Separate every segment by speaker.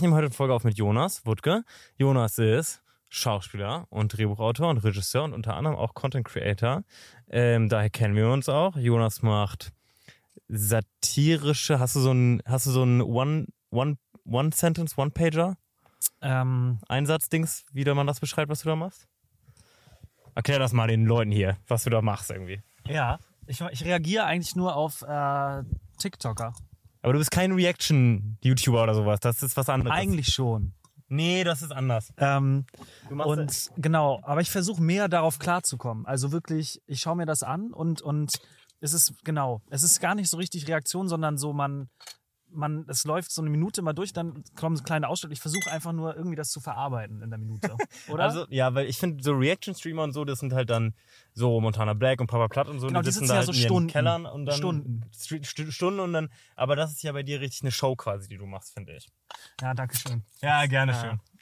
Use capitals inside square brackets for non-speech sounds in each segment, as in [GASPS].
Speaker 1: nehme heute eine Folge auf mit Jonas Wuttke. Jonas ist Schauspieler und Drehbuchautor und Regisseur und unter anderem auch Content Creator. Ähm, daher kennen wir uns auch. Jonas macht satirische, hast du so ein, hast du so ein One, One, One Sentence, One Pager?
Speaker 2: Ähm,
Speaker 1: Einsatzdings, wie man das beschreibt, was du da machst? Erklär das mal den Leuten hier, was du da machst irgendwie.
Speaker 2: ja, ich, ich reagiere eigentlich nur auf äh, TikToker.
Speaker 1: Aber du bist kein Reaction-YouTuber oder sowas. Das ist was anderes.
Speaker 2: Eigentlich schon.
Speaker 1: Nee, das ist anders.
Speaker 2: Ähm,
Speaker 1: Du machst
Speaker 2: und genau, aber ich versuche mehr darauf klarzukommen. Also wirklich, ich schaue mir das an und, und es ist, genau, es ist gar nicht so richtig Reaktion, sondern so, man, man, es läuft so eine Minute mal durch, dann kommen so kleine Ausschnitte. Ich versuche einfach nur irgendwie das zu verarbeiten in
Speaker 1: [LAUGHS]
Speaker 2: der Minute. Oder?
Speaker 1: Also, ja, weil ich finde, so Reaction-Streamer und so, das sind halt dann so Montana Black und Papa Platt und so.
Speaker 2: Genau, die sitzen
Speaker 1: da
Speaker 2: ja
Speaker 1: halt
Speaker 2: so
Speaker 1: in ihren
Speaker 2: Stunden.
Speaker 1: Kellern und dann.
Speaker 2: Stunden.
Speaker 1: Stre- Stu- Stunden und dann. Aber das ist ja bei dir richtig eine Show quasi, die du machst, finde ich.
Speaker 2: ja, danke schön.
Speaker 1: Ja, gerne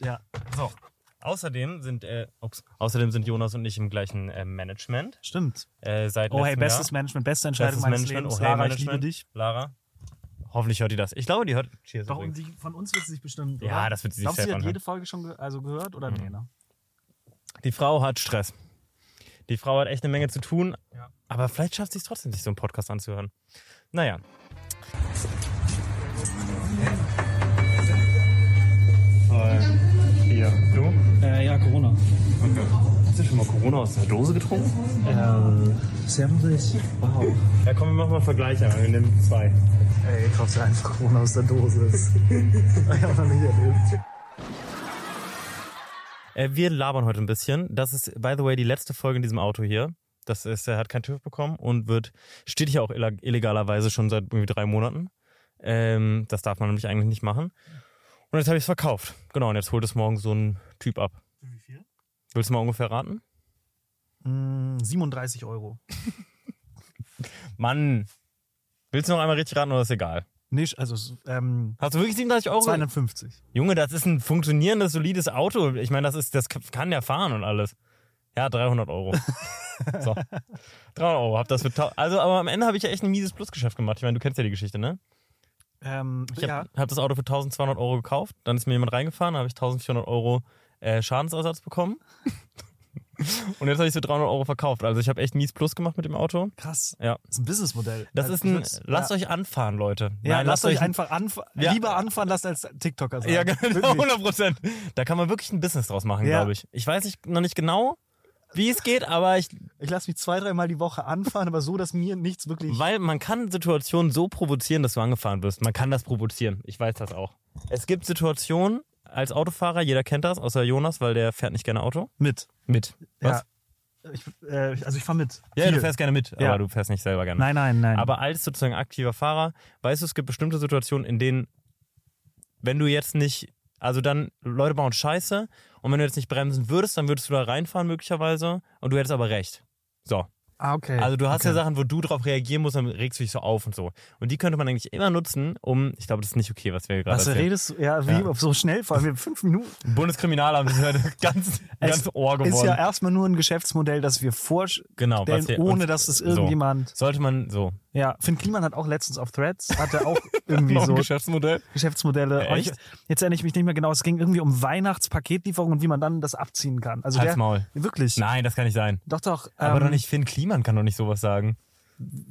Speaker 2: Ja.
Speaker 1: So. Außerdem sind, äh, ups, außerdem sind Jonas und ich im gleichen äh, Management.
Speaker 2: Stimmt.
Speaker 1: Äh, seit
Speaker 2: Oh hey,
Speaker 1: letztem
Speaker 2: bestes
Speaker 1: Jahr.
Speaker 2: Management, beste Entscheidung
Speaker 1: Bestes
Speaker 2: meines
Speaker 1: Management,
Speaker 2: Lebens.
Speaker 1: oh hey,
Speaker 2: Lara, ich liebe
Speaker 1: Management.
Speaker 2: dich.
Speaker 1: Lara. Hoffentlich hört die das. Ich glaube, die hört. Cheers
Speaker 2: Doch, und
Speaker 1: übrigens.
Speaker 2: die, von uns wird sie sich bestimmt.
Speaker 1: Ja,
Speaker 2: oder?
Speaker 1: das wird sie sich
Speaker 2: Glaubst du,
Speaker 1: safe
Speaker 2: sie hat
Speaker 1: anhören. Mhm.
Speaker 2: jede Folge schon ge also gehört oder nee, ne?
Speaker 1: Die Frau hat Stress. Die Frau hat echt eine Menge zu tun.
Speaker 2: Ja.
Speaker 1: Aber vielleicht schafft sie es trotzdem, sich so einen Podcast anzuhören. Naja. Äh, Hier. Du?
Speaker 2: Äh, ja, Corona.
Speaker 1: Hast du schon mal Corona aus der Dose getrunken?
Speaker 2: Servus. Wow.
Speaker 1: Ja, komm, wir machen mal Vergleiche. Wir nehmen zwei.
Speaker 2: Ey, kaufst du einfach Corona aus der Dose. [LAUGHS] ich hab noch nicht erlebt.
Speaker 1: Äh, wir labern heute ein bisschen. Das ist, by the way, die letzte Folge in diesem Auto hier. Das ist, er hat keinen TÜV bekommen und wird, steht hier auch illa- illegalerweise schon seit irgendwie drei Monaten. Ähm, das darf man nämlich eigentlich nicht machen. Und jetzt habe ich es verkauft. Genau, und jetzt holt es morgen so ein Typ ab.
Speaker 2: Wie viel?
Speaker 1: Willst du mal ungefähr raten?
Speaker 2: Mm, 37 Euro.
Speaker 1: Mann! Willst du noch einmal richtig raten oder ist egal?
Speaker 2: Nicht, also s- ähm,
Speaker 1: Hast du wirklich 37 Euro?
Speaker 2: 250.
Speaker 1: Junge, das ist ein funktionierendes, solides Auto. Ich meine, das ist, das kann ja fahren und alles. Ja, 300
Speaker 2: [LAUGHS]
Speaker 1: Euro. so. 300 Euro. Hab das für tau- also, aber am Ende habe ich ja echt ein mieses Plusgeschäft gemacht. Ich meine, du kennst ja die Geschichte, ne?
Speaker 2: Ähm,
Speaker 1: Ich
Speaker 2: ja,
Speaker 1: habe hab das Auto für 1200 Euro gekauft. Dann ist mir jemand reingefahren, habe ich 1400 Euro äh, Schadensersatz
Speaker 2: [LAUGHS]
Speaker 1: bekommen. und jetzt habe ich es für 300 Euro verkauft. Also, ich habe echt mies Plus gemacht mit dem Auto.
Speaker 2: krass.
Speaker 1: Ja.
Speaker 2: Das ist ein Businessmodell.
Speaker 1: Das
Speaker 2: Also,
Speaker 1: ist ein,
Speaker 2: wirklich,
Speaker 1: lasst
Speaker 2: ja.
Speaker 1: euch anfahren, Leute.
Speaker 2: Ja,
Speaker 1: Nein,
Speaker 2: lasst euch
Speaker 1: ein-
Speaker 2: einfach anfahren.
Speaker 1: Ja.
Speaker 2: Lieber anfahren lassen als TikToker sein.
Speaker 1: Ja, [LAUGHS] genau,
Speaker 2: Wirklich.
Speaker 1: 100 Prozent. Da kann man wirklich ein Business draus machen,
Speaker 2: Ja.
Speaker 1: glaube ich. Ich weiß nicht, noch nicht genau, wie es geht, aber ich,
Speaker 2: Ich lasse mich zwei, dreimal die Woche anfahren, aber so, dass mir nichts wirklich.
Speaker 1: weil man kann Situationen so provozieren, dass du angefahren wirst. Man kann das provozieren. Ich weiß das auch. Es gibt Situationen als Autofahrer, jeder kennt das, außer Jonas, weil der fährt nicht gerne Auto.
Speaker 2: Mit.
Speaker 1: Mit. Was?
Speaker 2: Ja. Ich, äh, also ich fahr mit.
Speaker 1: Ja,
Speaker 2: Viel.
Speaker 1: du fährst gerne mit, aber
Speaker 2: Ja.
Speaker 1: du fährst nicht selber gerne.
Speaker 2: Nein, nein, nein.
Speaker 1: Aber als sozusagen aktiver Fahrer, weißt du, es gibt bestimmte Situationen, in denen, wenn du jetzt nicht, also dann Leute bauen Scheiße und wenn du jetzt nicht bremsen würdest, dann würdest du da reinfahren möglicherweise und du hättest aber recht. So.
Speaker 2: ah, okay.
Speaker 1: Also du hast
Speaker 2: okay.
Speaker 1: ja Sachen, wo du drauf reagieren musst, dann regst du dich so auf und so. Und die könnte man eigentlich immer nutzen, um, ich glaube, das ist nicht okay, was wir hier gerade
Speaker 2: Was du
Speaker 1: erzählen.
Speaker 2: redest, du- ja, wie
Speaker 1: Ja.
Speaker 2: auf so schnell, vor allem fünf Minuten.
Speaker 1: [LAUGHS] Bundeskriminalamt ist heute [LAUGHS] ganz,
Speaker 2: Es
Speaker 1: ganz Ohr geworden.
Speaker 2: Ist ja erstmal nur ein Geschäftsmodell, das wir vorstellen,
Speaker 1: genau, was wir-
Speaker 2: ohne
Speaker 1: und-
Speaker 2: dass es
Speaker 1: so.
Speaker 2: irgendjemand.
Speaker 1: Sollte man so.
Speaker 2: Ja, Finn Kliman hat auch letztens auf Threads, hat
Speaker 1: [LAUGHS]
Speaker 2: er auch irgendwie
Speaker 1: Noch ein
Speaker 2: so
Speaker 1: Geschäftsmodell?
Speaker 2: Geschäftsmodelle.
Speaker 1: Echt?
Speaker 2: Und ich- Jetzt erinnere ich mich nicht mehr genau, es ging irgendwie um Weihnachtspaketlieferung und wie man dann das abziehen kann. Also
Speaker 1: Halt's
Speaker 2: der,
Speaker 1: Maul.
Speaker 2: Wirklich.
Speaker 1: Nein, das kann nicht sein.
Speaker 2: Doch, doch.
Speaker 1: Aber
Speaker 2: ähm,
Speaker 1: doch nicht Finn Kliman kann doch nicht sowas sagen.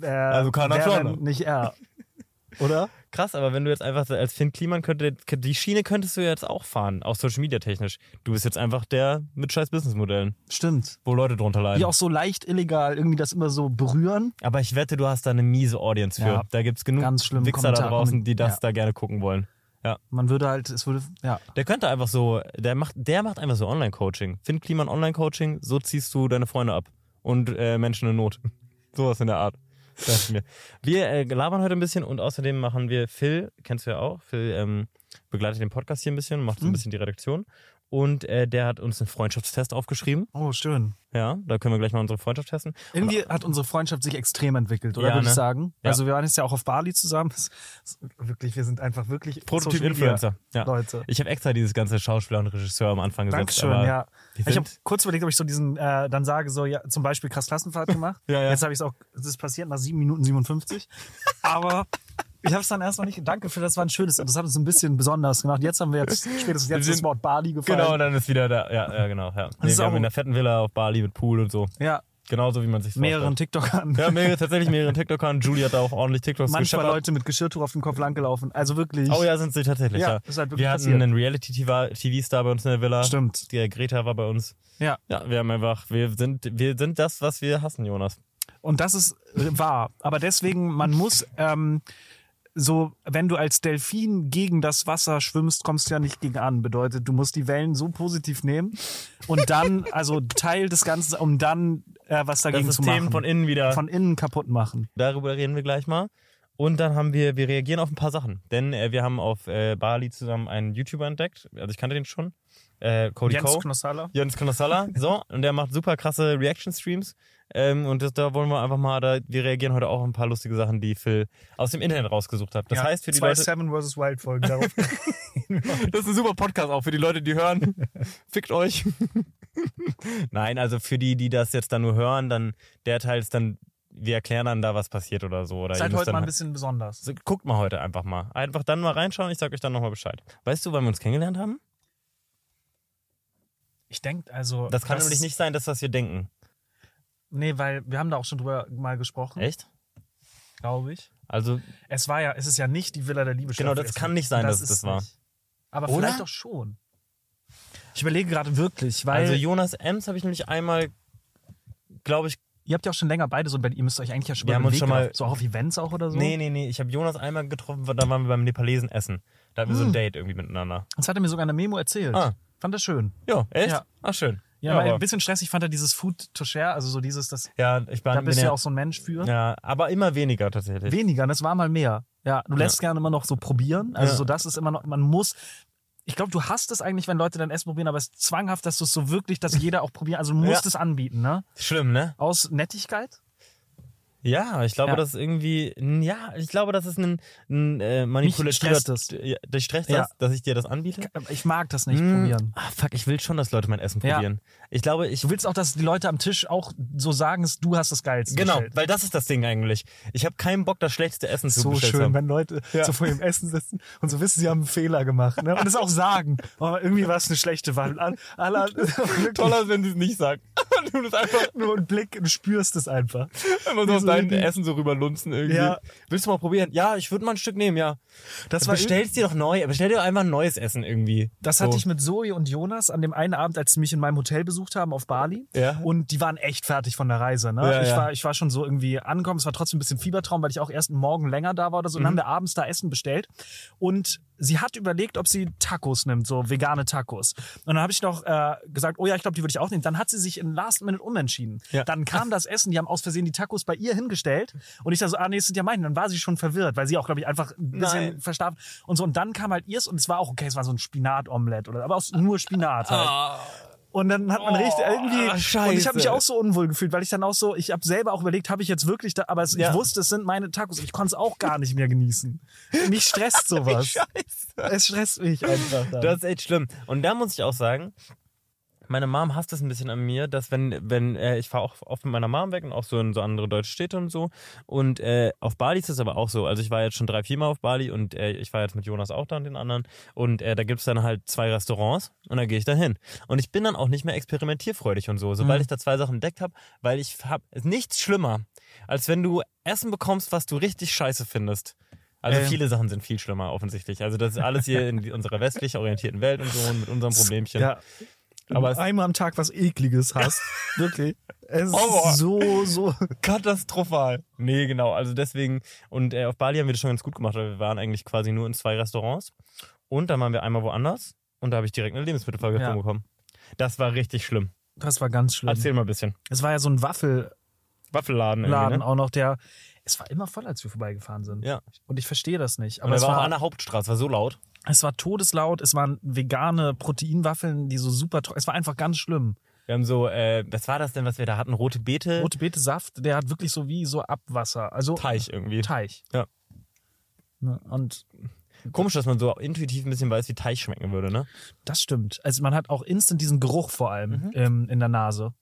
Speaker 2: Äh,
Speaker 1: Also kann er
Speaker 2: wer,
Speaker 1: schon.
Speaker 2: wenn Nicht er. Oder?
Speaker 1: Krass, aber wenn du jetzt einfach als Finn Kliman könnte, die Schiene könntest du jetzt auch fahren, auch Social Media technisch. Du bist jetzt einfach der mit scheiß Businessmodellen,
Speaker 2: Stimmt.
Speaker 1: wo Leute drunter leiden.
Speaker 2: Die auch so leicht illegal irgendwie das immer so berühren.
Speaker 1: Aber ich wette, du hast da eine miese Audience für.
Speaker 2: Ja.
Speaker 1: Da gibt's genug
Speaker 2: Ganz schlimm,
Speaker 1: Wichser da
Speaker 2: Kommentar-
Speaker 1: draußen, die das
Speaker 2: Ja.
Speaker 1: da gerne gucken wollen.
Speaker 2: Man würde halt, es würde, ja.
Speaker 1: Der könnte einfach so, der macht, der macht einfach so Online-Coaching. Finn Kliman Online-Coaching, so ziehst du deine Freunde ab. Und äh, Menschen in Not. [LAUGHS] Sowas in der Art. Dachte ich mir. Wir äh, labern heute ein bisschen und außerdem machen wir Phil, kennst du ja auch, Phil ähm, begleitet den
Speaker 2: Mhm.
Speaker 1: Podcast hier ein bisschen, macht so ein bisschen die Redaktion. Und äh, der hat uns einen Freundschaftstest aufgeschrieben.
Speaker 2: Oh, schön.
Speaker 1: Ja, da können wir gleich mal unsere Freundschaft testen.
Speaker 2: Irgendwie hat unsere Freundschaft sich extrem entwickelt, oder
Speaker 1: Ja,
Speaker 2: würde
Speaker 1: ne?
Speaker 2: ich sagen?
Speaker 1: Ja.
Speaker 2: Also wir waren jetzt ja auch auf Bali zusammen. [LAUGHS] Es ist Wirklich, wir sind einfach wirklich
Speaker 1: Prototyp
Speaker 2: Social Media
Speaker 1: Influencer. Ja.
Speaker 2: Leute.
Speaker 1: Ich habe extra dieses ganze Schauspieler und Regisseur am Anfang gesetzt.
Speaker 2: Dankeschön,
Speaker 1: aber
Speaker 2: ja.
Speaker 1: Wir
Speaker 2: Ich habe
Speaker 1: sind,
Speaker 2: kurz überlegt, ob ich so diesen äh, dann sage, so ja, zum Beispiel
Speaker 1: [LAUGHS]
Speaker 2: krass Klassenfahrt gemacht.
Speaker 1: Ja, ja.
Speaker 2: Jetzt habe ich es auch, es ist passiert nach 7 Minuten 57. Aber ich habe es dann erstmal nicht. Danke für das war ein schönes, das hat uns ein bisschen besonders gemacht. Jetzt haben
Speaker 1: [LAUGHS]
Speaker 2: wir jetzt spätestens jetzt
Speaker 1: sind-
Speaker 2: das Wort Bali gefallen.
Speaker 1: genau, dann ist wieder da. Ja, ja genau. Ja. Nee,
Speaker 2: ist
Speaker 1: wir
Speaker 2: auch-
Speaker 1: haben in der fetten Villa auf Bali mit Pool und so.
Speaker 2: Ja,
Speaker 1: Genauso wie man sich
Speaker 2: mehreren TikTokern.
Speaker 1: Genau.
Speaker 2: [LAUGHS]
Speaker 1: Ja, mehrere, tatsächlich mehrere TikToker. Julie hat da auch ordentlich TikToks
Speaker 2: Manchmal
Speaker 1: geschafft.
Speaker 2: Leute mit Geschirrtuch auf dem Kopf langgelaufen. Also wirklich.
Speaker 1: Oh ja, sind sie tatsächlich.
Speaker 2: Ja,
Speaker 1: Ja,
Speaker 2: ist halt wirklich
Speaker 1: wir hatten
Speaker 2: passiert.
Speaker 1: einen Reality-TV-Star bei uns in der Villa.
Speaker 2: Stimmt.
Speaker 1: Der Greta war bei uns.
Speaker 2: Ja.
Speaker 1: Ja, wir haben einfach, wir sind, wir sind das, was wir hassen, Jonas.
Speaker 2: Und das ist äh, wahr. Aber deswegen, man muss ähm, so, wenn du als Delfin gegen das Wasser schwimmst, kommst du ja nicht gegen an. Bedeutet, du musst die Wellen so positiv nehmen und dann, also Teil des Ganzen, um dann äh, was
Speaker 1: Das
Speaker 2: dagegen zu
Speaker 1: System
Speaker 2: machen.
Speaker 1: von innen wieder.
Speaker 2: Von innen kaputt machen.
Speaker 1: Darüber reden wir gleich mal. Und dann haben wir, wir reagieren auf ein paar Sachen. Denn äh, wir haben auf äh, Bali zusammen einen YouTuber entdeckt. Also ich kannte den schon. Äh, Cody Jens Coe.
Speaker 2: Knossala.
Speaker 1: Jens Knossalla. So, und der macht super krasse Reaction-Streams. Ähm, und das, da wollen wir einfach mal, da, wir reagieren heute auch auf ein paar lustige Sachen, die Phil aus dem Internet rausgesucht hat. Das heißt, für die Leute,
Speaker 2: Seven vs. Wild Folgen darauf.
Speaker 1: [LAUGHS] das ist ein super Podcast auch für die Leute, die
Speaker 2: [LAUGHS]
Speaker 1: hören. Fickt euch. [LAUGHS] Nein, also für die, die das jetzt dann nur hören, dann der Teil ist dann, wir erklären dann da, was passiert oder so. Oder ihr
Speaker 2: Seid
Speaker 1: müsst
Speaker 2: heute
Speaker 1: dann halt.
Speaker 2: mal ein bisschen besonders.
Speaker 1: so, guckt mal heute einfach mal. Einfach dann mal reinschauen, ich sag euch dann nochmal Bescheid. Weißt du, wann wir uns kennengelernt haben?
Speaker 2: Ich denke, also.
Speaker 1: Das kann nämlich nicht sein, dass das wir denken.
Speaker 2: Nee, weil wir haben da auch schon drüber mal gesprochen,
Speaker 1: Echt?
Speaker 2: glaube ich.
Speaker 1: Also,
Speaker 2: Es war ja, es ist ja nicht die Villa der Liebe.
Speaker 1: Genau,
Speaker 2: Staffel
Speaker 1: das
Speaker 2: Essen.
Speaker 1: kann nicht sein, dass es
Speaker 2: ist
Speaker 1: das war.
Speaker 2: nicht. Aber
Speaker 1: Oder?
Speaker 2: vielleicht doch schon. Ich überlege gerade wirklich, weil
Speaker 1: also Jonas Ems habe ich nämlich einmal, glaube ich,
Speaker 2: ihr habt ja auch schon länger beide so, bei- ihr müsst euch eigentlich ja schon
Speaker 1: Wir
Speaker 2: über
Speaker 1: haben
Speaker 2: den
Speaker 1: uns
Speaker 2: Weg
Speaker 1: schon mal-
Speaker 2: laufen. so auch auf Events auch oder so.
Speaker 1: nee, nee, nee, ich habe Jonas einmal getroffen, da waren wir beim Nepalesen essen. Da hatten wir so
Speaker 2: Hm.
Speaker 1: ein Date irgendwie miteinander.
Speaker 2: Das hat er mir sogar in der Memo erzählt.
Speaker 1: Ah.
Speaker 2: Fand das schön.
Speaker 1: Ja, echt?
Speaker 2: Ja. Ah,
Speaker 1: Ach, schön.
Speaker 2: Ja, weil
Speaker 1: aber-
Speaker 2: ein bisschen stressig fand er dieses Food to Share, also so dieses, das,
Speaker 1: ja ich war
Speaker 2: da bist du
Speaker 1: bin
Speaker 2: ja auch so ne? ein Mensch für.
Speaker 1: ja, aber immer weniger tatsächlich.
Speaker 2: Weniger, das war mal mehr. Ja, du lässt gerne immer noch so probieren. Also
Speaker 1: Ja.
Speaker 2: so das ist immer noch, man muss. Ich glaube, du hast es eigentlich, wenn Leute dein Essen probieren, aber es ist zwanghaft, dass du es so wirklich, dass jeder auch probiert. Also du musst
Speaker 1: Ja.
Speaker 2: es anbieten, ne?
Speaker 1: Schlimm, ne?
Speaker 2: Aus Nettigkeit?
Speaker 1: Ja, ich glaube,
Speaker 2: Ja.
Speaker 1: das ist irgendwie, ja, ich glaube, das ist ein, ein äh, manipulativer,
Speaker 2: stresst es.
Speaker 1: Ja, dich stresst
Speaker 2: Ja.
Speaker 1: das, dass ich dir das anbiete?
Speaker 2: Ähm, Ich mag das nicht
Speaker 1: Mm,
Speaker 2: probieren.
Speaker 1: Ah, fuck, ich will schon, dass Leute mein Essen
Speaker 2: Ja.
Speaker 1: probieren. Ich glaube, ich.
Speaker 2: Du willst auch, dass die Leute am Tisch auch so sagen, es- du hast das Geilste.
Speaker 1: Genau,
Speaker 2: bestellt.
Speaker 1: weil das ist das Ding eigentlich. Ich habe keinen Bock, das schlechteste Essen zu
Speaker 2: halt. So
Speaker 1: bestellt zu
Speaker 2: schön,
Speaker 1: haben.
Speaker 2: wenn Leute
Speaker 1: Ja.
Speaker 2: so vor ihrem Essen sitzen und so wissen, sie haben einen Fehler gemacht. Ne? Und es auch sagen. Oh, irgendwie war es eine schlechte Wahl. Alle,
Speaker 1: [LAUGHS]
Speaker 2: alle,
Speaker 1: Toller, als wenn sie es nicht sagt. [LAUGHS] du das
Speaker 2: [LAUGHS]
Speaker 1: einfach
Speaker 2: nur einen Blick, du spürst es einfach.
Speaker 1: immer so
Speaker 2: Wie
Speaker 1: auf
Speaker 2: so
Speaker 1: dein
Speaker 2: die-
Speaker 1: Essen so rüberlunzen irgendwie.
Speaker 2: Ja.
Speaker 1: Willst du mal probieren? Ja, ich würde mal ein Stück nehmen, ja.
Speaker 2: Das war
Speaker 1: Bestellst dir doch neu, bestell dir einfach ein neues Essen irgendwie.
Speaker 2: Das
Speaker 1: so.
Speaker 2: hatte ich mit Zoe und Jonas an dem einen Abend, als sie mich in meinem Hotel besucht haben auf Bali.
Speaker 1: Ja.
Speaker 2: Und die waren echt fertig von der Reise. Ne?
Speaker 1: Ja,
Speaker 2: ich,
Speaker 1: ja.
Speaker 2: War, ich war schon so irgendwie angekommen. Es war trotzdem ein bisschen Fiebertraum, weil ich auch erst einen Morgen länger da war oder so. Und dann haben
Speaker 1: Mhm.
Speaker 2: wir abends da Essen bestellt. Und sie hat überlegt, ob sie Tacos nimmt, so vegane Tacos. Und dann habe ich noch äh, gesagt, oh ja, ich glaube, die würde ich auch nehmen. Dann hat sie sich in Last Minute umentschieden.
Speaker 1: Ja.
Speaker 2: Dann kam das Essen, die haben aus Versehen die Tacos bei ihr hingestellt. Und ich da so, ah nee, das sind ja meine. Dann war sie schon verwirrt, weil sie auch, glaube ich, einfach ein bisschen
Speaker 1: Nein.
Speaker 2: verstaubt und so. Und dann kam halt ihrs und es war auch okay, es war so ein Spinatomelett oder aber aus, nur Spinat halt. Und dann hat man richtig irgendwie.
Speaker 1: Ah. Oh, Scheiße.
Speaker 2: Und ich habe mich auch so unwohl gefühlt, weil ich dann auch so, ich habe selber auch überlegt, habe ich jetzt wirklich da, aber es,
Speaker 1: Ja.
Speaker 2: ich wusste, es sind meine Tacos. Ich konnte es auch gar nicht mehr genießen.
Speaker 1: [LAUGHS]
Speaker 2: Mich stresst sowas. es stresst mich einfach. Dann.
Speaker 1: Das ist echt schlimm. Und da muss ich auch sagen, meine Mom hasst es ein bisschen an mir, dass wenn, wenn, äh, ich fahre auch oft mit meiner Mom weg und auch so in so andere deutsche Städte und so. Und äh, auf Bali ist es aber auch so. Also ich war jetzt schon drei, vier Mal auf Bali und äh, ich war jetzt mit Jonas auch da und den anderen. Und äh, da gibt es dann halt zwei Restaurants und da gehe ich dann hin. Und ich bin dann auch nicht mehr experimentierfreudig und so, sobald ich da zwei Sachen entdeckt habe, weil ich habe nichts schlimmer, als wenn du Essen bekommst, was du richtig scheiße findest. Also
Speaker 2: Ähm.
Speaker 1: viele Sachen sind viel schlimmer offensichtlich. Also das ist alles hier in die- unserer westlich orientierten Welt und so und mit unserem Problemchen.
Speaker 2: ja.
Speaker 1: Aber
Speaker 2: Aber
Speaker 1: es-
Speaker 2: einmal am Tag was Ekliges
Speaker 1: [LAUGHS]
Speaker 2: hast. wirklich. Es
Speaker 1: Horror.
Speaker 2: ist so, so.
Speaker 1: Katastrophal. Nee, genau. Also deswegen, und äh, auf Bali haben wir das schon ganz gut gemacht, weil wir waren eigentlich quasi nur in zwei Restaurants. Und dann waren wir einmal woanders und da habe ich direkt eine Lebensmittelvergiftung
Speaker 2: Ja. Mhm.
Speaker 1: bekommen. Das war richtig schlimm.
Speaker 2: Das war ganz schlimm.
Speaker 1: Erzähl mal ein bisschen.
Speaker 2: Es war ja so ein Waffel,
Speaker 1: Waffelladen. irgendwie,
Speaker 2: Laden
Speaker 1: Ne?
Speaker 2: auch noch, der. Es war immer voll, als wir vorbeigefahren sind.
Speaker 1: Ja.
Speaker 2: Und ich verstehe das nicht.
Speaker 1: Aber
Speaker 2: Aber es
Speaker 1: war, auch
Speaker 2: war,
Speaker 1: an der Hauptstraße, war so laut.
Speaker 2: es war todeslaut, es waren vegane Proteinwaffeln, die so super tro- Es war einfach ganz schlimm.
Speaker 1: Wir haben so, äh, was war das denn, was wir da hatten? Rote Beete,
Speaker 2: Rote Beete Saft, der hat wirklich so wie so Abwasser. Also
Speaker 1: Teich irgendwie.
Speaker 2: Teich.
Speaker 1: Ja.
Speaker 2: Ne, Und
Speaker 1: Komisch, dass man so intuitiv ein bisschen weiß, wie Teich schmecken würde, ne?
Speaker 2: das stimmt. Also man hat auch instant diesen Geruch vor allem
Speaker 1: Mhm.
Speaker 2: ähm, in der Nase.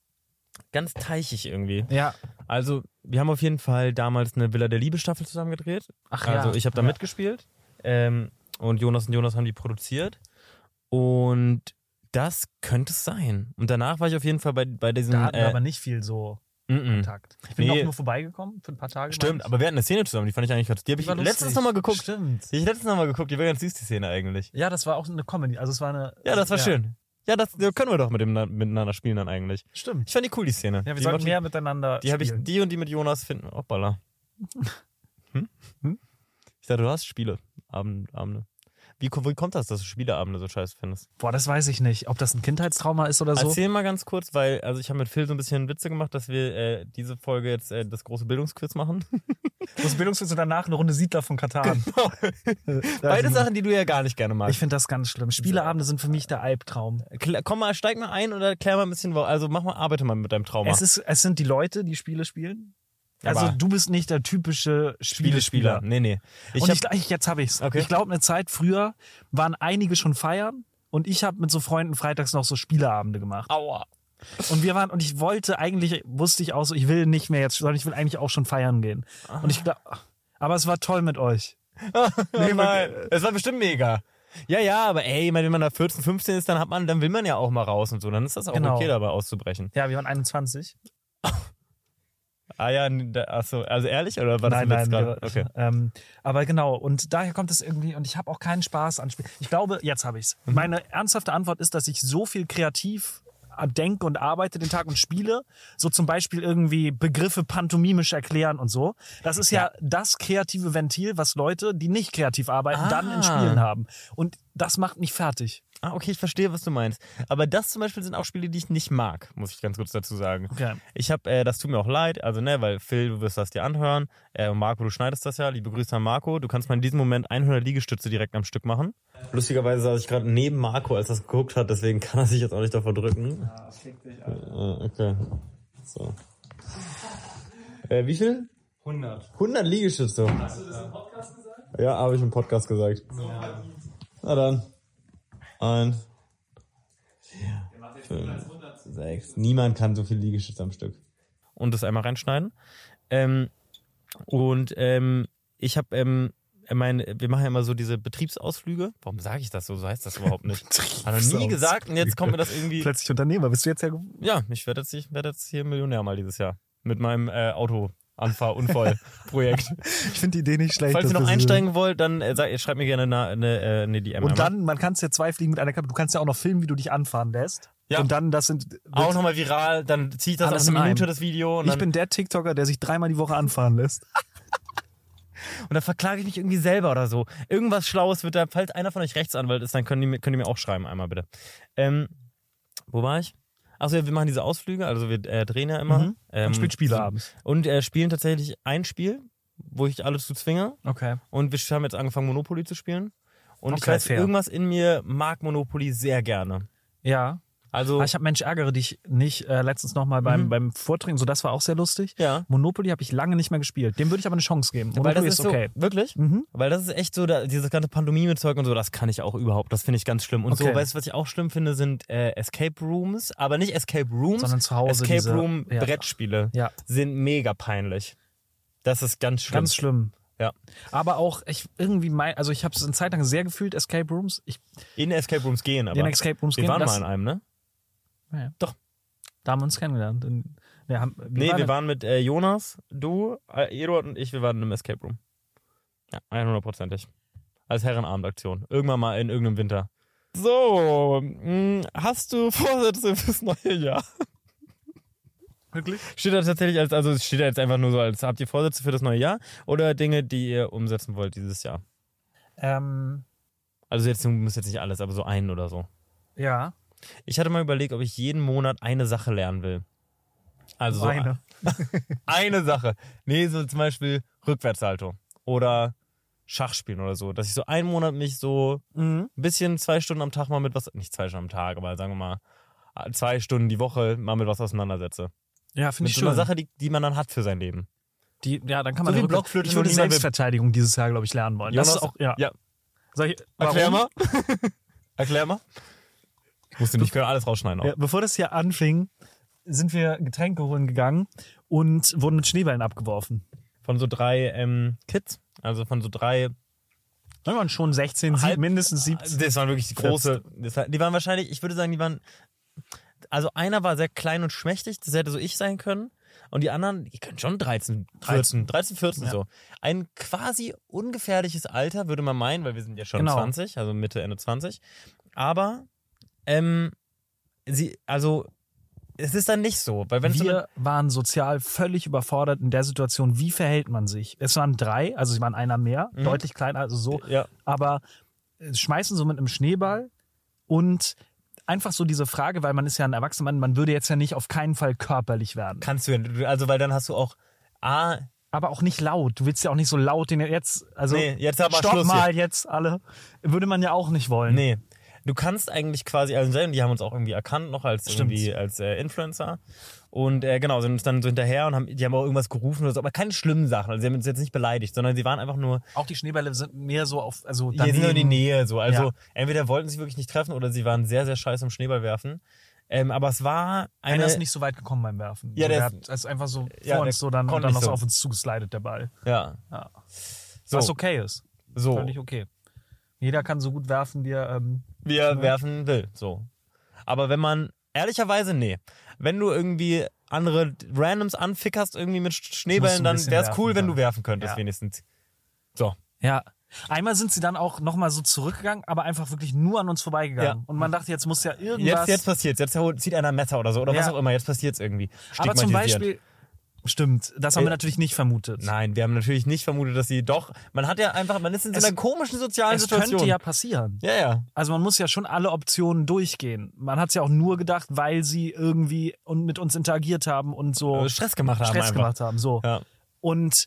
Speaker 1: Ganz teichig irgendwie.
Speaker 2: Ja.
Speaker 1: Also, wir haben auf jeden Fall damals eine Villa der Liebe Staffel zusammen gedreht.
Speaker 2: Ach
Speaker 1: also, ich habe da
Speaker 2: Ja.
Speaker 1: mitgespielt. Ähm, und Jonas und Jonas haben die produziert. Und das könnte es sein. Und danach war ich auf jeden Fall bei, bei diesem.
Speaker 2: Da hatten wir
Speaker 1: äh,
Speaker 2: aber nicht viel so
Speaker 1: mm-mm.
Speaker 2: Kontakt. Ich bin
Speaker 1: Nee.
Speaker 2: auch nur vorbeigekommen für ein paar Tage. meine
Speaker 1: Stimmt,
Speaker 2: ich.
Speaker 1: aber wir hatten eine Szene zusammen, die fand ich eigentlich ganz. Die habe
Speaker 2: Die
Speaker 1: ich
Speaker 2: war lustig.
Speaker 1: letztens nochmal geguckt.
Speaker 2: Stimmt.
Speaker 1: Die habe ich letztens nochmal geguckt, die war ganz süß, die Szene eigentlich.
Speaker 2: Ja, das war auch eine Comedy. Also es war eine.
Speaker 1: Ja, das war schön. Ja, das ja, können wir doch mit dem, miteinander spielen dann eigentlich.
Speaker 2: Stimmt.
Speaker 1: Ich fand die cool, die Szene.
Speaker 2: Ja, wir
Speaker 1: die
Speaker 2: sollten
Speaker 1: macht-
Speaker 2: mehr miteinander.
Speaker 1: Die habe ich,
Speaker 2: spielen.
Speaker 1: die und die mit Jonas finden. Oh,
Speaker 2: [LAUGHS]
Speaker 1: Baller. Hm?
Speaker 2: Hm?
Speaker 1: Ich dachte, du hast Spiele. Abend, Abende. Wie, ko- wie kommt das, dass du Spieleabende so scheiße findest?
Speaker 2: Boah, das weiß ich nicht. Ob das ein Kindheitstrauma ist oder so.
Speaker 1: Erzähl mal ganz kurz, weil also ich habe mit Phil so ein bisschen Witze gemacht, dass wir äh, diese Folge jetzt äh, das große Bildungsquiz
Speaker 2: [LAUGHS]
Speaker 1: machen.
Speaker 2: Das Bildungswitz und danach eine Runde Siedler von Katan.
Speaker 1: Beide Sachen, die du ja gar nicht gerne
Speaker 2: Genau. Ich
Speaker 1: magst.
Speaker 2: finde das ganz schlimm. Spieleabende sind für mich der Albtraum.
Speaker 1: Kla- Komm mal, steig mal ein oder klär mal ein bisschen, wo- also mach mal, arbeite mal mit deinem Trauma.
Speaker 2: Es, ist, es sind die Leute, die Spiele spielen. Also
Speaker 1: Aber-
Speaker 2: du bist nicht der typische Spielespieler.
Speaker 1: Nee, nee. Ich
Speaker 2: und
Speaker 1: hab,
Speaker 2: ich, gl- ich, jetzt habe ich's.
Speaker 1: Okay.
Speaker 2: Ich glaube, eine Zeit früher waren einige schon feiern und ich habe mit so Freunden freitags noch so Spieleabende gemacht.
Speaker 1: aua.
Speaker 2: Und wir waren und ich wollte eigentlich wusste ich auch so, ich will nicht mehr jetzt, sondern ich will eigentlich auch schon feiern gehen. Und ich glaube, aber es war toll mit euch. [LAUGHS]
Speaker 1: Oh nein. Es war bestimmt mega. Ja, ja, aber ey, ich meine, wenn man da 14, 15 ist, dann hat man, dann will man ja auch mal raus und so. Dann ist das auch
Speaker 2: Genau.
Speaker 1: okay, dabei auszubrechen.
Speaker 2: Ja, wir waren 21.
Speaker 1: Ah ja, n- da- ach so, also ehrlich oder war das
Speaker 2: nein,
Speaker 1: ein Witz
Speaker 2: nein.
Speaker 1: gerade?
Speaker 2: Wir,
Speaker 1: Okay.
Speaker 2: ähm, aber genau, und daher kommt es irgendwie, und ich habe auch keinen Spaß an Spielen. Ich glaube, jetzt habe ich's. Meine ernsthafte Antwort ist, dass ich so viel kreativ denke und arbeite den Tag und spiele, so zum Beispiel irgendwie Begriffe pantomimisch erklären und so. Das ist ja, das kreative Ventil, was Leute, die nicht kreativ arbeiten, dann in
Speaker 1: Ah.
Speaker 2: Spielen haben. Und das macht mich fertig.
Speaker 1: Ah, okay, ich verstehe, was du meinst. Aber das zum Beispiel sind auch Spiele, die ich nicht mag, muss ich ganz kurz dazu sagen.
Speaker 2: Okay.
Speaker 1: Ich habe, äh, das tut mir auch leid, also ne, weil Phil, du wirst das dir anhören. Äh, und Marco, du schneidest das ja. Liebe Grüße an Marco. Du kannst mal in diesem Moment 100 Liegestütze direkt am Stück machen. Lustigerweise saß ich gerade neben Marco, als das geguckt hat, deswegen kann er sich jetzt auch nicht davor drücken.
Speaker 2: Ah, fick dich, Alter.
Speaker 1: Ah, okay. So. Äh, wie viel?
Speaker 2: 100.
Speaker 1: 100 Liegestütze. Hast du das im Podcast gesagt? Ja, habe ich im Podcast gesagt. Na dann. Ein. Fünf, sechs. Niemand kann so viel Liegestütze am Stück. Und das einmal reinschneiden. Ähm, und ähm, ich habe, ähm, ich meine, wir machen ja immer so diese Betriebsausflüge. Warum sage ich das so? So heißt das überhaupt nicht. Hat noch nie gesagt und jetzt kommt mir das irgendwie.
Speaker 2: Plötzlich Unternehmer, bist du jetzt ja
Speaker 1: Ja, ich werde jetzt, ich werde jetzt hier Millionär mal dieses Jahr. Mit meinem äh, [LAUGHS] Auto-Anfahr-Unfall-Projekt.
Speaker 2: Ich finde die Idee nicht schlecht.
Speaker 1: Falls ihr
Speaker 2: dass
Speaker 1: noch
Speaker 2: wir so-
Speaker 1: einsteigen wollt, dann äh, sag, schreibt mir gerne eine, eine, äh, eine DM.
Speaker 2: Und
Speaker 1: einmal.
Speaker 2: dann, man kann es ja zwei Fliegen mit einer Kappe. Du kannst ja auch noch filmen, wie du dich anfahren lässt.
Speaker 1: Ja.
Speaker 2: Und dann, das sind.
Speaker 1: auch nochmal viral, dann ziehe ich das
Speaker 2: Alles
Speaker 1: auf eine
Speaker 2: in
Speaker 1: Minute,
Speaker 2: einem.
Speaker 1: das Video. Und
Speaker 2: ich
Speaker 1: dann,
Speaker 2: bin der TikToker, der sich dreimal die Woche anfahren lässt.
Speaker 1: und dann verklage ich mich irgendwie selber oder so. Irgendwas Schlaues wird da, falls einer von euch Rechtsanwalt ist, dann können die, mir- könnt ihr mir auch schreiben, einmal bitte. Ähm, wo war ich? Achso, ja, wir machen diese Ausflüge, also wir äh, drehen ja immer.
Speaker 2: Mhm.
Speaker 1: Ähm,
Speaker 2: und spielt Spiele abends.
Speaker 1: Und äh, spielen tatsächlich ein Spiel, wo ich alle zu zwinge.
Speaker 2: Okay.
Speaker 1: Und wir haben jetzt angefangen, Monopoly zu spielen. Und ich
Speaker 2: Okay,
Speaker 1: weiß,
Speaker 2: fair.
Speaker 1: irgendwas in mir mag Monopoly sehr gerne.
Speaker 2: Ja.
Speaker 1: Also,
Speaker 2: Ah, ich habe Mensch ärgere dich nicht äh, letztens nochmal beim,
Speaker 1: Mhm.
Speaker 2: beim Vortrinken. So, das war auch sehr lustig.
Speaker 1: ja.
Speaker 2: Monopoly habe ich lange nicht mehr gespielt. Dem würde ich aber eine Chance geben.
Speaker 1: Weil
Speaker 2: Monopoly
Speaker 1: das
Speaker 2: ist,
Speaker 1: ist so,
Speaker 2: okay.
Speaker 1: wirklich?
Speaker 2: Mhm.
Speaker 1: Weil das ist echt so, da, dieses ganze Pandemie-Zeug und so, das kann ich auch überhaupt. Das finde ich ganz schlimm. Und so,
Speaker 2: Okay.
Speaker 1: weißt du, was ich auch schlimm finde, sind äh, Escape Rooms, aber nicht Escape Rooms,
Speaker 2: Sondern zu Hause
Speaker 1: Escape
Speaker 2: diese-
Speaker 1: Room
Speaker 2: ja.
Speaker 1: Brettspiele
Speaker 2: Ja.
Speaker 1: sind mega peinlich. Das ist ganz schlimm.
Speaker 2: Ganz schlimm.
Speaker 1: Ja.
Speaker 2: Aber auch, ich irgendwie mein, also ich habe es eine Zeit lang sehr gefühlt, Escape Rooms. Ich,
Speaker 1: In Escape Rooms gehen, aber.
Speaker 2: in Escape Rooms
Speaker 1: wir
Speaker 2: gehen,
Speaker 1: waren
Speaker 2: das-
Speaker 1: mal in einem, ne?
Speaker 2: da haben wir uns kennengelernt. In, wir haben, wir
Speaker 1: Nee,
Speaker 2: waren
Speaker 1: wir waren mit äh, Jonas, du, äh, Eduard und ich, wir waren im Escape Room. Ja, 100%ig. Als Herrenabendaktion. Irgendwann mal in irgendeinem Winter. So, mh, hast du Vorsätze fürs neue Jahr?
Speaker 2: wirklich
Speaker 1: Steht da tatsächlich als, also es steht da jetzt einfach nur so als, habt ihr Vorsätze für das neue Jahr oder Dinge, die ihr umsetzen wollt dieses Jahr?
Speaker 2: Ähm,
Speaker 1: Also jetzt du musst jetzt nicht alles, aber so einen oder so.
Speaker 2: ja.
Speaker 1: Ich hatte mal überlegt, ob ich jeden Monat eine Sache lernen will. Also so
Speaker 2: eine.
Speaker 1: eine Sache. Nee, so zum Beispiel Rückwärtssalto oder Schachspielen oder so. Dass ich so einen Monat mich so
Speaker 2: Mhm.
Speaker 1: ein bisschen zwei Stunden am Tag mal mit was, nicht zwei Stunden am Tag, aber sagen wir mal zwei Stunden die Woche mal mit was auseinandersetze.
Speaker 2: Ja,
Speaker 1: Mit
Speaker 2: finde ich
Speaker 1: so
Speaker 2: schön.
Speaker 1: einer Sache, die, die man dann hat für sein Leben.
Speaker 2: die, ja, dann kann
Speaker 1: So
Speaker 2: man
Speaker 1: wie
Speaker 2: wirklich-
Speaker 1: Blockflöte
Speaker 2: Ich
Speaker 1: nur
Speaker 2: würde
Speaker 1: nicht mehr mit-
Speaker 2: Selbstverteidigung dieses Jahr, glaube ich, lernen wollen. das ist
Speaker 1: Jonas,
Speaker 2: auch, ja.
Speaker 1: ja.
Speaker 2: Sag ich,
Speaker 1: Erklär
Speaker 2: warum? [LAUGHS]
Speaker 1: mal. Erklär mal. Ich musste nicht, ich kann alles rausschneiden. Auch.
Speaker 2: Ja, bevor das hier anfing, sind wir Getränke holen gegangen und wurden mit Schneebällen abgeworfen.
Speaker 1: Von so drei ähm, Kids. Also von so drei.
Speaker 2: Da waren schon 16, sieb-
Speaker 1: Halb- Äh,
Speaker 2: mindestens 17.
Speaker 1: Das waren wirklich die große. Das, war- die waren wahrscheinlich, ich würde sagen, die waren. Also einer war sehr klein und schmächtig, das hätte so ich sein können. Und die anderen, die können schon 13, 14, 13, 14
Speaker 2: Ja.
Speaker 1: so. Ein quasi ungefährliches Alter, würde man meinen, weil wir sind ja schon
Speaker 2: Genau.
Speaker 1: 20, also Mitte, Ende 20. Aber, ähm, sie, also, es ist dann nicht so. Weil wenn so eine-
Speaker 2: Wir waren sozial völlig überfordert in der Situation. Wie verhält man sich? Es waren drei, also sie waren einer mehr,
Speaker 1: Mhm.
Speaker 2: deutlich kleiner, also so.
Speaker 1: ja.
Speaker 2: aber äh, schmeißen so mit einem Schneeball und einfach so diese Frage, weil man ist ja ein erwachsener Mann, man würde jetzt ja nicht auf keinen Fall körperlich werden.
Speaker 1: Kannst du ja, du- also weil dann hast du auch, ah,
Speaker 2: Aber auch nicht laut. Du willst ja auch nicht so laut, den jetzt, also
Speaker 1: nee, jetzt aber
Speaker 2: stopp
Speaker 1: Schluss
Speaker 2: mal jetzt alle. Würde man ja auch nicht
Speaker 1: hier.
Speaker 2: wollen.
Speaker 1: Nee, du kannst eigentlich quasi, also selber, die haben uns auch irgendwie erkannt noch als
Speaker 2: Stimmt.
Speaker 1: irgendwie als äh, Influencer und äh, genau, sind uns dann so hinterher und haben, die haben auch irgendwas gerufen oder so, aber keine schlimmen Sachen, also sie haben uns jetzt nicht beleidigt, sondern sie waren einfach nur,
Speaker 2: Auch die Schneebälle sind mehr so auf, also
Speaker 1: hier sind nur in die Nähe so, also
Speaker 2: Ja.
Speaker 1: entweder wollten sie wirklich nicht treffen oder sie waren sehr, sehr scheiße im Schneeballwerfen, ähm, aber es war eine,
Speaker 2: Einer ist nicht so weit gekommen beim Werfen.
Speaker 1: Ja,
Speaker 2: so,
Speaker 1: der
Speaker 2: der
Speaker 1: ist-
Speaker 2: hat, ist einfach so
Speaker 1: Ja,
Speaker 2: vor
Speaker 1: der
Speaker 2: uns so dann,
Speaker 1: konnte
Speaker 2: und dann
Speaker 1: nicht
Speaker 2: noch so
Speaker 1: so.
Speaker 2: auf uns zugeslidet, der Ball.
Speaker 1: ja,
Speaker 2: Ja.
Speaker 1: so,
Speaker 2: Was okay ist.
Speaker 1: so,
Speaker 2: Völlig okay. Jeder kann so gut werfen, wie er ähm,
Speaker 1: wie
Speaker 2: Ja.
Speaker 1: er werfen will. So. Aber wenn man, ehrlicherweise, nee. Wenn du irgendwie andere Randoms anfickerst, irgendwie mit Sch-
Speaker 2: Musst du
Speaker 1: Schneebällen,
Speaker 2: ein
Speaker 1: dann
Speaker 2: bisschen
Speaker 1: wäre es
Speaker 2: werfen
Speaker 1: cool, wenn
Speaker 2: können.
Speaker 1: du werfen könntest,
Speaker 2: Ja.
Speaker 1: wenigstens.
Speaker 2: Ja. Einmal sind sie dann auch nochmal so zurückgegangen, aber einfach wirklich nur an uns vorbeigegangen.
Speaker 1: Ja.
Speaker 2: Und man dachte, jetzt muss ja irgendwas.
Speaker 1: Jetzt, jetzt passiert's. Jetzt hol- zieht einer ein Messer oder so. Oder was
Speaker 2: Ja.
Speaker 1: auch immer. Jetzt passiert's irgendwie.
Speaker 2: aber zum
Speaker 1: Stigmatisiert.
Speaker 2: Beispiel. Stimmt, das haben wir
Speaker 1: Äh,
Speaker 2: natürlich nicht vermutet.
Speaker 1: Nein, wir haben natürlich nicht vermutet, dass sie doch. Man hat ja einfach, man ist in so
Speaker 2: Es-
Speaker 1: einer komischen sozialen
Speaker 2: es
Speaker 1: Situation.
Speaker 2: könnte ja passieren.
Speaker 1: ja, ja.
Speaker 2: Also man muss ja schon alle Optionen durchgehen. Man hat es ja auch nur gedacht, weil sie irgendwie und mit uns interagiert haben und so
Speaker 1: Also Stress gemacht haben
Speaker 2: Stress
Speaker 1: einfach.
Speaker 2: gemacht haben. So.
Speaker 1: Ja.
Speaker 2: Und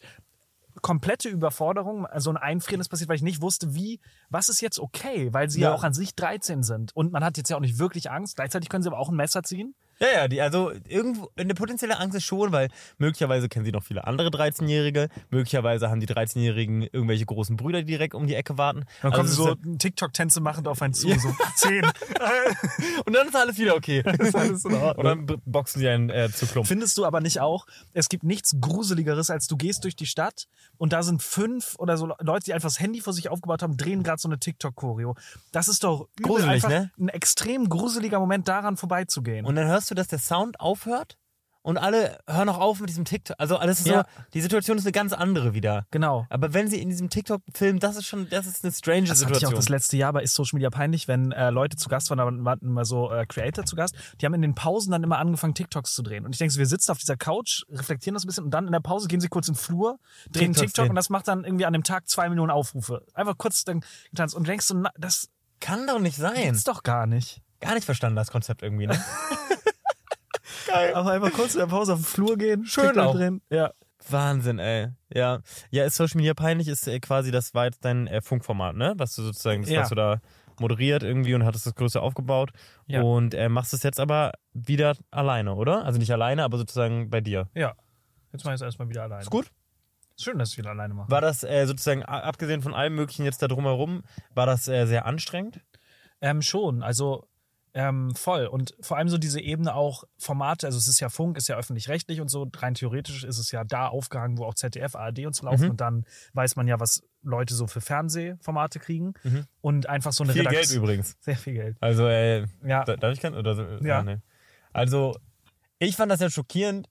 Speaker 2: komplette Überforderung, also ein Einfrieren ist passiert, weil ich nicht wusste, wie, was ist jetzt okay, weil sie ja,
Speaker 1: Ja.
Speaker 2: auch an sich 13 sind. Und man hat jetzt ja auch nicht wirklich Angst. Gleichzeitig können sie aber auch ein Messer ziehen.
Speaker 1: Ja, ja, die, also irgendwo eine potenzielle Angst ist schon, weil möglicherweise kennen sie noch viele andere 13-Jährige, möglicherweise haben die 13-Jährigen irgendwelche großen Brüder, die direkt um die Ecke warten.
Speaker 2: Dann kommen
Speaker 1: Also es
Speaker 2: sie so TikTok-Tänze machend auf einen zu, so 10.
Speaker 1: ist- halt, und dann [LAUGHS] ist alles wieder okay.
Speaker 2: ist alles in Ordnung.
Speaker 1: und dann b- boxen sie einen äh, zu Klump.
Speaker 2: [LAUGHS] Findest du aber nicht auch, es gibt nichts Gruseligeres, als du gehst durch die Stadt und da sind fünf oder so Le- Leute, die einfach das Handy vor sich aufgebaut haben, drehen gerade so eine TikTok-Choreo. Das ist doch übel,
Speaker 1: Gruselig,
Speaker 2: einfach
Speaker 1: ne?
Speaker 2: ein extrem gruseliger Moment, daran vorbeizugehen.
Speaker 1: Und dann hörst du, dass der Sound aufhört und alle hören auch auf mit diesem TikTok. Also alles ist
Speaker 2: Ja.
Speaker 1: so, die Situation ist eine ganz andere wieder.
Speaker 2: genau.
Speaker 1: Aber wenn sie in diesem TikTok filmen, das ist schon, das ist eine strange
Speaker 2: Das hatte ich auch
Speaker 1: Situation.
Speaker 2: das letzte Jahr bei Ist Social Media peinlich, wenn äh, Leute zu Gast waren, da waren immer so äh, Creator zu Gast, die haben in den Pausen dann immer angefangen, TikToks zu drehen. Und ich denke, so, wir sitzen auf dieser Couch, reflektieren das ein bisschen und dann in der Pause gehen sie kurz in den Flur, drehen einen
Speaker 1: TikToks
Speaker 2: TikTok
Speaker 1: drehen.
Speaker 2: und das macht dann irgendwie an dem Tag zwei Millionen Aufrufe. Einfach kurz dann getanzt. Und du denkst so, na, das
Speaker 1: Kann doch nicht sein.
Speaker 2: gibt's doch gar nicht.
Speaker 1: Gar nicht verstanden, das Konzept irgendwie. Ne?
Speaker 2: Aber einfach kurz in der Pause auf den Flur gehen,
Speaker 1: Schön
Speaker 2: TikTok
Speaker 1: auch.
Speaker 2: drehen. Ja.
Speaker 1: Wahnsinn, ey. Ja. Ja, ist Social Media peinlich, ist äh, quasi, das war jetzt dein äh, Funkformat, ne? Was du sozusagen, das
Speaker 2: Ja.
Speaker 1: hast du da moderiert irgendwie und hattest das Größte aufgebaut.
Speaker 2: Ja.
Speaker 1: Und äh, machst es jetzt aber wieder alleine, oder? Also nicht alleine, aber sozusagen bei dir.
Speaker 2: Ja. Jetzt mach ich es erstmal wieder alleine.
Speaker 1: Ist gut?
Speaker 2: Schön, dass ich wieder alleine mache.
Speaker 1: War das äh, sozusagen, a- abgesehen von allem Möglichen jetzt da drumherum, war das äh, sehr anstrengend?
Speaker 2: Ähm, schon, also ähm, voll. Und vor allem so diese Ebene auch Formate, also es ist ja Funk, ist ja öffentlich-rechtlich und so, rein theoretisch ist es ja da aufgehangen, wo auch ZDF, ARD und so laufen
Speaker 1: Mhm.
Speaker 2: und dann weiß man ja, was Leute so für Fernsehformate kriegen
Speaker 1: Mhm.
Speaker 2: und einfach so eine
Speaker 1: Viel
Speaker 2: Redakt-
Speaker 1: Geld übrigens.
Speaker 2: Sehr viel Geld.
Speaker 1: Also, äh,
Speaker 2: Ja,
Speaker 1: da- darf ich kein, oder so-
Speaker 2: Ja.
Speaker 1: Ah, nee. Also, ich fand das ja schockierend,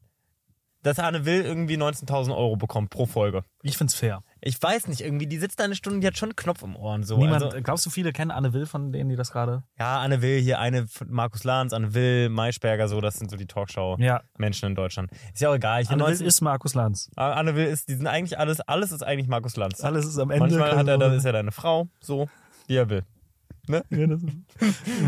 Speaker 1: dass Anne Will irgendwie 19.000 Euro bekommt pro Folge.
Speaker 2: ich find's fair.
Speaker 1: Ich weiß nicht, irgendwie, die sitzt da eine Stunde, die hat schon einen Knopf im Ohr und so.
Speaker 2: Niemand,
Speaker 1: also,
Speaker 2: glaubst du, viele kennen Anne Will von denen, die das gerade?
Speaker 1: ja, Anne Will hier, eine von Markus Lanz, Anne Will, Maischberger, so, das sind so die Talkshow-Menschen
Speaker 2: Ja,
Speaker 1: in Deutschland. Ist ja auch egal. Ich bin
Speaker 2: Anne Will
Speaker 1: 19
Speaker 2: ist Markus Lanz.
Speaker 1: Ah, Anne Will ist, die sind eigentlich alles, alles ist eigentlich Markus Lanz.
Speaker 2: Alles ist am Ende.
Speaker 1: Manchmal hat er, dann
Speaker 2: [LAUGHS]
Speaker 1: ist er deine Frau, so, wie er will.
Speaker 2: Ja, das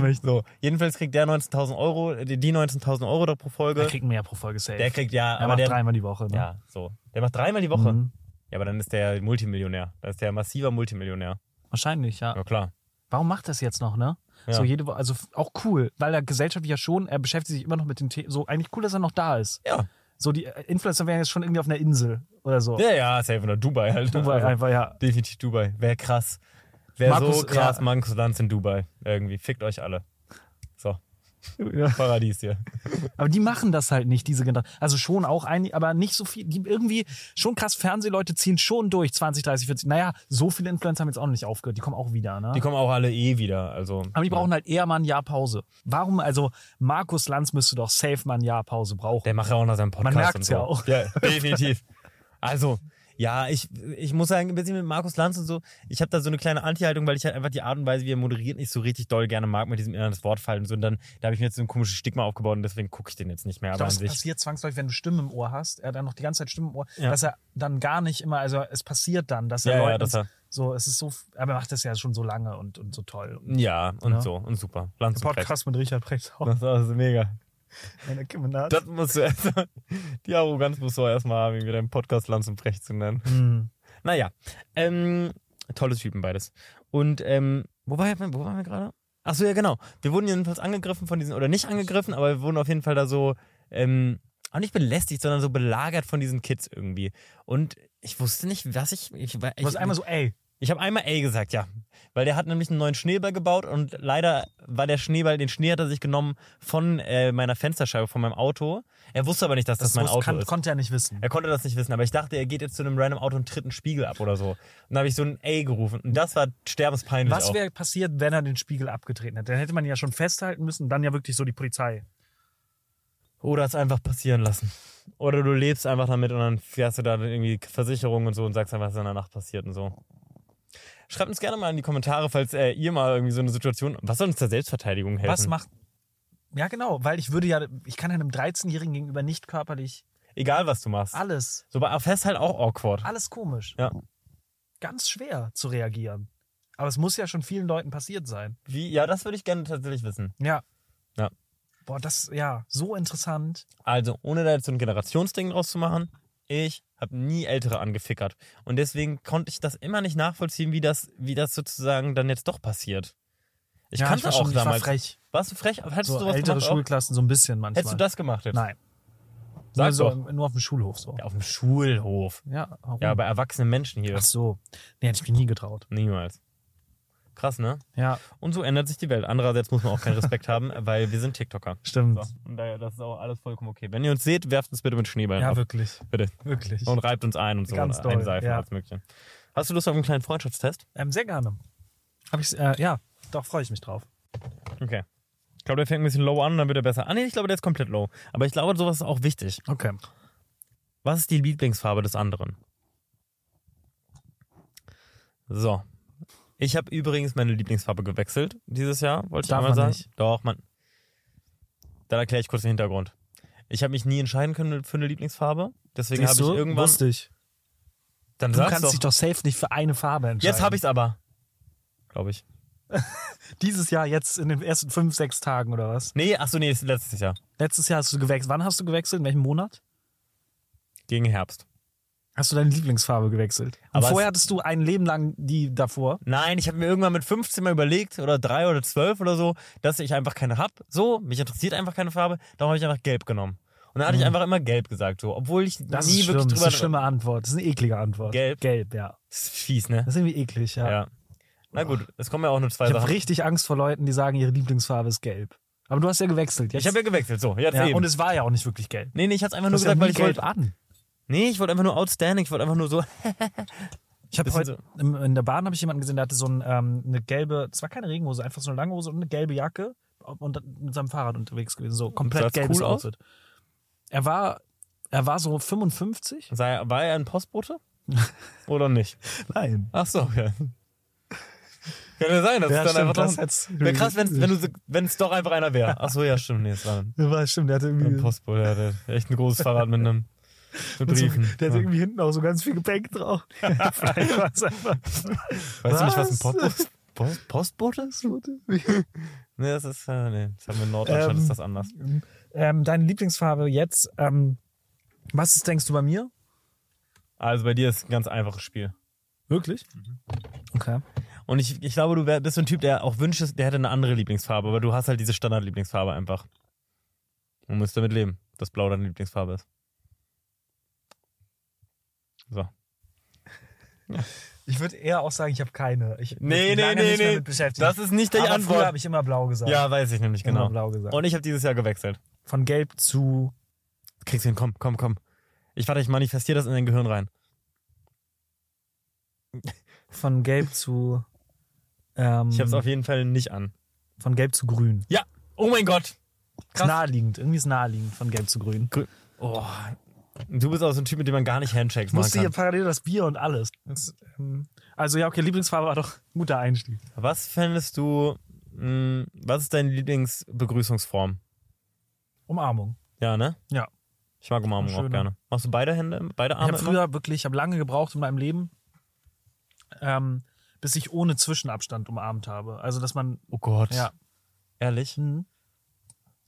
Speaker 2: ist
Speaker 1: So, jedenfalls kriegt der 19.000 Euro, die die 19.000 Euro da pro
Speaker 2: Der
Speaker 1: Folge.
Speaker 2: kriegt mehr pro Folge safe.
Speaker 1: Der kriegt, ja,
Speaker 2: er
Speaker 1: aber
Speaker 2: macht
Speaker 1: der,
Speaker 2: dreimal die Woche. Ne?
Speaker 1: ja, so. Der macht dreimal die Woche.
Speaker 2: Mhm.
Speaker 1: Ja, aber dann ist der Multimillionär. Dann ist der massiver Multimillionär.
Speaker 2: Wahrscheinlich, ja.
Speaker 1: Ja, klar.
Speaker 2: Warum macht das jetzt noch, ne?
Speaker 1: Ja.
Speaker 2: So jede Woche, also f- auch cool, weil er gesellschaftlich ja schon, er beschäftigt sich immer noch mit den Themen. So eigentlich cool, dass er noch da ist.
Speaker 1: Ja.
Speaker 2: So die äh, Influencer wären jetzt schon irgendwie auf einer Insel oder so.
Speaker 1: Ja, ja, safe. Oder Dubai halt.
Speaker 2: Dubai
Speaker 1: Also,
Speaker 2: einfach, ja.
Speaker 1: Definitiv Dubai. Wäre krass. Wäre so
Speaker 2: Markus-
Speaker 1: krass,
Speaker 2: ja.
Speaker 1: Markus Lanz in Dubai. Irgendwie. Fickt euch alle. So,
Speaker 2: ja.
Speaker 1: Paradies hier.
Speaker 2: Aber die machen das halt nicht, diese Generation. Also schon auch einige, aber nicht so viel. Die irgendwie schon krass, Fernsehleute ziehen schon durch 20, 30, 40. Naja, so viele Influencer haben jetzt auch noch nicht aufgehört. Die kommen auch wieder, ne?
Speaker 1: [LAUGHS] Die kommen auch alle eh wieder. Also,
Speaker 2: aber die brauchen halt eher mal ein Jahr Pause. Warum? Also, Markus Lanz müsste doch safe mal ein Jahr Pause brauchen.
Speaker 1: Der macht ja auch noch seinen Podcast.
Speaker 2: merkt's
Speaker 1: und so.
Speaker 2: ja auch.
Speaker 1: Ja, definitiv. [LAUGHS] Also, ja, ich, ich muss sagen, ein bisschen mit Markus Lanz und so, ich habe da so eine kleine Anti-Haltung, weil ich halt einfach die Art und Weise, wie er moderiert, nicht so richtig doll gerne mag mit diesem inneren Wortfall und so. Und dann, da habe ich mir jetzt so ein komisches Stigma aufgebaut und deswegen gucke ich den jetzt nicht mehr.
Speaker 2: Ich
Speaker 1: Aber
Speaker 2: glaube,
Speaker 1: an
Speaker 2: es
Speaker 1: sich.
Speaker 2: passiert zwangsläufig, wenn du Stimmen im Ohr hast, er hat dann noch die ganze Zeit Stimmen im Ohr,
Speaker 1: Ja.
Speaker 2: dass er dann gar nicht immer, also es passiert dann, dass er
Speaker 1: Ja,
Speaker 2: Leuten
Speaker 1: ja, dass er,
Speaker 2: so, es ist so, aber er macht das ja schon so lange und, und so toll.
Speaker 1: ja, und
Speaker 2: Ja.
Speaker 1: so, und super. Lanz und Brecht.
Speaker 2: Podcast mit Richard Brecht auch.
Speaker 1: Das war also mega.
Speaker 2: Meine Kim und Nat.
Speaker 1: Das musst du erst, die Arroganz musst du auch erstmal haben, irgendwie deinen Podcast Lanz und Brecht zu nennen.
Speaker 2: Hm.
Speaker 1: Naja, ähm, tolle Typen beides. Und ähm, wo, war, wo waren wir gerade? Achso, ja genau. Wir wurden jedenfalls angegriffen von diesen, oder nicht angegriffen, aber wir wurden auf jeden Fall da so, ähm, auch nicht belästigt, sondern so belagert von diesen Kids irgendwie. Und ich wusste nicht, was ich... Ich, war-
Speaker 2: Du
Speaker 1: ich,
Speaker 2: hast einmal so, ey,
Speaker 1: ich habe einmal A gesagt, ja. Weil der hat nämlich einen neuen Schneeball gebaut und leider war der Schneeball, den Schnee hat er sich genommen von äh, meiner Fensterscheibe, von meinem Auto. Er wusste aber nicht, dass das, mein
Speaker 2: wusste-
Speaker 1: Auto
Speaker 2: kann,
Speaker 1: ist.
Speaker 2: konnte er nicht wissen.
Speaker 1: Er konnte das nicht wissen, aber ich dachte, er geht jetzt zu einem random Auto und tritt einen Spiegel ab oder so. Und dann habe ich so ein A gerufen. Und das war sterbenspeinlich
Speaker 2: Was
Speaker 1: auch.
Speaker 2: wäre passiert, wenn er den Spiegel abgetreten hätte? Dann hätte man ihn ja schon festhalten müssen und dann ja wirklich so die Polizei.
Speaker 1: Oder es einfach passieren lassen. Oder du lebst einfach damit und dann fährst du da irgendwie Versicherung und so und sagst einfach, was in der Nacht passiert und so. Schreibt uns gerne mal in die Kommentare, falls äh, ihr mal irgendwie so eine Situation. Was soll uns der Selbstverteidigung helfen?
Speaker 2: Was macht. Ja, genau, weil ich würde ja, ich kann einem 13-Jährigen gegenüber nicht körperlich
Speaker 1: Egal, was du machst.
Speaker 2: alles,
Speaker 1: So bei Fest halt auch awkward.
Speaker 2: alles komisch.
Speaker 1: Ja.
Speaker 2: Ganz schwer zu reagieren. Aber es muss ja schon vielen Leuten passiert sein.
Speaker 1: Wie, ja, das würde ich gerne tatsächlich wissen.
Speaker 2: Ja.
Speaker 1: Ja.
Speaker 2: Boah, das, ja, so interessant.
Speaker 1: Also, ohne da jetzt so ein Generationsding draus zu machen, ich habe nie Ältere angefickert. Und deswegen konnte ich das immer nicht nachvollziehen, wie das, wie das sozusagen dann jetzt doch passiert. Ich
Speaker 2: ja,
Speaker 1: kannte
Speaker 2: war
Speaker 1: auch
Speaker 2: schon, Ich war
Speaker 1: damals.
Speaker 2: frech.
Speaker 1: Warst du frech? Hättest
Speaker 2: So
Speaker 1: du sowas
Speaker 2: ältere
Speaker 1: gemacht? Auch?
Speaker 2: Schulklassen, so ein bisschen manchmal.
Speaker 1: Hättest du das gemacht jetzt?
Speaker 2: Nein. also-
Speaker 1: Sag
Speaker 2: Nur, so,
Speaker 1: doch.
Speaker 2: nur auf dem Schulhof so.
Speaker 1: Ja, auf dem Schulhof.
Speaker 2: Ja, warum?
Speaker 1: Ja, bei erwachsenen Menschen hier.
Speaker 2: Mhm. Ach so. Nee, hätte ich mich nie getraut.
Speaker 1: Niemals. Krass, ne?
Speaker 2: Ja,
Speaker 1: Und so ändert sich die Welt. Andererseits muss man auch keinen
Speaker 2: [LAUGHS]
Speaker 1: Respekt haben, weil wir sind TikToker.
Speaker 2: stimmt.
Speaker 1: So, und daher, das ist auch alles vollkommen okay. Wenn ihr uns seht, werft uns bitte mit Schneeball
Speaker 2: Ja,
Speaker 1: ab.
Speaker 2: wirklich.
Speaker 1: Bitte.
Speaker 2: Wirklich.
Speaker 1: Und reibt uns ein und so.
Speaker 2: Ganz
Speaker 1: und
Speaker 2: doll,
Speaker 1: einseifen,
Speaker 2: ja.
Speaker 1: alles mögliche. Hast du Lust auf einen kleinen Freundschaftstest?
Speaker 2: Ähm, sehr gerne. Hab ich, äh, ja, doch, freue ich mich drauf.
Speaker 1: Okay. Ich glaube, der fängt ein bisschen low an und dann wird er besser. Ah, nee, ich glaube, der ist komplett low. Aber ich glaube, sowas ist auch wichtig.
Speaker 2: Okay.
Speaker 1: Was ist die Lieblingsfarbe des anderen? So. Ich habe übrigens meine Lieblingsfarbe gewechselt dieses Jahr, wollte ich
Speaker 2: Darf
Speaker 1: einmal
Speaker 2: man
Speaker 1: sagen.
Speaker 2: nicht.
Speaker 1: Doch, man. Dann erkläre ich kurz den Hintergrund. Ich habe mich nie entscheiden können für eine Lieblingsfarbe. Deswegen habe ich
Speaker 2: Siehst du?
Speaker 1: irgendwann.
Speaker 2: Wusste ich.
Speaker 1: Dann
Speaker 2: Du
Speaker 1: sag's
Speaker 2: kannst
Speaker 1: doch.
Speaker 2: dich doch safe nicht für eine Farbe entscheiden.
Speaker 1: Jetzt habe ich's aber. Glaube ich.
Speaker 2: Dieses Jahr, jetzt in den ersten fünf, sechs Tagen oder was?
Speaker 1: Nee, ach so, nee, ist letztes Jahr.
Speaker 2: Letztes Jahr hast du gewechselt. Wann hast du gewechselt? In welchem Monat?
Speaker 1: Gegen Herbst.
Speaker 2: Hast du deine Lieblingsfarbe gewechselt? Und
Speaker 1: Aber
Speaker 2: vorher hattest du ein Leben lang die davor.
Speaker 1: Nein, ich habe mir irgendwann mit 15 mal überlegt oder drei oder zwölf oder so, dass ich einfach keine hab. So, mich interessiert einfach keine Farbe, darum habe ich einfach gelb genommen. Und dann hatte ich einfach immer gelb gesagt, so, obwohl ich
Speaker 2: Mhm. Das
Speaker 1: nie
Speaker 2: ist schlimm.
Speaker 1: wirklich
Speaker 2: Das ist
Speaker 1: drüber
Speaker 2: eine schlimme Antwort. Das ist eine eklige Antwort.
Speaker 1: Gelb?
Speaker 2: Gelb, ja.
Speaker 1: Das ist fies, ne?
Speaker 2: Das ist irgendwie eklig, ja.
Speaker 1: Ja. Na gut, es kommen ja auch nur zwei
Speaker 2: Ich habe
Speaker 1: Sachen.
Speaker 2: richtig Angst vor Leuten, die sagen, ihre Lieblingsfarbe ist gelb. Aber du hast ja gewechselt. Jetzt,
Speaker 1: Ich habe ja gewechselt, so, jetzt
Speaker 2: ja,
Speaker 1: eben.
Speaker 2: und es war ja auch nicht wirklich gelb.
Speaker 1: nee, nee, ich hatte einfach
Speaker 2: Du
Speaker 1: nur
Speaker 2: hast ja
Speaker 1: gesagt, weil
Speaker 2: nie
Speaker 1: ich
Speaker 2: gelb
Speaker 1: wollte.
Speaker 2: an.
Speaker 1: Nee, ich wollte einfach nur outstanding, ich wollte einfach nur so.
Speaker 2: Ich habe
Speaker 1: Bisschen
Speaker 2: heute im, in der Bahn habe ich jemanden gesehen, der hatte so ein, ähm, eine gelbe, es war keine Regenhose, einfach so eine lange Hose und eine gelbe Jacke und dann mit seinem Fahrrad unterwegs gewesen, so komplett
Speaker 1: Sah's
Speaker 2: gelbes
Speaker 1: cool aus?
Speaker 2: Outfit. Er war er war so 55?
Speaker 1: Sei, war er ein
Speaker 2: [LAUGHS]
Speaker 1: Postbote? Oder nicht?
Speaker 2: Nein.
Speaker 1: Ach so, ja. Könnte sein, dass
Speaker 2: Ja,
Speaker 1: es dann
Speaker 2: stimmt,
Speaker 1: einfach
Speaker 2: das
Speaker 1: doch-
Speaker 2: hat's-
Speaker 1: Wäre krass, wenn's, wenn du es doch einfach einer wäre. Ach so, ja, stimmt, nee, es war ein
Speaker 2: War stimmt, der hatte
Speaker 1: Ein
Speaker 2: irgendwie
Speaker 1: Postbote, der hatte echt ein großes Fahrrad mit
Speaker 2: [LAUGHS]
Speaker 1: einem mit
Speaker 2: mit so,
Speaker 1: Briefen.
Speaker 2: der hatte irgendwie hinten auch so ganz viel
Speaker 1: [LAUGHS]
Speaker 2: Gepäck drauf. Vielleicht war es einfach
Speaker 1: weißt du nicht, was ein
Speaker 2: Was?
Speaker 1: Postbote ist? Post, Postbote ist? Nee, das ist, äh, nee, das haben wir in Norddeutschland,
Speaker 2: Ähm,
Speaker 1: ist das anders.
Speaker 2: Ähm, deine Lieblingsfarbe jetzt, ähm, was ist, denkst du bei mir?
Speaker 1: Also bei dir ist ein ganz einfaches Spiel.
Speaker 2: Wirklich? Okay.
Speaker 1: Und ich, ich glaube, du wär, bist so ein Typ, der auch wünscht, der hätte eine andere Lieblingsfarbe, aber du hast halt diese Standard-Lieblingsfarbe einfach. Und musst damit leben, dass Blau deine Lieblingsfarbe ist. So.
Speaker 2: Ich würde eher auch sagen, ich habe keine. Ich bin
Speaker 1: Nee, nee,
Speaker 2: lange
Speaker 1: nee,
Speaker 2: nicht mehr
Speaker 1: nee.
Speaker 2: mit beschäftigt.
Speaker 1: Das ist nicht die
Speaker 2: Aber Früher
Speaker 1: Antwort.
Speaker 2: habe ich immer blau gesagt.
Speaker 1: Ja, weiß ich nämlich
Speaker 2: immer
Speaker 1: genau.
Speaker 2: blau gesagt.
Speaker 1: Und ich habe dieses Jahr gewechselt.
Speaker 2: Von gelb zu
Speaker 1: Kriegst du hin, komm, komm, komm. Ich warte, ich manifestiere das in dein Gehirn rein.
Speaker 2: von gelb zu ähm,
Speaker 1: Ich hab's auf jeden Fall nicht an.
Speaker 2: von gelb zu grün.
Speaker 1: Mhm. Ja! Oh mein Gott!
Speaker 2: Ist naheliegend, irgendwie ist naheliegend von gelb zu grün.
Speaker 1: Oh. Du bist auch so ein Typ, mit dem man gar nicht Handshakes
Speaker 2: Ich
Speaker 1: machen
Speaker 2: musste hier
Speaker 1: kann.
Speaker 2: parallel das Bier und alles. Das, ähm, also ja, okay, Lieblingsfarbe war doch ein guter Einstieg.
Speaker 1: Was fändest du, mh, was ist deine Lieblingsbegrüßungsform?
Speaker 2: Umarmung.
Speaker 1: Ja, ne?
Speaker 2: Ja.
Speaker 1: Ich mag Umarmung auch
Speaker 2: Schöne.
Speaker 1: gerne. Machst du beide Hände, beide
Speaker 2: Ich
Speaker 1: Arme
Speaker 2: habe
Speaker 1: immer?
Speaker 2: früher wirklich, ich habe lange gebraucht in meinem Leben, ähm, bis ich ohne Zwischenabstand umarmt habe. Also dass man,
Speaker 1: Oh Gott.
Speaker 2: ja,
Speaker 1: Ehrlich?
Speaker 2: hm,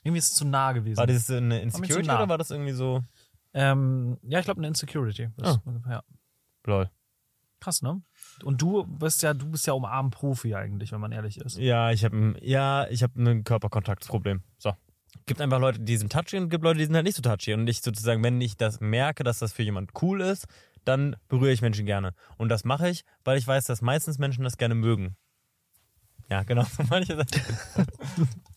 Speaker 2: irgendwie ist es zu nah gewesen.
Speaker 1: War das eine
Speaker 2: zu
Speaker 1: Insecurity
Speaker 2: nah.
Speaker 1: oder war das irgendwie so?
Speaker 2: Ähm, ja, ich glaube eine Insecurity. Das, ja.
Speaker 1: Lol.
Speaker 2: Krass, ne? Und du bist ja, du bist ja umarmen Profi eigentlich, wenn man ehrlich ist.
Speaker 1: Ja, ich habe ja, ich habe ein Körperkontaktproblem. So. Gibt einfach Leute, die sind touchy und gibt Leute, die sind halt nicht so touchy. Und ich sozusagen, wenn ich das merke, dass das für jemand cool ist, dann berühre ich Menschen gerne. Und das mache ich, weil ich weiß, dass meistens Menschen das gerne mögen. Ja, genau. [LAUGHS] So manche Sachen.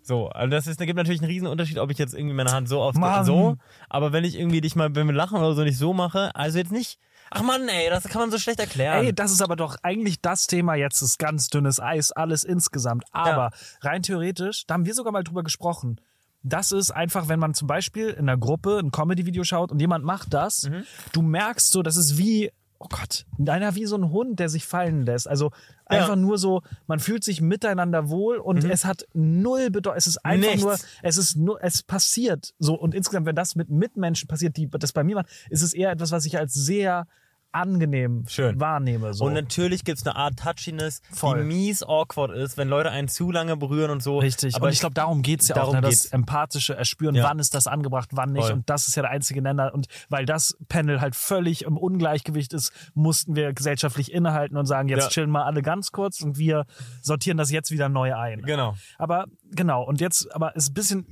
Speaker 1: so, also das ist, da gibt natürlich einen riesen Unterschied, ob ich jetzt irgendwie meine Hand so auf
Speaker 2: Mann.
Speaker 1: so, aber wenn ich irgendwie dich mal, wenn wir lachen oder so nicht so mache, also jetzt nicht. Ach Mann, ey, das kann man so schlecht erklären.
Speaker 2: Ey, das ist aber doch eigentlich das Thema jetzt, ist ganz dünnes Eis, alles insgesamt. Aber rein theoretisch, da haben wir sogar mal drüber gesprochen. Das ist einfach, wenn man zum Beispiel in einer Gruppe ein Comedy-Video schaut und jemand macht das,
Speaker 1: Mhm.
Speaker 2: du merkst so, das ist wie, oh Gott, einer wie so ein Hund, der sich fallen lässt.
Speaker 1: Ja.
Speaker 2: Also
Speaker 1: Mhm.
Speaker 2: einfach nur so, man fühlt sich miteinander wohl und es hat null Bedeutung. Es ist einfach
Speaker 1: Nichts.
Speaker 2: nur, es ist nur, es passiert so. Und insgesamt, wenn das mit Mitmenschen passiert, die das bei mir machen, ist es eher etwas, was ich als sehr angenehm
Speaker 1: Schön.
Speaker 2: wahrnehme. So.
Speaker 1: Und natürlich gibt es eine Art Touchiness,
Speaker 2: Voll.
Speaker 1: die mies awkward ist, wenn Leute einen zu lange berühren und so.
Speaker 2: Richtig.
Speaker 1: Aber
Speaker 2: und ich glaube, darum geht es ja auch,
Speaker 1: darum
Speaker 2: ne? das
Speaker 1: geht's.
Speaker 2: empathische Erspüren,
Speaker 1: Ja.
Speaker 2: wann ist das angebracht, wann nicht.
Speaker 1: Voll.
Speaker 2: Und das ist ja der einzige Nenner. Und weil das Panel halt völlig im Ungleichgewicht ist, mussten wir gesellschaftlich innehalten und sagen, jetzt
Speaker 1: Ja.
Speaker 2: chillen mal alle ganz kurz und wir sortieren das jetzt wieder neu ein.
Speaker 1: Genau.
Speaker 2: Aber genau, und jetzt aber ist ein bisschen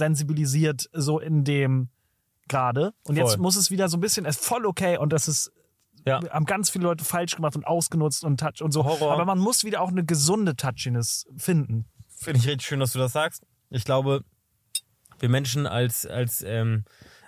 Speaker 2: übersensibilisiert so in dem gerade. Und jetzt
Speaker 1: Voll.
Speaker 2: muss es wieder so ein bisschen, es ist voll okay und das ist
Speaker 1: Ja.
Speaker 2: haben ganz viele Leute falsch gemacht und ausgenutzt und touch und so.
Speaker 1: Horror.
Speaker 2: Aber man muss wieder auch eine gesunde Touchiness finden.
Speaker 1: Finde ich richtig schön, dass du das sagst. Ich glaube, wir Menschen als, als, ähm,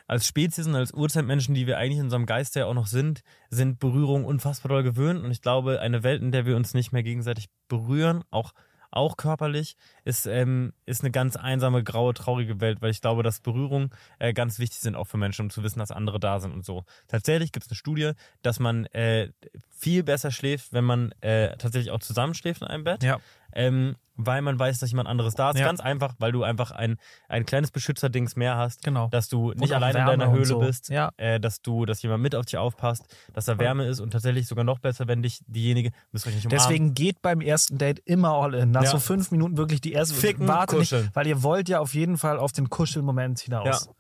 Speaker 1: als Spezies und als Urzeitmenschen, die wir eigentlich in unserem Geist ja auch noch sind, sind Berührung unfassbar doll gewöhnt. Und ich glaube, eine Welt, in der wir uns nicht mehr gegenseitig berühren, auch, auch körperlich, ist, ähm, ist eine ganz einsame, graue, traurige Welt, weil ich glaube, dass Berührungen äh, ganz wichtig sind, auch für Menschen, um zu wissen, dass andere da sind und so. Tatsächlich gibt es eine Studie, dass man äh, viel besser schläft, wenn man äh, tatsächlich auch zusammenschläft in einem Bett
Speaker 2: Ja.
Speaker 1: ähm, weil man weiß, dass jemand anderes da ist.
Speaker 2: Ja.
Speaker 1: Ganz einfach, weil du einfach ein, ein kleines Beschützerdings mehr hast,
Speaker 2: Genau.
Speaker 1: dass du nicht
Speaker 2: auch
Speaker 1: alleine in
Speaker 2: Wärme
Speaker 1: deiner
Speaker 2: und
Speaker 1: Höhle
Speaker 2: so.
Speaker 1: bist,
Speaker 2: Ja.
Speaker 1: äh, dass du, dass jemand mit auf dich aufpasst, dass da Wärme ist und tatsächlich sogar noch besser, wenn dich diejenige, müsst ihr euch nicht umarmen.
Speaker 2: Deswegen geht beim ersten Date immer all in. Nach
Speaker 1: Ja.
Speaker 2: so fünf Minuten wirklich die erste
Speaker 1: Ficken,
Speaker 2: Warte
Speaker 1: kuscheln.
Speaker 2: nicht, weil ihr wollt ja auf jeden Fall auf den Kuschelmoment hinaus.
Speaker 1: Ja.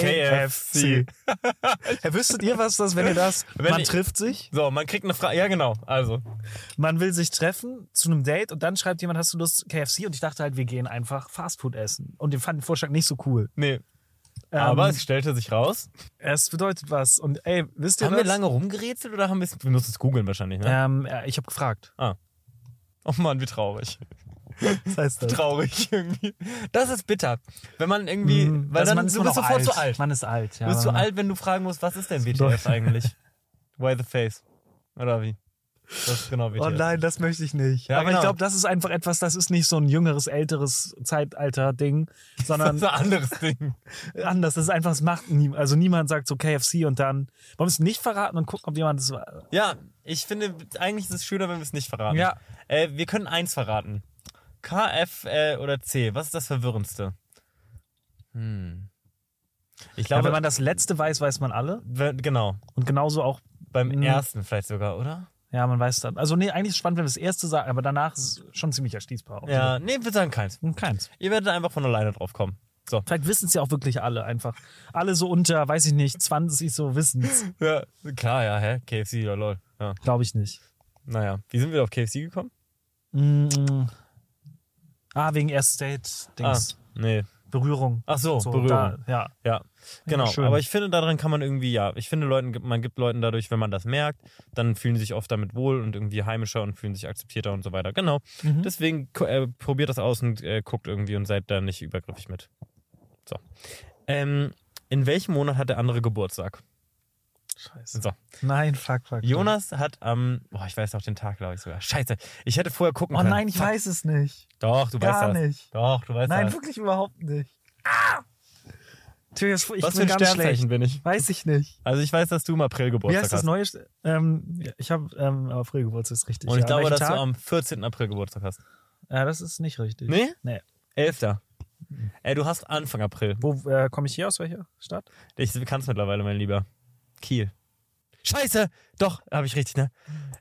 Speaker 2: KFC. [LAUGHS] Hey, Wüsstet ihr was, das, wenn ihr das,
Speaker 1: Wenn
Speaker 2: man
Speaker 1: ich-
Speaker 2: trifft sich,
Speaker 1: So, man kriegt eine Frage. Ja, genau. Also,
Speaker 2: man will sich treffen zu einem Date und dann schreibt jemand, hast du Lust KFC? Und ich dachte halt, wir gehen einfach Fastfood essen. Und wir fanden den Vorschlag nicht so cool.
Speaker 1: nee.
Speaker 2: Ähm,
Speaker 1: Aber es stellte sich raus.
Speaker 2: es bedeutet was. Und ey, wisst ihr
Speaker 1: Haben
Speaker 2: was?
Speaker 1: wir lange rumgerätselt oder haben wir es. Wir müssen es googeln wahrscheinlich, ne?
Speaker 2: ähm, äh, ich habe gefragt.
Speaker 1: Oh Mann, wie traurig.
Speaker 2: Was heißt
Speaker 1: Traurig irgendwie. Das ist bitter. Wenn man irgendwie.
Speaker 2: Mhm,
Speaker 1: weil
Speaker 2: also
Speaker 1: dann,
Speaker 2: man ist
Speaker 1: du
Speaker 2: nur
Speaker 1: bist
Speaker 2: noch
Speaker 1: sofort zu alt.
Speaker 2: Man ist alt, ja.
Speaker 1: Du bist zu
Speaker 2: man-
Speaker 1: alt, wenn du fragen musst, was ist denn WTF eigentlich? Why the face? Oder wie? Das ist genau WTF.
Speaker 2: Oh nein, das möchte ich nicht.
Speaker 1: Ja,
Speaker 2: Aber
Speaker 1: genau.
Speaker 2: ich glaube, das ist einfach etwas, das ist nicht so ein jüngeres, älteres Zeitalter-Ding,
Speaker 1: Das ist [LAUGHS]
Speaker 2: sondern
Speaker 1: ein anderes Ding.
Speaker 2: anders. Das ist einfach, es macht nie, also niemand sagt so KFC und dann, wollen wir es nicht verraten und gucken, ob jemand das
Speaker 1: Ja, ich finde, eigentlich ist es schöner, wenn wir es nicht verraten.
Speaker 2: Ja.
Speaker 1: Äh, wir können eins verraten. K, F äh, oder C. Was ist das Verwirrendste? Hm. Ich
Speaker 2: ja,
Speaker 1: glaube,
Speaker 2: wenn man das letzte weiß, weiß man alle.
Speaker 1: wenn- genau.
Speaker 2: Und genauso auch,
Speaker 1: Beim
Speaker 2: Mhm.
Speaker 1: ersten vielleicht sogar, oder?
Speaker 2: ja, man weiß dann. Also, nee, eigentlich ist es spannend, wenn wir das erste sagen, aber danach ist es schon ziemlich erschließbar. auch.
Speaker 1: Ja, Also, nee, wir sagen keins.
Speaker 2: Hm, Keins.
Speaker 1: Ihr werdet einfach von alleine drauf kommen. So.
Speaker 2: Vielleicht wissen es ja auch wirklich alle einfach. Alle so unter, weiß ich nicht, 20 so wissen es.
Speaker 1: Ja, klar, ja, hä? KFC, ja, lol. Ja.
Speaker 2: Glaube ich nicht.
Speaker 1: Naja, wie sind wir auf KFC gekommen?
Speaker 2: Mm. Ah, wegen Erst Date-Dings.
Speaker 1: Nee.
Speaker 2: Berührung.
Speaker 1: Ah. Ach so,
Speaker 2: So,
Speaker 1: Berührung.
Speaker 2: Da, ja.
Speaker 1: Ja, genau.
Speaker 2: schön.
Speaker 1: aber ich finde, daran kann man irgendwie, ja, ich finde, Leuten, gibt- man gibt Leuten dadurch, wenn man das merkt, dann fühlen sie sich oft damit wohl und irgendwie heimischer und fühlen sich akzeptierter und so weiter. Genau.
Speaker 2: Mhm.
Speaker 1: Deswegen ko- äh, probiert das aus und äh, guckt irgendwie und seid da nicht übergriffig mit. So. Ähm, in welchem Monat hat der andere Geburtstag?
Speaker 2: Scheiße.
Speaker 1: So.
Speaker 2: Nein, fuck, fuck.
Speaker 1: Jonas hat am, boah, ich weiß noch den Tag, glaube ich sogar. Scheiße. Ich hätte vorher gucken
Speaker 2: Oh
Speaker 1: können.
Speaker 2: nein, ich
Speaker 1: Fuck.
Speaker 2: weiß es nicht.
Speaker 1: Doch, du weißt
Speaker 2: Gar
Speaker 1: das.
Speaker 2: nicht.
Speaker 1: Doch, du weißt
Speaker 2: Nein,
Speaker 1: das.
Speaker 2: wirklich überhaupt nicht. Ah! Tür, ich
Speaker 1: Was für
Speaker 2: bin
Speaker 1: ein
Speaker 2: ganz
Speaker 1: Sternzeichen
Speaker 2: schlecht.
Speaker 1: bin ich?
Speaker 2: Weiß ich nicht.
Speaker 1: Also ich weiß, dass du im April
Speaker 2: Wie
Speaker 1: Geburtstag
Speaker 2: heißt das
Speaker 1: hast.
Speaker 2: neue? St- Ähm, ich habe ähm, aber früh Geburtstag ist richtig.
Speaker 1: Und ich
Speaker 2: ja.
Speaker 1: glaube,
Speaker 2: An welchem
Speaker 1: dass
Speaker 2: Tag?
Speaker 1: du am 14. April Geburtstag hast.
Speaker 2: Ja, das ist nicht richtig.
Speaker 1: Nee?
Speaker 2: Nee.
Speaker 1: 11. Ey, du hast Anfang April.
Speaker 2: Wo äh, komme ich hier aus welcher Stadt? [LAUGHS]
Speaker 1: Ich kann's mittlerweile, mein Lieber. Kiel. Scheiße! Doch, habe ich richtig, ne?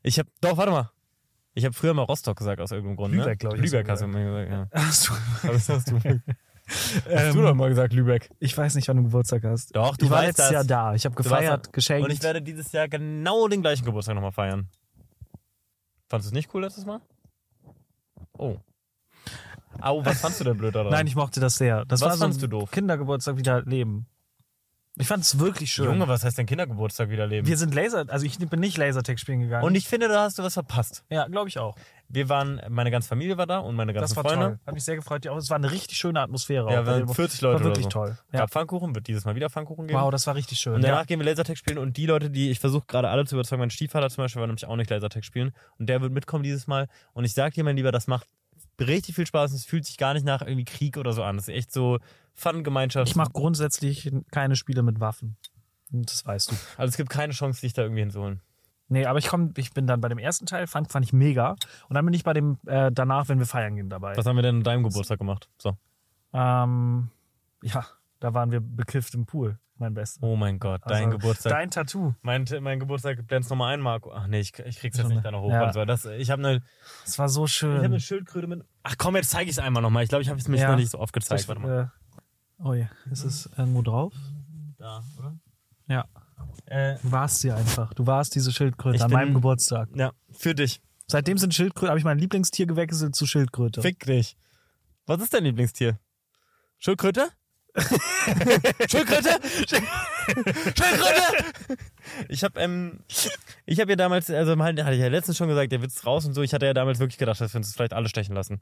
Speaker 1: Ich hab. Doch, warte mal. Ich habe früher mal Rostock gesagt aus irgendeinem Grund. ne?
Speaker 2: Lübeck, glaub ich, hast du
Speaker 1: Lübeck hast du mal gesagt, ja.
Speaker 2: Hast du,
Speaker 1: Was hast du?
Speaker 2: [LAUGHS]
Speaker 1: hast du
Speaker 2: ähm,
Speaker 1: doch mal gesagt, Lübeck.
Speaker 2: ich weiß nicht, wann du Geburtstag hast.
Speaker 1: Doch, du
Speaker 2: ich war
Speaker 1: weißt
Speaker 2: letztes
Speaker 1: das.
Speaker 2: Jahr da. Ich habe
Speaker 1: Du warst
Speaker 2: gefeiert,
Speaker 1: da.
Speaker 2: geschenkt.
Speaker 1: Und ich werde dieses Jahr genau den gleichen Geburtstag nochmal feiern. Fandst du es nicht cool letztes Mal? Oh. Au, was fandst du denn blöd daran?
Speaker 2: [LAUGHS] Nein, ich mochte das sehr. Das
Speaker 1: Was
Speaker 2: war so
Speaker 1: fandst
Speaker 2: ein
Speaker 1: du doof?
Speaker 2: Kindergeburtstag wieder leben. Ich fand es wirklich schön.
Speaker 1: Junge, was heißt denn Kindergeburtstag wieder leben?
Speaker 2: Wir sind Laser, also ich bin nicht Lasertag spielen gegangen.
Speaker 1: Und ich finde, da hast du was verpasst.
Speaker 2: ja, glaube ich auch.
Speaker 1: Wir waren, meine ganze Familie war da und meine ganzen
Speaker 2: Das war
Speaker 1: Freunde.
Speaker 2: toll. Hat mich sehr gefreut. Ja, aber es war eine richtig schöne Atmosphäre.
Speaker 1: Ja,
Speaker 2: auch.
Speaker 1: wir waren
Speaker 2: War
Speaker 1: 40 Leute
Speaker 2: War wirklich
Speaker 1: oder so.
Speaker 2: toll.
Speaker 1: Ja.
Speaker 2: Ja.
Speaker 1: Gab Pfannkuchen, wird dieses Mal wieder Pfannkuchen geben.
Speaker 2: Wow, das war richtig schön.
Speaker 1: Und danach
Speaker 2: Ja.
Speaker 1: gehen wir Lasertag spielen und die Leute, die ich versuche gerade alle zu überzeugen, mein Stiefvater zum Beispiel war nämlich auch nicht Lasertag spielen und der wird mitkommen dieses Mal und ich sag dir, mein Lieber, das macht richtig viel Spaß und es fühlt sich gar nicht nach irgendwie Krieg oder so an. Das ist echt so Fun-Gemeinschaft.
Speaker 2: Ich mache grundsätzlich keine Spiele mit Waffen. Und Das weißt du.
Speaker 1: Also es gibt keine Chance, dich da irgendwie hinzuholen.
Speaker 2: Nee, aber ich komm, ich bin dann bei dem ersten Teil, fand, fand ich mega. Und dann bin ich bei dem äh, danach, wenn wir feiern gehen, dabei.
Speaker 1: Was haben wir denn an deinem Geburtstag gemacht? So.
Speaker 2: Ähm, ja, da waren wir bekifft im Pool, mein Bester.
Speaker 1: Oh mein Gott, dein
Speaker 2: Also,
Speaker 1: Geburtstag.
Speaker 2: Dein Tattoo.
Speaker 1: mein, mein Geburtstag blend's nochmal ein, Marco. Ach nee, ich, ich krieg's jetzt
Speaker 2: Junge.
Speaker 1: nicht da noch hoch.
Speaker 2: Ja.
Speaker 1: Und so. das, ich habe eine
Speaker 2: Das war so
Speaker 1: Ich habe
Speaker 2: schön.
Speaker 1: eine Schildkröte mit. Ach komm, jetzt zeige ich es einmal nochmal. Ich glaube, ich habe es mir
Speaker 2: Ja.
Speaker 1: noch nicht so oft gezeigt.
Speaker 2: Ich,
Speaker 1: Warte mal. Mhm.
Speaker 2: äh, oh ja, ist es irgendwo drauf?
Speaker 1: Da, oder?
Speaker 2: Ja.
Speaker 1: Äh,
Speaker 2: Du warst sie einfach. Du warst diese Schildkröte
Speaker 1: Ich
Speaker 2: an
Speaker 1: bin-
Speaker 2: meinem Geburtstag.
Speaker 1: ja, für dich.
Speaker 2: Seitdem sind Schildkröte, habe ich mein Lieblingstier gewechselt zu Schildkröte.
Speaker 1: Fick dich. Was ist dein Lieblingstier? Schildkröte? [LAUGHS] Schildkröte? Schildkröte! Ich habe ähm, ich habe ja damals, also halt- hatte ich ja letztens schon gesagt, der Witz raus und so. Ich hatte ja damals wirklich gedacht, dass wir uns vielleicht alle stechen lassen.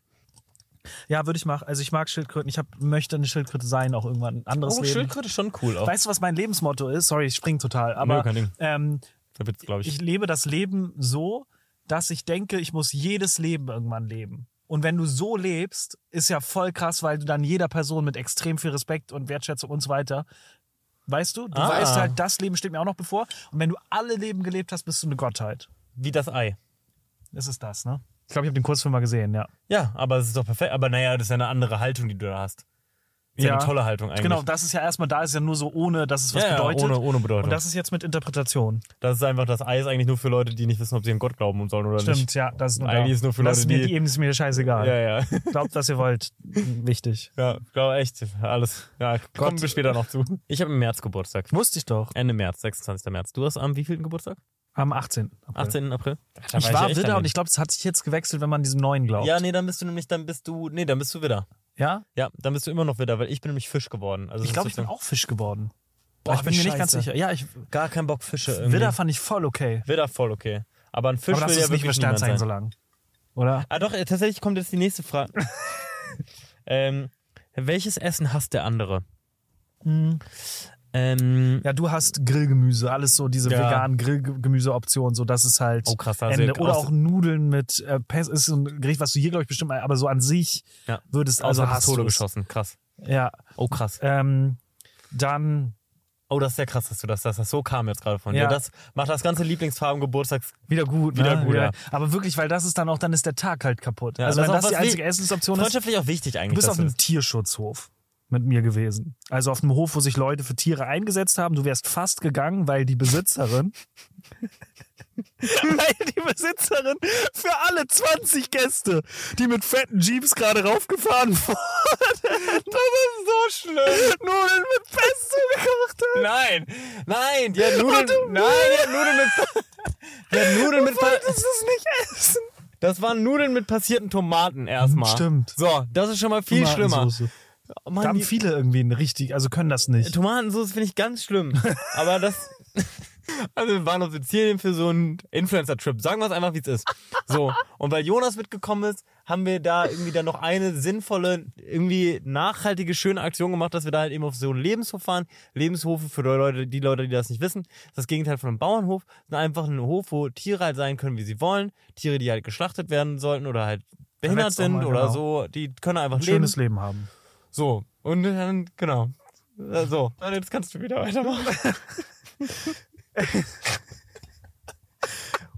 Speaker 2: Ja, würde ich machen. Also ich mag Schildkröten. Ich hab, möchte eine Schildkröte sein, auch irgendwann ein anderes
Speaker 1: Oh,
Speaker 2: Leben.
Speaker 1: Schildkröte ist schon cool auch.
Speaker 2: Weißt du, was mein Lebensmotto ist? Sorry, ich spring total. Aber
Speaker 1: Nö, kein Ding.
Speaker 2: ähm,
Speaker 1: Der Witz, glaube ich.
Speaker 2: ich lebe das Leben so, dass ich denke, ich muss jedes Leben irgendwann leben. Und wenn du so lebst, ist ja voll krass, weil du dann jeder Person mit extrem viel Respekt und Wertschätzung und so weiter, weißt du, du
Speaker 1: Ah.
Speaker 2: weißt halt, das Leben steht mir auch noch bevor. Und wenn du alle Leben gelebt hast, bist du eine Gottheit.
Speaker 1: Wie das Ei.
Speaker 2: Das ist das, ne? Ich glaube, ich habe den Kurzfilm mal gesehen, ja.
Speaker 1: Ja, aber es ist doch perfekt. Aber naja, das ist ja eine andere Haltung, die du da hast. Ist ja,
Speaker 2: Ja.
Speaker 1: eine tolle Haltung eigentlich.
Speaker 2: Genau, das ist ja erstmal da, ist ja nur so ohne, dass es was
Speaker 1: ja,
Speaker 2: bedeutet.
Speaker 1: Ja, ohne, ohne Bedeutung.
Speaker 2: Und das ist jetzt mit Interpretation.
Speaker 1: Das ist einfach das Eis eigentlich nur für Leute, die nicht wissen, ob sie an Gott glauben sollen oder
Speaker 2: Stimmt,
Speaker 1: nicht.
Speaker 2: ja, das ist nur
Speaker 1: Also Eigentlich
Speaker 2: da.
Speaker 1: ist nur für
Speaker 2: das
Speaker 1: Leute,
Speaker 2: ist mir,
Speaker 1: die-
Speaker 2: Eben ist mir scheißegal.
Speaker 1: Ja, ja. [LAUGHS]
Speaker 2: Glaubt, was ihr wollt. Wichtig.
Speaker 1: Ja, glaub echt. Alles. Ja, kommen wir später noch zu. Ich habe im März Geburtstag.
Speaker 2: Wusste ich doch.
Speaker 1: Ende März, 26. März. Du hast am wievielten Geburtstag?
Speaker 2: Am 18. April.
Speaker 1: 18. April? Da
Speaker 2: Ich war
Speaker 1: echt
Speaker 2: Widder
Speaker 1: daneben.
Speaker 2: und ich glaube, es hat sich jetzt gewechselt, wenn man diesem neuen glaubt.
Speaker 1: Ja, nee, dann bist du nämlich, dann bist du, nee, dann bist du Widder.
Speaker 2: ja?
Speaker 1: Ja, dann bist du immer noch Widder, weil ich bin nämlich Fisch geworden. Also
Speaker 2: Ich
Speaker 1: das
Speaker 2: glaube,
Speaker 1: ist
Speaker 2: ich bin
Speaker 1: sozusagen-
Speaker 2: auch Fisch geworden.
Speaker 1: Boah,
Speaker 2: ich bin mir
Speaker 1: wie
Speaker 2: nicht ganz
Speaker 1: scheiße.
Speaker 2: sicher. Ja, ich,
Speaker 1: gar kein Bock Fische irgendwie.
Speaker 2: Widder fand ich voll okay.
Speaker 1: Widder voll okay. Aber ein Fisch
Speaker 2: Aber das
Speaker 1: will ja
Speaker 2: ist nicht mehr
Speaker 1: wirklich niemand
Speaker 2: Sternzeichen
Speaker 1: sein.
Speaker 2: so lang. Oder?
Speaker 1: Ah doch, äh, tatsächlich kommt jetzt die nächste
Speaker 2: [LAUGHS]
Speaker 1: Frage. ähm, welches Essen hasst der andere?
Speaker 2: Hm.
Speaker 1: Ähm,
Speaker 2: Ja, du hast Grillgemüse, alles so diese
Speaker 1: Ja.
Speaker 2: veganen Grillgemüse-Optionen, so das ist halt
Speaker 1: Oh krass, da hast du
Speaker 2: Ende.
Speaker 1: ja
Speaker 2: Oder
Speaker 1: aus-
Speaker 2: auch Nudeln mit äh, Pest ist so ein Gericht, was du hier, glaube ich, bestimmt mal, aber so an sich
Speaker 1: Ja.
Speaker 2: würdest
Speaker 1: aus
Speaker 2: also
Speaker 1: der
Speaker 2: hast
Speaker 1: Pistole
Speaker 2: du's.
Speaker 1: geschossen. Krass.
Speaker 2: Ja,
Speaker 1: Oh krass.
Speaker 2: ähm, dann
Speaker 1: Oh, das ist ja krass, dass du das, dass das so kam jetzt gerade von dir.
Speaker 2: Ja.
Speaker 1: Das macht das ganze Lieblingsfarben Geburtstags.
Speaker 2: wieder gut,
Speaker 1: Wieder
Speaker 2: ne?
Speaker 1: gut, ja.
Speaker 2: Aber wirklich, weil das ist dann auch, dann ist der Tag halt kaputt.
Speaker 1: Ja,
Speaker 2: also
Speaker 1: das
Speaker 2: wenn
Speaker 1: ist auch
Speaker 2: das die
Speaker 1: was wie-
Speaker 2: einzige Essensoption ist,
Speaker 1: Freundschaftlich auch wichtig eigentlich.
Speaker 2: du bist
Speaker 1: dass
Speaker 2: auf einem Tierschutzhof mit mir gewesen. Also auf einem Hof, wo sich Leute für Tiere eingesetzt haben. Du wärst fast gegangen, weil die Besitzerin, [LAUGHS] weil die Besitzerin für alle 20 Gäste, die mit fetten Jeeps gerade raufgefahren [LAUGHS] wurden,
Speaker 1: das ist so schlimm.
Speaker 2: Nudeln mit Pesto gekocht hat.
Speaker 1: Nein, nein,
Speaker 2: [LAUGHS] Oh, [LAUGHS]
Speaker 1: die hat Nudeln. Nein, die hat Nudeln mit. Die hat Nudeln mit.
Speaker 2: wolltest es nicht essen.
Speaker 1: Das waren Nudeln mit passierten Tomaten erstmal.
Speaker 2: Stimmt.
Speaker 1: So, das ist schon mal viel schlimmer.
Speaker 2: Tomatensoße.
Speaker 1: Oh Mann,
Speaker 2: Da haben
Speaker 1: die-
Speaker 2: viele irgendwie einen richtig, also können das nicht.
Speaker 1: Tomatensoße finde ich ganz [LAUGHS] schlimm. Aber das. Also wir waren auf Sizilien für so einen Influencer-Trip. Sagen wir es einfach, wie es ist. So. Und weil Jonas mitgekommen ist, haben wir da irgendwie dann noch eine sinnvolle, irgendwie nachhaltige, schöne Aktion gemacht, dass wir da halt eben auf so einen Lebenshof fahren. Lebenshofe für die Leute, die Leute, die das nicht wissen. Das ist das Gegenteil von einem Bauernhof. Das ist einfach ein Hof, wo Tiere halt sein können, wie sie wollen. Tiere, die halt geschlachtet werden sollten oder halt behindert
Speaker 2: Verletzt auch
Speaker 1: sind
Speaker 2: mal,
Speaker 1: oder
Speaker 2: genau.
Speaker 1: so. Die können einfach
Speaker 2: Ein
Speaker 1: leben.
Speaker 2: schönes Leben haben.
Speaker 1: So, und dann, genau. Äh, So, dann jetzt kannst du wieder weitermachen.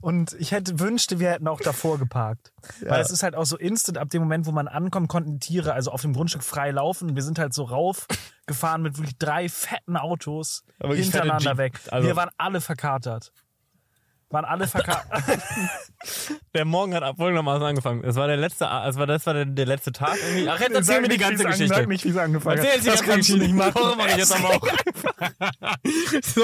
Speaker 2: Und ich hätte wünschte, wir hätten auch davor
Speaker 1: [LAUGHS]
Speaker 2: geparkt. Weil es ist halt auch so instant, ab dem Moment, wo man ankommt, konnten die Tiere also auf dem Grundstück frei laufen. Wir sind halt so raufgefahren mit wirklich drei fetten Autos
Speaker 1: Aber wirklich fette
Speaker 2: hintereinander
Speaker 1: Jeep.
Speaker 2: weg.
Speaker 1: Also-
Speaker 2: Wir waren alle verkatert. Waren alle verkatert.
Speaker 1: [LAUGHS] Der Morgen hat folgendermaßen angefangen. Es war der letzte, es war, das war der, der letzte Tag irgendwie. Ach, jetzt erzähl mir die ganze Geschichte.
Speaker 2: Sag nicht, wie es angefangen hat.
Speaker 1: Erzähl jetzt die
Speaker 2: das
Speaker 1: ganze
Speaker 2: kannst du
Speaker 1: Geschichte.
Speaker 2: nicht machen.
Speaker 1: Doch, mach ich jetzt aber auch. so,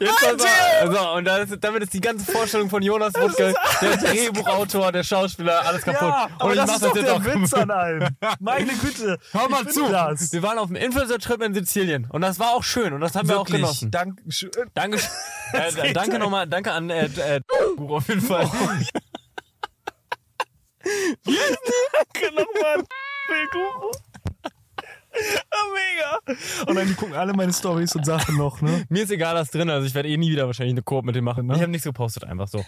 Speaker 1: jetzt pass mal. so, und das, damit ist die ganze Vorstellung von Jonas Wutke,
Speaker 2: [LAUGHS]
Speaker 1: der Drehbuchautor, der Schauspieler, alles kaputt.
Speaker 2: [LAUGHS] Ja,
Speaker 1: und
Speaker 2: aber
Speaker 1: ich
Speaker 2: das
Speaker 1: mach
Speaker 2: ist doch
Speaker 1: jetzt
Speaker 2: der
Speaker 1: auch
Speaker 2: Witz
Speaker 1: [LAUGHS]
Speaker 2: an allem. Meine Güte.
Speaker 1: Hör mal
Speaker 2: ich
Speaker 1: zu.
Speaker 2: bin Das.
Speaker 1: Wir waren auf einem Influencer-Trip in Sizilien und das war auch schön und das haben wir auch
Speaker 2: Wirklich.
Speaker 1: genossen.
Speaker 2: Dank, schön.
Speaker 1: [LAUGHS] Danke, äh, danke nochmal, danke an äh, äh, Guru auf jeden Fall.
Speaker 2: Danke nochmal. Oh, Willkommen.
Speaker 1: mega.
Speaker 2: Und dann gucken alle meine Stories und Sachen noch, ne?
Speaker 1: Mir ist egal, was drin, also ich werde eh nie wieder wahrscheinlich eine Koop mit dem machen.
Speaker 2: Ne?
Speaker 1: Ich habe nichts gepostet, einfach so.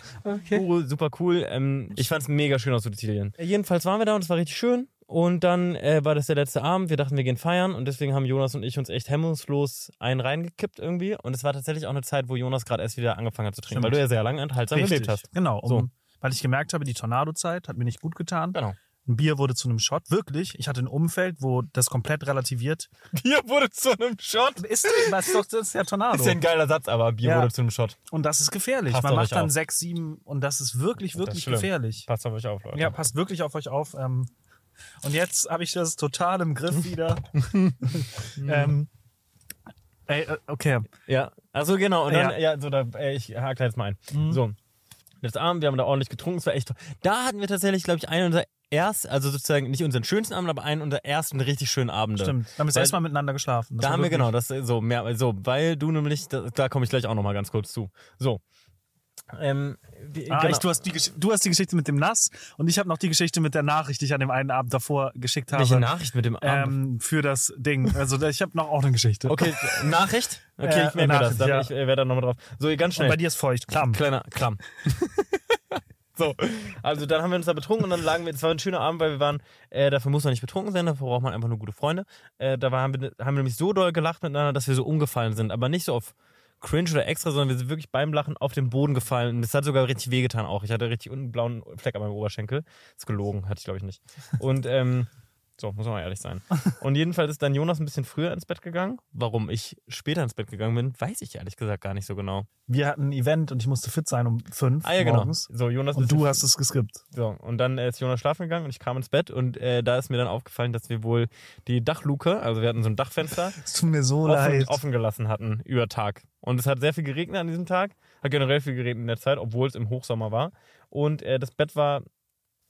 Speaker 1: Guru, super cool. Ähm, ich fand's mega schön aus Sizilien. Äh, Jedenfalls waren wir da und es war richtig schön. Und dann äh, war das der letzte Abend. Wir dachten, wir gehen feiern und deswegen haben Jonas und ich uns echt hemmungslos einen reingekippt irgendwie. Und es war tatsächlich auch eine Zeit, wo Jonas gerade erst wieder angefangen hat zu trinken,
Speaker 2: Stimmt.
Speaker 1: weil du ja sehr lange enthaltsam gelebt hast.
Speaker 2: Genau, um,
Speaker 1: So.
Speaker 2: weil ich gemerkt habe, die Tornado-Zeit hat mir nicht gut getan.
Speaker 1: Genau.
Speaker 2: Ein Bier wurde zu einem Shot, wirklich. Ich hatte ein Umfeld, wo das komplett relativiert.
Speaker 1: [LAUGHS] Bier wurde zu einem Shot.
Speaker 2: Ist, was doch, das ist ja Tornado.
Speaker 1: Ist ja ein geiler Satz, aber Bier
Speaker 2: Ja.
Speaker 1: wurde zu einem Shot.
Speaker 2: Und das ist gefährlich.
Speaker 1: Passt
Speaker 2: Man
Speaker 1: auf
Speaker 2: macht
Speaker 1: euch
Speaker 2: dann
Speaker 1: auf.
Speaker 2: sechs, sieben und das ist wirklich,
Speaker 1: ist
Speaker 2: wirklich
Speaker 1: schlimm.
Speaker 2: gefährlich.
Speaker 1: Passt auf euch auf, Leute.
Speaker 2: Ja, passt wirklich auf euch auf. Ähm, und jetzt habe ich das total im Griff [LAUGHS] wieder. ähm, ey, äh, okay.
Speaker 1: Ja, also genau. Und dann,
Speaker 2: Ja. Mhm.
Speaker 1: ja, so, da, äh, ich hake da jetzt mal ein. So, letzten Abend, wir haben da ordentlich getrunken, es war echt toll. Da hatten wir tatsächlich, glaube ich, einen unserer ersten, also sozusagen nicht unseren schönsten Abend, aber einen unserer ersten richtig schönen Abende.
Speaker 2: Stimmt. Da haben wir das
Speaker 1: Weil-
Speaker 2: erste Mal miteinander geschlafen. Das
Speaker 1: Da
Speaker 2: war
Speaker 1: haben wir
Speaker 2: wirklich-
Speaker 1: genau, das äh, so mehr, also weil du nämlich, da, da komme ich gleich auch nochmal ganz kurz zu. So. Ähm, wir-
Speaker 2: Ah,
Speaker 1: genau.
Speaker 2: echt, du, hast die, Gesch- du hast die Geschichte mit dem Nass und ich habe noch die Geschichte mit der Nachricht, die ich an dem einen Abend davor geschickt habe.
Speaker 1: Welche Nachricht mit dem Abend?
Speaker 2: ähm, für das Ding. Also da- ich habe noch auch eine Geschichte.
Speaker 1: Okay,
Speaker 2: [LAUGHS]
Speaker 1: Nachricht? Okay,
Speaker 2: Äh,
Speaker 1: ich merke mir das.
Speaker 2: Nachricht,
Speaker 1: Dann,
Speaker 2: ja.
Speaker 1: Ich äh, werde da nochmal drauf. So, ganz
Speaker 2: Und
Speaker 1: schnell.
Speaker 2: bei dir ist feucht, klamm.
Speaker 1: Kleiner Klamm. [LAUGHS] so, also dann haben wir uns da betrunken und dann lagen wir, es war ein schöner Abend, weil wir waren, äh, dafür muss man nicht betrunken sein, dafür braucht man einfach nur gute Freunde. Äh, da war, haben, wir, haben wir nämlich so doll gelacht miteinander, dass wir so umgefallen sind, aber nicht so auf cringe oder extra, sondern wir sind wirklich beim Lachen auf den Boden gefallen und es hat sogar richtig wehgetan auch. Ich hatte richtig einen blauen Fleck an meinem Oberschenkel. Ist gelogen, hatte ich glaube ich nicht. Und ähm, so, muss man mal ehrlich sein. Und jedenfalls ist dann Jonas ein bisschen früher ins Bett gegangen. Warum ich später ins Bett gegangen bin, weiß ich ehrlich gesagt gar nicht so genau.
Speaker 2: Wir hatten ein Event und ich musste fit sein um fünf
Speaker 1: Ah ja, genau.
Speaker 2: morgens.
Speaker 1: So, Jonas
Speaker 2: Und
Speaker 1: ist
Speaker 2: du hast es geskippt.
Speaker 1: so, und dann äh, ist Jonas schlafen gegangen und ich kam ins Bett und äh, da ist mir dann aufgefallen, dass wir wohl die Dachluke, also wir hatten so ein
Speaker 2: [LAUGHS]
Speaker 1: Dachfenster,
Speaker 2: Es tut mir so
Speaker 1: offen,
Speaker 2: leid.
Speaker 1: offen gelassen hatten über Tag. Und es hat sehr viel geregnet an diesem Tag, hat generell viel geregnet in der Zeit, obwohl es im Hochsommer war. Und äh, das Bett war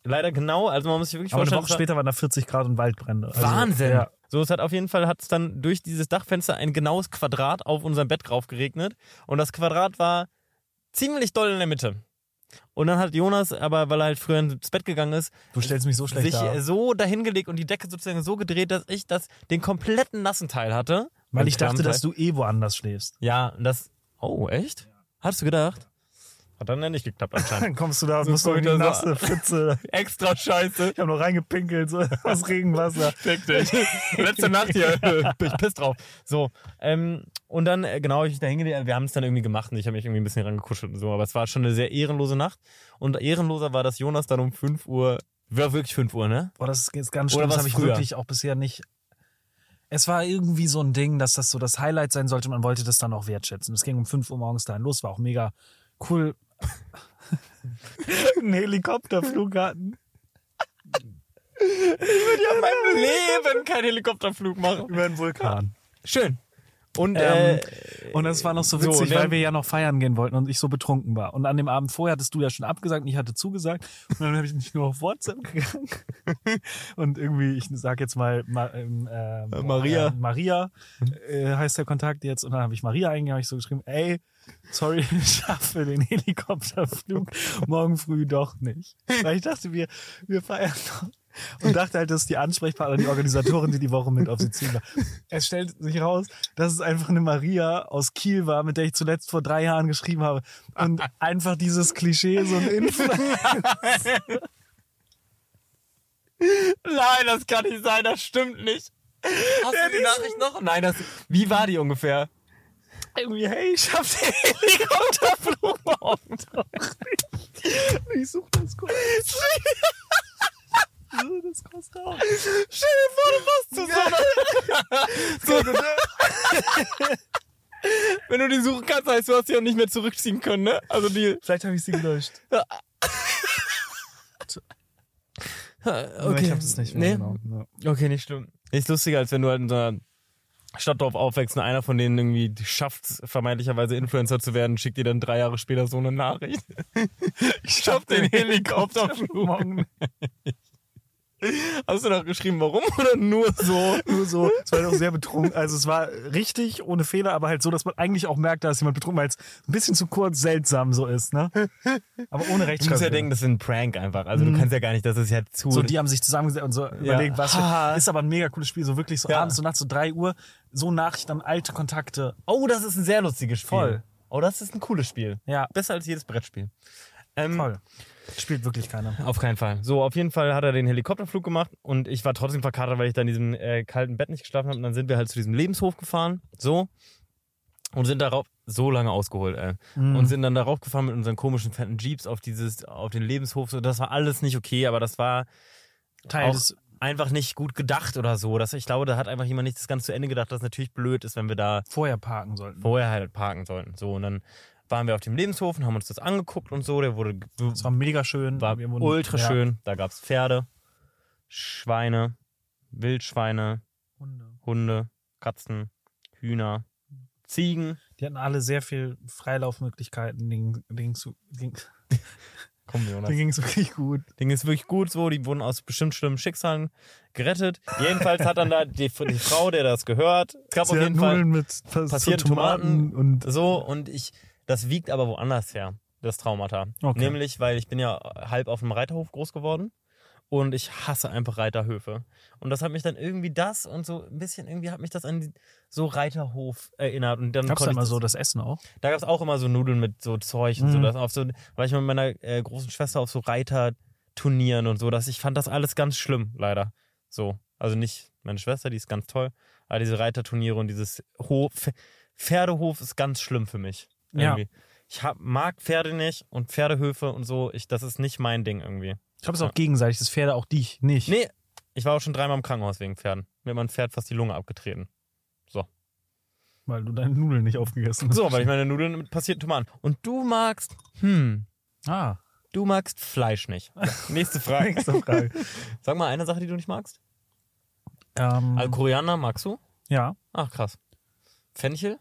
Speaker 1: leider genau, also man muss sich wirklich
Speaker 2: Aber eine
Speaker 1: vorstellen,
Speaker 2: Woche
Speaker 1: es war-
Speaker 2: später waren da 40 Grad und Waldbrände. Also,
Speaker 1: Wahnsinn!
Speaker 2: Ja.
Speaker 1: So, es hat auf jeden Fall, hat es dann durch dieses Dachfenster ein genaues Quadrat auf unserem Bett drauf geregnet. Und das Quadrat war ziemlich doll in der Mitte. Und dann hat Jonas, aber weil er halt früher ins Bett gegangen ist,
Speaker 2: Du stellst mich so schlecht
Speaker 1: sich äh,
Speaker 2: dar.
Speaker 1: so dahingelegt und die Decke sozusagen so gedreht, dass ich das den kompletten nassen Teil hatte.
Speaker 2: Weil ich dachte,
Speaker 1: Teil.
Speaker 2: dass du eh
Speaker 1: [LAUGHS]
Speaker 2: woanders schläfst.
Speaker 1: Ja, und das. Oh, echt? Hattest du gedacht? Hat dann ja nicht geklappt anscheinend.
Speaker 2: Dann kommst du da und
Speaker 1: So
Speaker 2: musst du
Speaker 1: kommt
Speaker 2: irgendwie
Speaker 1: er so-
Speaker 2: nasse Pfütze.
Speaker 1: [LAUGHS] Extra scheiße.
Speaker 2: Ich habe noch reingepinkelt, so [LAUGHS] aus Regenwasser.
Speaker 1: Fick dich. Letzte Nacht hier. [LAUGHS] Bin ich piss drauf. So, ähm, und dann, äh, genau, ich da hingelegt. Wir haben es dann irgendwie gemacht und ich habe mich irgendwie ein bisschen rangekuschelt und so. Aber es war schon eine sehr ehrenlose Nacht. Und ehrenloser war, dass Jonas dann um 5 Uhr. War wirklich 5 Uhr, ne?
Speaker 2: Boah, das ist jetzt ganz
Speaker 1: Oder
Speaker 2: schlimm. Das
Speaker 1: was
Speaker 2: habe ich
Speaker 1: früher.
Speaker 2: wirklich auch bisher nicht. Es war irgendwie so ein Ding, dass das so das Highlight sein sollte. Man wollte das dann auch wertschätzen. Es ging um 5 Uhr morgens dahin los, war auch mega cool. ein Helikopterflug hatten.
Speaker 1: Ich würde ja in meinem Leben keinen Helikopterflug machen.
Speaker 2: Über den Vulkan.
Speaker 1: Schön. Und,
Speaker 2: Ähm,
Speaker 1: äh,
Speaker 2: Und das war noch so witzig,
Speaker 1: ne?
Speaker 2: weil wir ja noch feiern gehen wollten und ich so betrunken war. Und an dem Abend vorher hattest du ja schon abgesagt und ich hatte zugesagt. Und dann habe ich mich nur auf WhatsApp gegangen. [LAUGHS] Und irgendwie, ich sag jetzt mal Ma ähm, ähm,
Speaker 1: Äh, Maria.
Speaker 2: äh, Maria äh, heißt der Kontakt jetzt. Und dann habe ich Maria eingegangen, habe ich so geschrieben, ey, sorry, [LAUGHS] ich schaffe den Helikopterflug morgen früh doch nicht. Weil ich dachte, wir, wir feiern noch. Und dachte halt, das ist die Ansprechpartnerin, die Organisatorin, die die Woche mit auf sie ziehen war. Es stellt sich raus, dass es einfach eine Maria aus Kiel war, mit der ich zuletzt vor drei Jahren geschrieben habe. Und einfach dieses Klischee, so ein Influencer.
Speaker 1: Nein, das kann nicht sein, das stimmt nicht. Hast du die Nachricht noch? Nein, das. Wie war die ungefähr?
Speaker 2: Irgendwie, hey, ich hab den
Speaker 1: Helikopterflug morgen.
Speaker 2: Ich such
Speaker 1: [LAUGHS]
Speaker 2: das kurz. So, Das kostet auch.
Speaker 1: Stell dir vor, du machst zusammen.
Speaker 2: [LAUGHS] ne?
Speaker 1: so, Wenn du die suchen kannst, heißt du hast sie auch nicht mehr zurückziehen können, ne? Also die.
Speaker 2: Vielleicht habe ich sie gelöscht.
Speaker 1: Okay.
Speaker 2: Ich habe es nicht
Speaker 1: Nee?
Speaker 2: mehr. Genau. Ja.
Speaker 1: Okay, nicht schlimm. Ist lustiger, als wenn du halt in so einer Stadtdorf aufwächst und einer von denen irgendwie schafft, vermeintlicherweise Influencer zu werden, schickt dir dann drei Jahre später so eine Nachricht. Ich schaff den Helikopterflug.
Speaker 2: Morgen.
Speaker 1: Hast du noch geschrieben, warum [LAUGHS] oder nur so?
Speaker 2: Nur so, es war doch sehr betrunken. Also es war richtig, ohne Fehler, aber halt so, dass man eigentlich auch merkt, dass jemand betrunken war, weil es ein bisschen zu kurz seltsam so ist, ne?
Speaker 1: Du musst
Speaker 2: Aber ohne
Speaker 1: ja
Speaker 2: Rechtschreibfehler.
Speaker 1: denken, das ist ein Prank einfach. Also du kannst ja gar nicht, das ist ja zu.
Speaker 2: Mhm. So, die haben sich zusammengesetzt und so überlegt, was
Speaker 1: Haha.
Speaker 2: für, ist aber ein mega cooles Spiel, so wirklich so
Speaker 1: Ja.
Speaker 2: abends und nachts so 3 Uhr, so Nachrichten an alte Kontakte.
Speaker 1: oh, das ist ein sehr lustiges Spiel.
Speaker 2: Voll.
Speaker 1: Oh, das ist ein cooles Spiel.
Speaker 2: Ja,
Speaker 1: Besser als jedes Brettspiel. Ähm,
Speaker 2: voll. Spielt wirklich keiner.
Speaker 1: Auf keinen Fall. So, auf jeden Fall hat er den Helikopterflug gemacht und ich war trotzdem verkatert, weil ich da in diesem äh, kalten Bett nicht geschlafen habe. Und dann sind wir halt zu diesem Lebenshof gefahren, so, und sind darauf so lange ausgeholt, ey.
Speaker 2: Mhm.
Speaker 1: Und sind dann darauf gefahren mit unseren komischen fetten Jeeps auf dieses, auf den Lebenshof. So, das war alles nicht okay, aber das war
Speaker 2: Teil
Speaker 1: auch
Speaker 2: des,
Speaker 1: einfach nicht gut gedacht oder so. Das, ich glaube, da hat einfach jemand nicht das Ganze zu Ende gedacht, dass natürlich blöd ist, wenn wir da
Speaker 2: vorher parken sollten.
Speaker 1: vorher halt parken sollten. So, und dann waren wir auf dem Lebenshof und haben uns das angeguckt und so. Der wurde
Speaker 2: Das war mega schön.
Speaker 1: war
Speaker 2: Wir wurden-
Speaker 1: ultra
Speaker 2: ja.
Speaker 1: schön. Da gab es Pferde, Schweine, Wildschweine,
Speaker 2: Hunde.
Speaker 1: Hunde, Katzen, Hühner, Ziegen.
Speaker 2: Die hatten alle sehr viel Freilaufmöglichkeiten. Denen ging es ging,
Speaker 1: Komm, Jonas.
Speaker 2: denen ging's wirklich gut.
Speaker 1: Ding ist wirklich gut so. Die wurden aus bestimmt schlimmen Schicksalen gerettet. Jedenfalls hat dann da die, die Frau, der das gehört, es gab auf
Speaker 2: Sie
Speaker 1: jeden
Speaker 2: hatten
Speaker 1: Fall
Speaker 2: Nudeln mit Pas-
Speaker 1: passierten
Speaker 2: Tomaten und
Speaker 1: so und ich, das wiegt aber woanders her, das Traumata.
Speaker 2: Okay.
Speaker 1: Nämlich, weil ich bin ja halb auf einem Reiterhof groß geworden und ich hasse einfach Reiterhöfe. Und das hat mich dann irgendwie das und so ein bisschen irgendwie hat mich das an die, so Reiterhof erinnert und dann
Speaker 2: gab's da
Speaker 1: konnte ich
Speaker 2: immer
Speaker 1: das,
Speaker 2: so das Essen auch.
Speaker 1: da gab es auch immer so Nudeln mit so Zeug und so.
Speaker 2: Mhm.
Speaker 1: Das auf so, war ich mit meiner äh, großen Schwester auf so Reiterturnieren und so. Dass ich fand das alles ganz schlimm, leider. So. Also nicht meine Schwester, die ist ganz toll, aber diese Reiterturniere und dieses Hof, Pferdehof ist ganz schlimm für mich.
Speaker 2: Ja.
Speaker 1: Irgendwie. Ich hab, mag Pferde nicht und Pferdehöfe und so. Ich, das ist nicht mein Ding irgendwie.
Speaker 2: Ich glaube, es ist
Speaker 1: Ja.
Speaker 2: auch gegenseitig. Das Pferde auch dich, nicht.
Speaker 1: Nee, ich war auch schon dreimal im Krankenhaus wegen Pferden. Mir hat mein Pferd fast die Lunge abgetreten.
Speaker 2: Weil du deine Nudeln nicht aufgegessen hast.
Speaker 1: So, weil ich meine Nudeln mit passierten Tomaten. Und du magst, hm,
Speaker 2: Ah,
Speaker 1: Du magst Fleisch
Speaker 2: [LAUGHS]
Speaker 1: nicht. Nächste Frage.
Speaker 2: nächste Frage.
Speaker 1: [LAUGHS] Sag mal eine Sache, die du nicht magst.
Speaker 2: ähm,
Speaker 1: Also Koriander magst du?
Speaker 2: ja.
Speaker 1: Ach krass. Fenchel?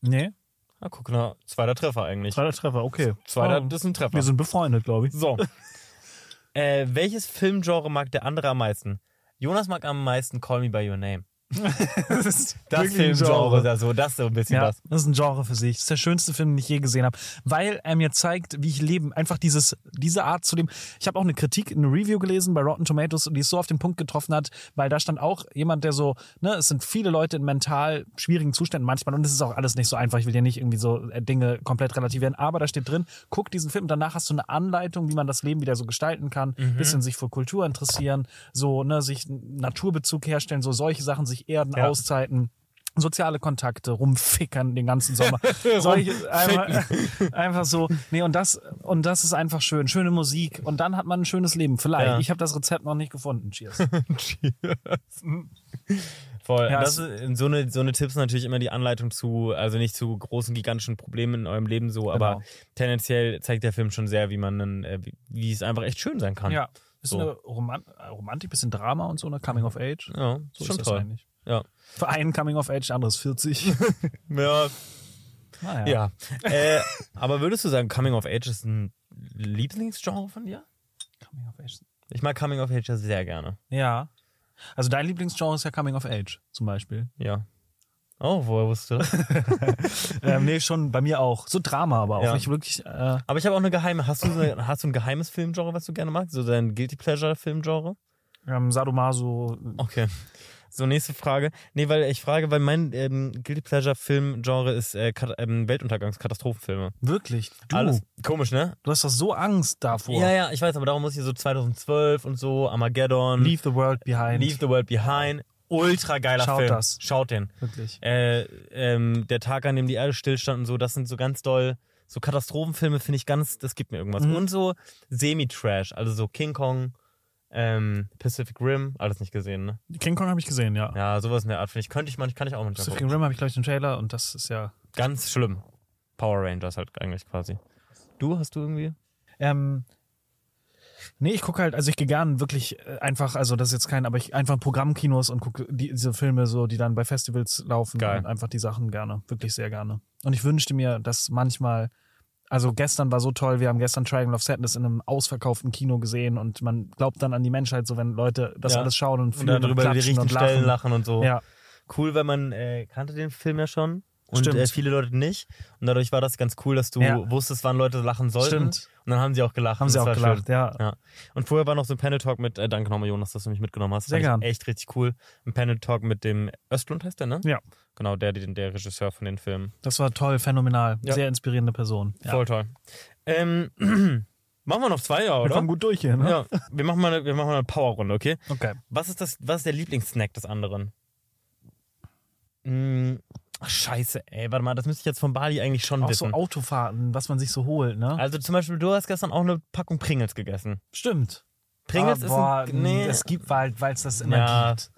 Speaker 2: Nee,
Speaker 1: Ah, guck, na, zweiter Treffer eigentlich.
Speaker 2: zweiter Treffer, okay.
Speaker 1: Zweiter,
Speaker 2: Oh,
Speaker 1: das ist ein Treffer.
Speaker 2: wir sind befreundet, glaube ich.
Speaker 1: So. [LAUGHS] äh, welches Filmgenre mag der andere am meisten? Jonas mag am meisten Call Me By Your Name.
Speaker 2: Das ist
Speaker 1: Das
Speaker 2: [LAUGHS] wirklich ein
Speaker 1: Filmgenre, da so, das so ein bisschen
Speaker 2: Ja,
Speaker 1: das.
Speaker 2: das. ist ein Genre für sich. Das ist der schönste Film, den ich je gesehen habe, weil er mir zeigt, wie ich leben. Einfach dieses, diese Art zu leben. Ich habe auch eine Kritik, eine Review gelesen bei Rotten Tomatoes, die es so auf den Punkt getroffen hat, weil da stand auch jemand, der so, ne, es sind viele Leute in mental schwierigen Zuständen manchmal und es ist auch alles nicht so einfach. Ich will dir nicht irgendwie so äh, Dinge komplett relativieren, aber da steht drin, guck diesen Film und danach hast du eine Anleitung, wie man das Leben wieder so gestalten kann,
Speaker 1: Mhm.
Speaker 2: bisschen sich für Kultur interessieren, so, ne, sich einen Naturbezug herstellen, so solche Sachen, sich erden,
Speaker 1: Ja.
Speaker 2: Auszeiten soziale Kontakte, rumfickern den ganzen
Speaker 1: [LAUGHS]
Speaker 2: Sommer. Solche, einfach, [LAUGHS] einfach so. Nee, und das, und das ist einfach schön. Schöne Musik. Und dann hat man ein schönes Leben. Vielleicht.
Speaker 1: Ja.
Speaker 2: Ich habe das Rezept noch nicht
Speaker 1: [LAUGHS]
Speaker 2: gefunden. Cheers.
Speaker 1: Voll.
Speaker 2: Ja,
Speaker 1: das
Speaker 2: es-
Speaker 1: ist, so, eine, so eine Tipps sind natürlich immer die Anleitung zu, also nicht zu großen, gigantischen Problemen in eurem Leben so, aber
Speaker 2: Genau.
Speaker 1: tendenziell zeigt der Film schon sehr, wie man dann, äh, wie, wie es einfach echt schön sein kann.
Speaker 2: ja. Ist
Speaker 1: So.
Speaker 2: eine Roman äh, Romantik, bisschen Drama und so, eine Coming of Age.
Speaker 1: Ja,
Speaker 2: So
Speaker 1: schon
Speaker 2: ist das
Speaker 1: toll.
Speaker 2: eigentlich.
Speaker 1: Ja.
Speaker 2: Für einen Coming of Age,
Speaker 1: [LAUGHS]
Speaker 2: anderes 40.
Speaker 1: Ja,
Speaker 2: Naja.
Speaker 1: ja. äh, aber würdest du sagen, Coming of Age ist ein Lieblingsgenre von dir?
Speaker 2: Coming of Age.
Speaker 1: Ich mag Coming of Age ja sehr gerne.
Speaker 2: Ja. Also dein Lieblingsgenre ist ja Coming of Age zum Beispiel.
Speaker 1: Ja. Oh, woher wusstest du das?
Speaker 2: ähm, nee, schon bei mir auch. So Drama aber auch.
Speaker 1: Ja.
Speaker 2: Nicht wirklich. Äh,
Speaker 1: Aber ich habe auch eine geheime. Hast du, so eine, hast du ein geheimes Filmgenre, was du gerne magst? So dein Guilty Pleasure Filmgenre?
Speaker 2: ähm, Sadomaso.
Speaker 1: Okay. So, nächste Frage. Nee, weil ich frage, weil mein ähm, Guilty Pleasure Filmgenre ist äh, Kat ähm, Weltuntergangskatastrophenfilme.
Speaker 2: Wirklich. Du,
Speaker 1: Alles komisch, ne?
Speaker 2: du hast doch so Angst davor.
Speaker 1: Ja, ja, ich weiß, aber darum muss ich so 2012 und so, Armageddon,
Speaker 2: Leave the world behind.
Speaker 1: Leave the World Behind. Ultra geiler
Speaker 2: Schaut
Speaker 1: Film.
Speaker 2: das.
Speaker 1: Schaut den.
Speaker 2: wirklich.
Speaker 1: Äh, ähm, der Tag, an dem die Erde stillstand und so, das sind so ganz doll, so Katastrophenfilme finde ich ganz, das gibt mir irgendwas.
Speaker 2: Mhm.
Speaker 1: Und so Semi-Trash, also so King Kong, ähm, Pacific Rim, alles nicht gesehen, ne?
Speaker 2: King Kong habe ich gesehen, ja.
Speaker 1: Ja, sowas in der Art finde ich, könnte ich manchmal, kann ich auch manchmal
Speaker 2: Pacific
Speaker 1: gucken.
Speaker 2: Rim habe ich, glaube ich, den Trailer und das ist ja.
Speaker 1: Ganz schlimm. Power Rangers halt eigentlich quasi. Du, hast du irgendwie?
Speaker 2: Ähm, nee, ich gucke halt, also ich gehe gern wirklich äh, einfach, also das ist jetzt kein, aber ich einfach Programmkinos und gucke die, diese Filme so, die dann bei Festivals laufen
Speaker 1: Geil.
Speaker 2: und einfach die Sachen gerne, wirklich sehr gerne. Und ich wünschte mir, dass manchmal, also gestern war so toll, wir haben gestern Triangle of Sadness in einem ausverkauften Kino gesehen und man glaubt dann an die Menschheit, so wenn Leute das
Speaker 1: Ja.
Speaker 2: alles schauen und
Speaker 1: Und
Speaker 2: fühlen und,
Speaker 1: darüber die
Speaker 2: klatschen
Speaker 1: richtigen
Speaker 2: und lachen.
Speaker 1: Stellen lachen und so.
Speaker 2: Ja,
Speaker 1: Cool, weil man äh, kannte den Film ja schon. Und
Speaker 2: Stimmt.
Speaker 1: äh, viele Leute nicht. Und dadurch war das ganz cool, dass du
Speaker 2: Ja.
Speaker 1: wusstest, wann Leute lachen sollten.
Speaker 2: stimmt.
Speaker 1: Und dann haben sie auch gelacht.
Speaker 2: Haben sie
Speaker 1: Das
Speaker 2: auch
Speaker 1: war schön.
Speaker 2: gelacht, ja.
Speaker 1: Ja. Und vorher war noch so ein Panel Talk mit, äh, danke nochmal Jonas, dass du mich mitgenommen hast.
Speaker 2: Sehr
Speaker 1: Fand ich
Speaker 2: gern.
Speaker 1: Echt richtig cool. Ein Panel Talk mit dem Östlund heißt der, ne?
Speaker 2: Ja.
Speaker 1: Genau, der, der, der Regisseur von den Filmen.
Speaker 2: Das war toll, phänomenal.
Speaker 1: Ja.
Speaker 2: Sehr inspirierende Person. Ja.
Speaker 1: Voll toll. Ähm, [CLEARS THROAT] machen wir noch zwei, ja,
Speaker 2: Wir
Speaker 1: oder?
Speaker 2: kommen gut durch hier, ne?
Speaker 1: ja, wir machen mal eine, wir machen mal eine Powerrunde, okay?
Speaker 2: Okay.
Speaker 1: Was ist das, was ist der Lieblingssnack des anderen? Mm, ach, scheiße, ey, warte mal, das müsste ich jetzt von Bali eigentlich schon
Speaker 2: Auch so
Speaker 1: wissen.
Speaker 2: Autofahrten, was man sich so holt, ne?
Speaker 1: also zum Beispiel, du hast gestern auch eine Packung Pringles gegessen.
Speaker 2: Stimmt. Ah,
Speaker 1: Pringles
Speaker 2: boah,
Speaker 1: ist ein, nee,
Speaker 2: Es gibt, weil es das immer
Speaker 1: Ja.
Speaker 2: gibt.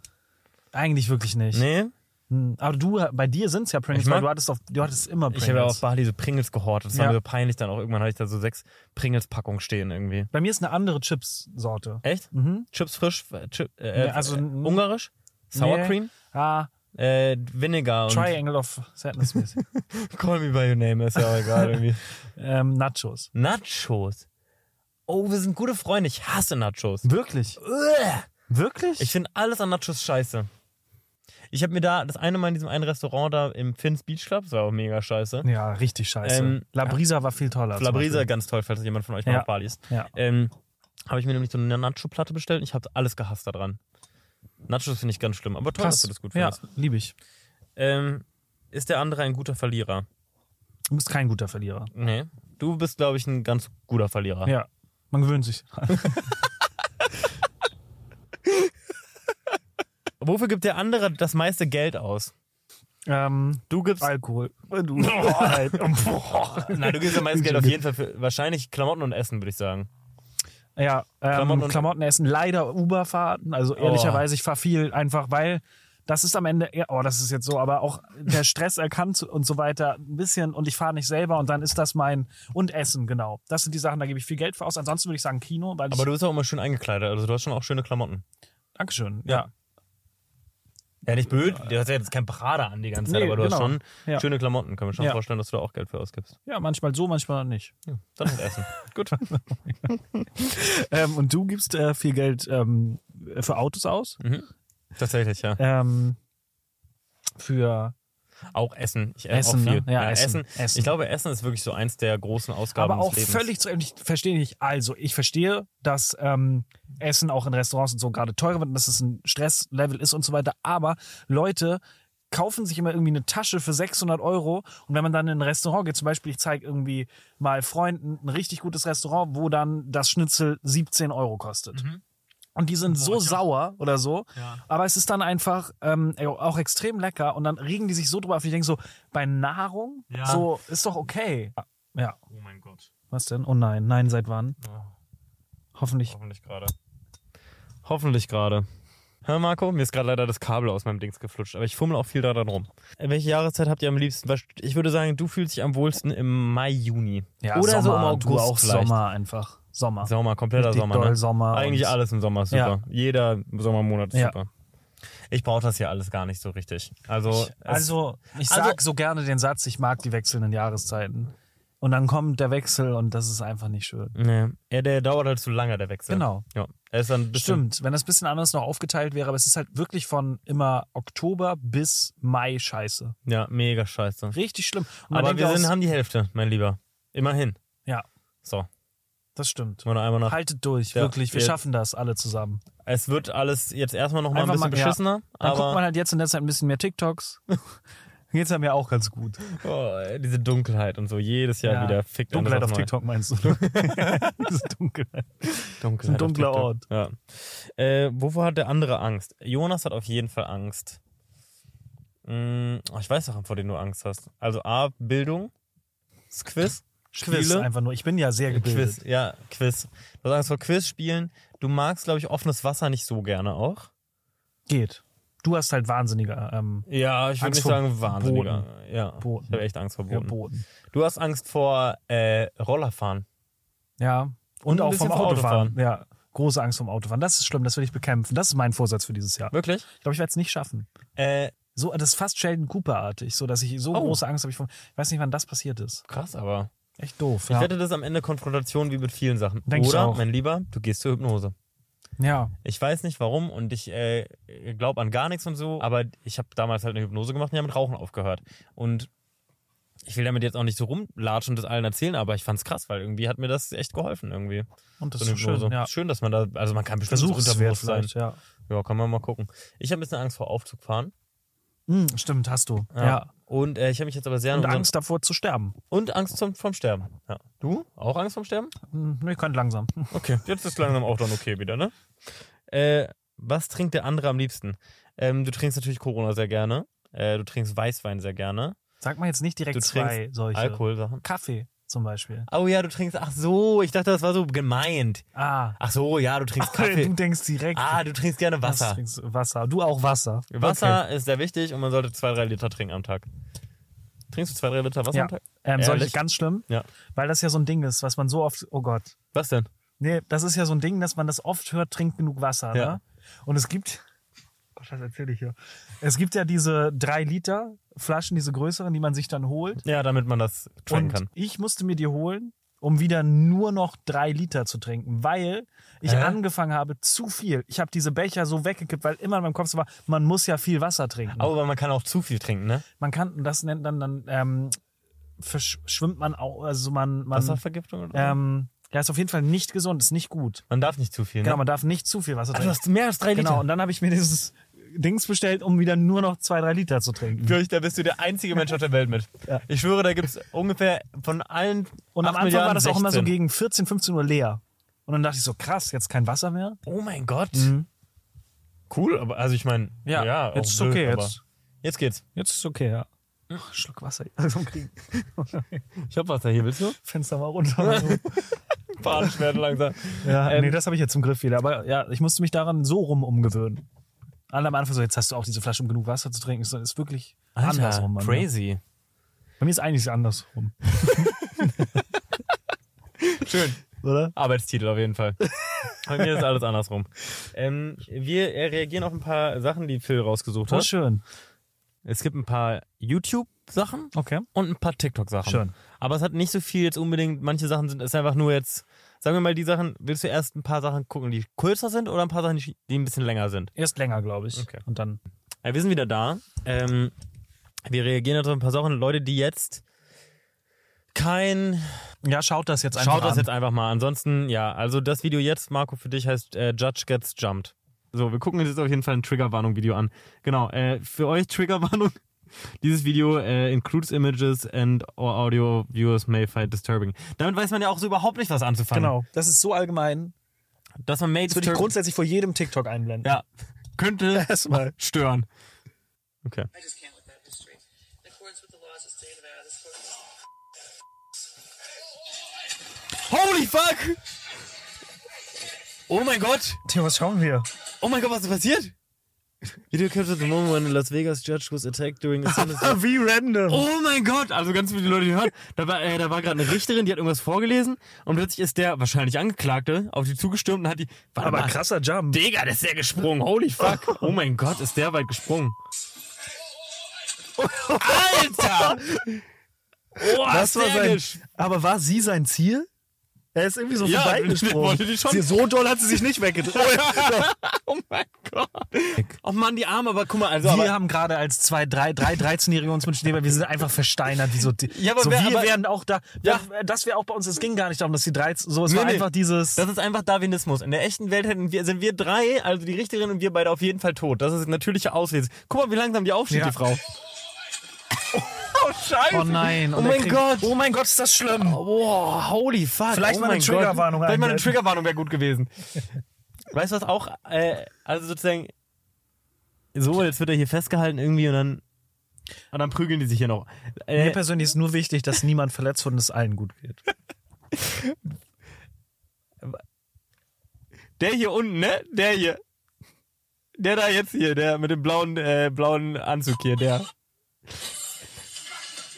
Speaker 2: Eigentlich wirklich nicht.
Speaker 1: nee,
Speaker 2: Hm, Aber du, bei dir sind es ja Pringles,
Speaker 1: Ich mag-
Speaker 2: weil du hattest, auf, du hattest immer Pringles.
Speaker 1: Ich habe ja auf Bali so Pringles gehortet. Das war
Speaker 2: Ja.
Speaker 1: mir so peinlich dann auch. Irgendwann hatte ich da so sechs Pringles-Packungen stehen irgendwie.
Speaker 2: bei mir ist eine andere Chips-Sorte.
Speaker 1: Echt?
Speaker 2: Mhm.
Speaker 1: Chips frisch? äh, Chip, äh,
Speaker 2: Nee, also,
Speaker 1: äh,
Speaker 2: n-
Speaker 1: ungarisch? Sour
Speaker 2: Nee.
Speaker 1: Cream?
Speaker 2: Ah,
Speaker 1: Äh, Vinegar und
Speaker 2: Triangle of Sadness
Speaker 1: [LAUGHS]
Speaker 2: mäßig.
Speaker 1: Call me by your name, ist ja auch egal [LAUGHS] irgendwie.
Speaker 2: ähm, Nachos.
Speaker 1: Nachos. Oh, wir sind gute Freunde. Ich hasse Nachos.
Speaker 2: Wirklich?
Speaker 1: Uah.
Speaker 2: Wirklich?
Speaker 1: Ich finde alles an Nachos scheiße. Ich habe mir da das eine Mal in diesem einen Restaurant da im Finn's Beach Club, das war auch mega scheiße.
Speaker 2: ja, richtig scheiße.
Speaker 1: Ähm,
Speaker 2: La Brisa war viel toller. zum
Speaker 1: Flabrisa,
Speaker 2: Beispiel.
Speaker 1: ganz toll, falls jemand von euch mal
Speaker 2: Ja.
Speaker 1: auf Bali ist.
Speaker 2: Ja.
Speaker 1: ähm, habe ich mir nämlich so eine Nacho-Platte bestellt und ich habe alles gehasst daran. Nachos finde ich ganz schlimm, aber toll, dass
Speaker 2: Krass.
Speaker 1: du das gut
Speaker 2: ja,
Speaker 1: findest.
Speaker 2: liebe ich.
Speaker 1: Ähm, ist der andere ein guter Verlierer?
Speaker 2: Du bist kein guter Verlierer.
Speaker 1: Nee. Du bist, glaube ich, ein ganz guter Verlierer.
Speaker 2: Ja, man gewöhnt sich.
Speaker 1: Wofür gibt der andere das meiste Geld aus?
Speaker 2: ähm,
Speaker 1: Du gibst.
Speaker 2: Alkohol.
Speaker 1: [LAUGHS]
Speaker 2: Du. Boah.
Speaker 1: Nein, du gibst das
Speaker 2: [LAUGHS]
Speaker 1: meiste Geld auf jeden Fall für wahrscheinlich Klamotten und Essen, würde ich sagen.
Speaker 2: Ja, ähm,
Speaker 1: Klamotten
Speaker 2: Klamotten,
Speaker 1: und- Oh.
Speaker 2: essen, leider Uberfahrten. Also ehrlicherweise, ich fahre viel einfach, weil das ist am Ende, eher- oh, das ist jetzt so, aber auch der Stress erkannt und so weiter ein bisschen und ich fahre nicht selber und dann ist das mein und Essen, genau. Das sind die Sachen, da gebe ich viel Geld für aus. Ansonsten würde ich sagen Kino, weil ich,
Speaker 1: Aber du bist auch immer schön eingekleidet, also du hast schon auch schöne Klamotten.
Speaker 2: Dankeschön,
Speaker 1: Ja.
Speaker 2: ja.
Speaker 1: Ja, nicht blöd. Du hast ja jetzt kein Prada an die ganze Zeit,
Speaker 2: Nee,
Speaker 1: aber du hast
Speaker 2: genau.
Speaker 1: schon
Speaker 2: Ja.
Speaker 1: schöne Klamotten. Kann mir schon
Speaker 2: Ja.
Speaker 1: vorstellen, dass du da auch Geld für ausgibst.
Speaker 2: Ja, manchmal so, manchmal nicht.
Speaker 1: Ja, dann das
Speaker 2: [LAUGHS]
Speaker 1: Essen. Gut.
Speaker 2: Ähm, und du gibst äh, viel Geld ähm, für Autos aus,
Speaker 1: Mhm. Tatsächlich, ja.
Speaker 2: ähm, für
Speaker 1: Auch Essen. Ich esse
Speaker 2: Essen,
Speaker 1: auch viel.
Speaker 2: ne? Ja, Essen, Essen.
Speaker 1: Ich glaube, Essen ist wirklich so eins der großen Ausgaben
Speaker 2: aber auch
Speaker 1: des Lebens.
Speaker 2: völlig zu. Ich verstehe nicht. Also, ich verstehe, dass ähm, Essen auch in Restaurants und so gerade teurer wird und dass es ein Stresslevel ist und so weiter. Aber Leute kaufen sich immer irgendwie eine Tasche für 600 Euro und wenn man dann in ein Restaurant geht, zum Beispiel, ich zeige irgendwie mal Freunden ein richtig gutes Restaurant, wo dann das Schnitzel 17 Euro kostet.
Speaker 1: Mhm.
Speaker 2: Und die sind so sauer oder so.
Speaker 1: Ja.
Speaker 2: Aber es ist dann einfach ähm, auch extrem lecker. Und dann regen die sich so drüber auf. Ich denke so, bei Nahrung,
Speaker 1: Ja.
Speaker 2: so ist doch okay. Ja.
Speaker 1: Oh mein Gott.
Speaker 2: Was denn? Oh nein, nein, seit wann?
Speaker 1: Oh,
Speaker 2: Hoffentlich.
Speaker 1: hoffentlich gerade. Hoffentlich gerade. Hör Marco, mir ist gerade leider das Kabel aus meinem Dings geflutscht, aber ich fummel auch viel daran rum. Äh, Welche Jahreszeit habt ihr am liebsten? Was- Ich würde sagen, du fühlst dich am wohlsten im Mai, Juni. Oder so im August
Speaker 2: du auch
Speaker 1: vielleicht.
Speaker 2: Sommer einfach. Sommer.
Speaker 1: Sommer, kompletter
Speaker 2: Richtig
Speaker 1: Sommer.
Speaker 2: doll
Speaker 1: Ne?
Speaker 2: Sommer
Speaker 1: Eigentlich
Speaker 2: und-
Speaker 1: alles im Sommer ist super.
Speaker 2: Ja.
Speaker 1: Jeder Sommermonat ist
Speaker 2: Ja.
Speaker 1: super. Ich brauche das hier alles gar nicht so richtig. Also,
Speaker 2: Ich,
Speaker 1: es-
Speaker 2: also, ich
Speaker 1: also-
Speaker 2: sag so gerne den Satz, ich mag die wechselnden Jahreszeiten. Und dann kommt der Wechsel und das ist einfach nicht schön.
Speaker 1: nee. ja, der dauert halt zu lange, der Wechsel.
Speaker 2: Genau.
Speaker 1: Ja. Er ist dann ein bisschen-
Speaker 2: Stimmt, wenn das ein bisschen anders noch aufgeteilt wäre, aber es ist halt wirklich von immer Oktober bis Mai scheiße.
Speaker 1: Ja, mega scheiße.
Speaker 2: Richtig schlimm. Und man
Speaker 1: Aber
Speaker 2: denkt
Speaker 1: wir
Speaker 2: auch,
Speaker 1: sind, haben die Hälfte, mein Lieber. Immerhin.
Speaker 2: Ja.
Speaker 1: So,
Speaker 2: das stimmt.
Speaker 1: nur noch einmal nach.
Speaker 2: Haltet durch,
Speaker 1: Ja,
Speaker 2: wirklich. Wir
Speaker 1: jetzt-
Speaker 2: schaffen das alle zusammen.
Speaker 1: Es wird alles jetzt erstmal noch mal ein
Speaker 2: Einfach
Speaker 1: bisschen
Speaker 2: mal- ja.
Speaker 1: beschissener,
Speaker 2: Dann guckt man
Speaker 1: aber
Speaker 2: halt jetzt in der Zeit ein bisschen
Speaker 1: [LAUGHS]
Speaker 2: mehr TikToks. Geht's ja mir auch ganz gut.
Speaker 1: oh, ey, diese Dunkelheit und so jedes Jahr
Speaker 2: Ja.
Speaker 1: wieder fickt einen
Speaker 2: Dunkelheit
Speaker 1: das aufs
Speaker 2: auf
Speaker 1: Neue. [LAUGHS]
Speaker 2: TikTok meinst du? [LAUGHS] Diese Dunkelheit.
Speaker 1: Dunkelheit
Speaker 2: Ein dunkler
Speaker 1: auf TikTok. Ja. Äh, wovor hat der andere Angst? Jonas hat auf jeden Fall Angst. Mm, oh, ich weiß Sachen, vor denen du Angst hast. Also A, Bildung, das Quiz,
Speaker 2: Quiz
Speaker 1: Spiele.
Speaker 2: einfach nur. Ich bin ja sehr gebildet.
Speaker 1: Quiz, ja, Quiz. Du hast Angst vor Quiz spielen. Du magst, glaube ich, offenes Wasser nicht so gerne auch.
Speaker 2: Geht. Du hast halt wahnsinniger ähm,
Speaker 1: Ja, ich würde
Speaker 2: Angst
Speaker 1: nicht
Speaker 2: vor
Speaker 1: sagen wahnsinniger. Ja,
Speaker 2: Boden.
Speaker 1: ich habe echt Angst vor Boden.
Speaker 2: Boden.
Speaker 1: Du hast Angst vor äh, Rollerfahren.
Speaker 2: Ja.
Speaker 1: Und
Speaker 2: Und
Speaker 1: ein
Speaker 2: auch
Speaker 1: bisschen
Speaker 2: vom
Speaker 1: vom
Speaker 2: Autofahren. Ja. Große Angst vom Autofahren. Das ist schlimm, das will ich bekämpfen. Das ist mein Vorsatz für dieses Jahr.
Speaker 1: Wirklich?
Speaker 2: Ich glaube, ich werde es nicht schaffen.
Speaker 1: Äh,
Speaker 2: So, das ist fast Sheldon Cooper-artig, so dass ich so
Speaker 1: Oh.
Speaker 2: große Angst habe. Ich, vom- ich weiß nicht, wann das passiert ist.
Speaker 1: krass, aber.
Speaker 2: Echt doof.
Speaker 1: Ich
Speaker 2: Ja.
Speaker 1: wette, das ist am Ende Konfrontation wie mit vielen Sachen.
Speaker 2: Denk ich
Speaker 1: Oder,
Speaker 2: auch.
Speaker 1: mein Lieber, du gehst zur Hypnose.
Speaker 2: ja.
Speaker 1: Ich weiß nicht warum und ich äh, glaube an gar nichts und so, aber ich habe damals halt eine Hypnose gemacht und ja mit Rauchen aufgehört. Und ich will damit jetzt auch nicht so rumlatschen und das allen erzählen, aber ich fand's krass, weil irgendwie hat mir das echt geholfen irgendwie.
Speaker 2: Und das
Speaker 1: so eine
Speaker 2: ist schön.
Speaker 1: Hypnose.
Speaker 2: Ja.
Speaker 1: schön, dass man da, also man kann bestimmt unter
Speaker 2: Versuchswert
Speaker 1: Bewusstsein.
Speaker 2: vielleicht, ja.
Speaker 1: Ja, kann man mal gucken. Ich habe ein bisschen Angst vor Aufzugfahren.
Speaker 2: Hm, stimmt, hast du. Ja.
Speaker 1: Und äh, ich habe mich jetzt aber sehr an
Speaker 2: Und
Speaker 1: unseren-
Speaker 2: Angst davor zu sterben.
Speaker 1: und Angst vom, vom Sterben. Ja. Du? Auch Angst vom Sterben?
Speaker 2: Hm, ich könnte langsam. [LAUGHS]
Speaker 1: Okay. Jetzt ist langsam auch dann okay wieder, ne? Äh, was trinkt der andere am liebsten? Ähm, du trinkst natürlich Corona sehr gerne. Äh, du trinkst Weißwein sehr gerne.
Speaker 2: Sag mal jetzt nicht direkt
Speaker 1: Du
Speaker 2: zwei solche.
Speaker 1: Alkoholsachen.
Speaker 2: Kaffee zum Beispiel.
Speaker 1: Oh ja, du trinkst. Ach so, ich dachte, das war so gemeint.
Speaker 2: Ah.
Speaker 1: Ach so, ja, du trinkst Kaffee.
Speaker 2: Du denkst direkt.
Speaker 1: Ah, du trinkst gerne
Speaker 2: Was
Speaker 1: Wasser.
Speaker 2: trinkst du? Wasser. Du auch Wasser.
Speaker 1: Wasser ist sehr wichtig und man sollte zwei, drei Liter trinken am Tag. Trinkst du zwei, drei Liter Wasser
Speaker 2: Ja.
Speaker 1: am Tag?
Speaker 2: Ähm, soll
Speaker 1: Ehrlich?
Speaker 2: ich ganz schlimm?
Speaker 1: Ja.
Speaker 2: Weil das ja so ein Ding ist, was man so oft. Oh Gott.
Speaker 1: Was denn?
Speaker 2: Nee, das ist ja so ein Ding, dass man das oft hört, trink genug Wasser.
Speaker 1: Ja.
Speaker 2: Ne? Und es gibt. [LAUGHS] Gott, was erzähle ich hier? Es gibt ja diese 3 Liter Flaschen, diese größeren, die man sich dann holt.
Speaker 1: Ja, damit man das trinken
Speaker 2: Und
Speaker 1: kann.
Speaker 2: ich musste mir die holen, um wieder nur noch 3 Liter zu trinken, weil ich
Speaker 1: Hä?
Speaker 2: angefangen habe, zu viel. Ich habe diese Becher so weggekippt, weil immer in meinem Kopf so war, man muss ja viel Wasser trinken.
Speaker 1: Aber man kann auch zu viel trinken, ne?
Speaker 2: Man kann, und das nennt dann, dann ähm, versch- schwimmt man auch, also man, man,
Speaker 1: Wasservergiftung oder so?
Speaker 2: ähm, ja, ist auf jeden Fall nicht gesund, ist nicht gut.
Speaker 1: Man darf nicht zu viel,
Speaker 2: Genau,
Speaker 1: ne?
Speaker 2: man darf nicht zu viel Wasser
Speaker 1: Ach, du
Speaker 2: trinken.
Speaker 1: hast mehr als drei
Speaker 2: Genau,
Speaker 1: Liter.
Speaker 2: und dann habe ich mir dieses Dings bestellt, um wieder nur noch zwei, drei Liter zu trinken.
Speaker 1: Wirklich, da bist du der einzige Mensch auf der Welt mit.
Speaker 2: Ja.
Speaker 1: Ich schwöre, da gibt es ungefähr von allen.
Speaker 2: Und am
Speaker 1: 8
Speaker 2: Anfang
Speaker 1: Milliarden
Speaker 2: war das auch immer so
Speaker 1: 16.
Speaker 2: gegen 14, 15 Uhr leer. Und dann dachte ich so, krass, jetzt kein Wasser mehr?
Speaker 1: Oh mein Gott. Cool, aber also ich meine, ja,
Speaker 2: Ja,
Speaker 1: ja
Speaker 2: jetzt ist
Speaker 1: auch blöd,
Speaker 2: okay,
Speaker 1: aber-
Speaker 2: jetzt.
Speaker 1: Jetzt geht's.
Speaker 2: Jetzt ist okay, ja. Ach, Schluck Wasser. [LAUGHS] Also kriegen
Speaker 1: Ich hab Wasser hier, [LAUGHS] willst du?
Speaker 2: Fenster mal runter. Also,
Speaker 1: Badenschwerte langsam.
Speaker 2: ja,
Speaker 1: Ähm,
Speaker 2: nee, das habe ich jetzt im Griff wieder. Aber ja, ich musste mich daran so rum umgewöhnen. Alle am Anfang so, jetzt hast du auch diese Flasche, um genug Wasser zu trinken. Das ist wirklich andersrum.
Speaker 1: ne?
Speaker 2: bei mir.
Speaker 1: crazy.
Speaker 2: Bei mir ist eigentlich andersrum,
Speaker 1: [LAUGHS] Schön.
Speaker 2: oder?
Speaker 1: Arbeitstitel auf jeden [LAUGHS] Fall. Bei mir ist alles andersrum. Ähm, wir äh, reagieren auf ein paar Sachen, die Phil rausgesucht
Speaker 2: Oh,
Speaker 1: hat.
Speaker 2: schön.
Speaker 1: Es gibt ein paar YouTube-Sachen
Speaker 2: Okay.
Speaker 1: und ein paar TikTok-Sachen.
Speaker 2: Schön.
Speaker 1: Aber es hat nicht so viel jetzt unbedingt, manche Sachen sind, ist einfach nur jetzt, sagen wir mal die Sachen, willst du erst ein paar Sachen gucken, die kürzer sind oder ein paar Sachen, die die ein bisschen länger sind?
Speaker 2: Erst länger, glaube ich.
Speaker 1: Okay.
Speaker 2: Und dann.
Speaker 1: Ja, wir sind wieder da. Ähm, wir reagieren jetzt auf ein paar Sachen. Leute, die jetzt kein...
Speaker 2: Ja, schaut das jetzt einfach
Speaker 1: Schaut das
Speaker 2: an.
Speaker 1: jetzt einfach mal. Ansonsten, ja, also das Video jetzt, Marco, für dich heißt äh, Judge Gets Jumped. So, wir gucken uns jetzt auf jeden Fall ein Triggerwarnung-Video an. Genau, äh, für euch [LAUGHS] Triggerwarnung. Dieses Video äh, includes images and or audio viewers may find disturbing. Damit weiß man ja auch so überhaupt nicht, was anzufangen.
Speaker 2: Genau. Das ist so allgemein.
Speaker 1: Dass man may
Speaker 2: Das würde ich
Speaker 1: disturbing
Speaker 2: grundsätzlich vor jedem TikTok einblenden.
Speaker 1: ja,
Speaker 2: [LAUGHS]
Speaker 1: könnte
Speaker 2: Erstmal.
Speaker 1: stören. Okay.
Speaker 3: I just can't with that history. In accordance with the laws of the state of Nevada, this court
Speaker 1: Holy fuck! Oh mein Gott!
Speaker 2: Tja, was schauen wir?
Speaker 1: Oh mein Gott, was ist passiert? Video captured the moment when a Las Vegas judge was attacked during a Senate.
Speaker 2: Ah, Wie random.
Speaker 1: Oh mein Gott! Also ganz viele Leute, die hören. Da war, äh, da war gerade eine Richterin, die hat irgendwas vorgelesen und plötzlich ist der wahrscheinlich Angeklagte auf die zugestürmt und hat die. Warte
Speaker 2: Aber
Speaker 1: mal,
Speaker 2: krasser Jump.
Speaker 1: Digga, der ist ja gesprungen. Holy fuck. [LAUGHS] Oh mein Gott, ist der weit gesprungen. Alter! Oh,
Speaker 2: Das
Speaker 1: das
Speaker 2: war
Speaker 1: war
Speaker 2: sein,
Speaker 1: [LAUGHS] gesch-
Speaker 2: aber war sie sein Ziel? Er ist irgendwie so
Speaker 1: Ja,
Speaker 2: vorbeigesprungen.
Speaker 1: wollte die schon-
Speaker 2: Sie, so doll hat sie sich nicht weggedreht.
Speaker 1: Oh mein Gott. Oh Mann, die Arme, aber guck mal, also.
Speaker 2: wir
Speaker 1: Aber,
Speaker 2: haben gerade als zwei, drei, drei 13-Jährige uns mit Schneeball, wir sind einfach versteinert. Wie so, die-
Speaker 1: Ja, aber
Speaker 2: so
Speaker 1: wer-
Speaker 2: wir
Speaker 1: aber-
Speaker 2: wären auch da.
Speaker 1: Ja.
Speaker 2: Das wäre auch bei uns, es ging gar nicht darum, dass die 13, so, es
Speaker 1: Nee,
Speaker 2: war
Speaker 1: nee.
Speaker 2: einfach dieses.
Speaker 1: das ist einfach Darwinismus. In der echten Welt hätten wir, sind wir drei, also die Richterin und wir beide auf jeden Fall tot. Das ist natürliche Auslese. Guck mal, wie langsam die aufsteht,
Speaker 2: Ja.
Speaker 1: die Frau. Oh, scheiße.
Speaker 2: oh nein.
Speaker 1: Oh
Speaker 2: und der
Speaker 1: mein
Speaker 2: kriegt-
Speaker 1: Gott.
Speaker 2: Oh mein Gott, ist das schlimm.
Speaker 1: Boah, holy fuck.
Speaker 2: Vielleicht
Speaker 1: oh
Speaker 2: mal eine
Speaker 1: mein
Speaker 2: Triggerwarnung
Speaker 1: Gott. Vielleicht mal eine
Speaker 2: einblenden.
Speaker 1: Triggerwarnung wäre gut gewesen. Weißt du was auch? Äh, also sozusagen, so, jetzt wird er hier festgehalten irgendwie und dann, und dann prügeln die sich hier noch.
Speaker 2: Mir
Speaker 1: Äh,
Speaker 2: persönlich ist nur wichtig, dass niemand verletzt wird und es allen gut geht.
Speaker 1: der hier unten, ne? Der hier. Der da jetzt hier, der mit dem blauen, äh, blauen Anzug hier, der.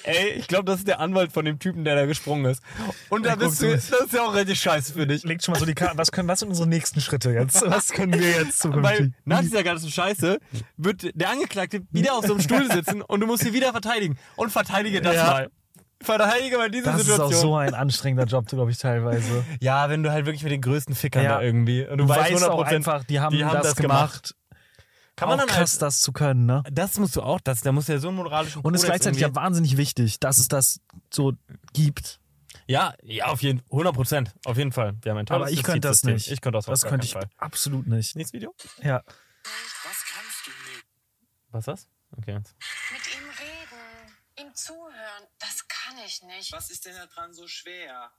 Speaker 1: Ey, ich glaube, das ist der Anwalt von dem Typen, der da gesprungen ist. Und da
Speaker 2: Ja, guck,
Speaker 1: bist du,
Speaker 2: du
Speaker 1: das
Speaker 2: bist-
Speaker 1: ist ja auch richtig scheiße für dich.
Speaker 2: Legt schon mal so die Karten. Was, können, was sind unsere nächsten Schritte jetzt? Was können wir jetzt
Speaker 1: Weil
Speaker 2: zukünftig?
Speaker 1: nach dieser ganzen Scheiße wird der Angeklagte wieder auf so einem Stuhl sitzen und du musst ihn wieder verteidigen. Und verteidige das
Speaker 2: Ja.
Speaker 1: mal. Verteidige mal diese
Speaker 2: Das ist auch
Speaker 1: Situation.
Speaker 2: so ein anstrengender Job, glaube
Speaker 1: [LAUGHS]
Speaker 2: ich, teilweise.
Speaker 1: ja, wenn du halt wirklich mit den größten Fickern
Speaker 2: Ja.
Speaker 1: da irgendwie. Und du,
Speaker 2: Du
Speaker 1: weißt,
Speaker 2: weißt
Speaker 1: 100%,
Speaker 2: auch einfach, die haben, das, gemacht.
Speaker 1: Kann man
Speaker 2: auch
Speaker 1: dann
Speaker 2: krass,
Speaker 1: halt,
Speaker 2: das zu können, ne?
Speaker 1: das musst du auch, das, da musst du ja so einen moralischen
Speaker 2: Und es ist
Speaker 1: Kodex
Speaker 2: gleichzeitig ja
Speaker 1: irgendwie-
Speaker 2: wahnsinnig wichtig, dass es das so gibt.
Speaker 1: ja, ja, auf jeden 100 Prozent. Auf jeden Fall. Wir haben ein tolles
Speaker 2: Aber ich könnte das
Speaker 1: Justizsystem.
Speaker 2: nicht.
Speaker 1: Ich könnte das auf
Speaker 2: Das
Speaker 1: gar
Speaker 2: könnte ich
Speaker 1: keinen Fall.
Speaker 2: absolut nicht.
Speaker 1: Nächstes Video?
Speaker 2: Ja.
Speaker 4: Was kannst du nicht?
Speaker 1: Was das? Okay.
Speaker 4: Mit ihm reden, ihm zuhören, das kann ich nicht.
Speaker 3: Was ist denn da dran so schwer?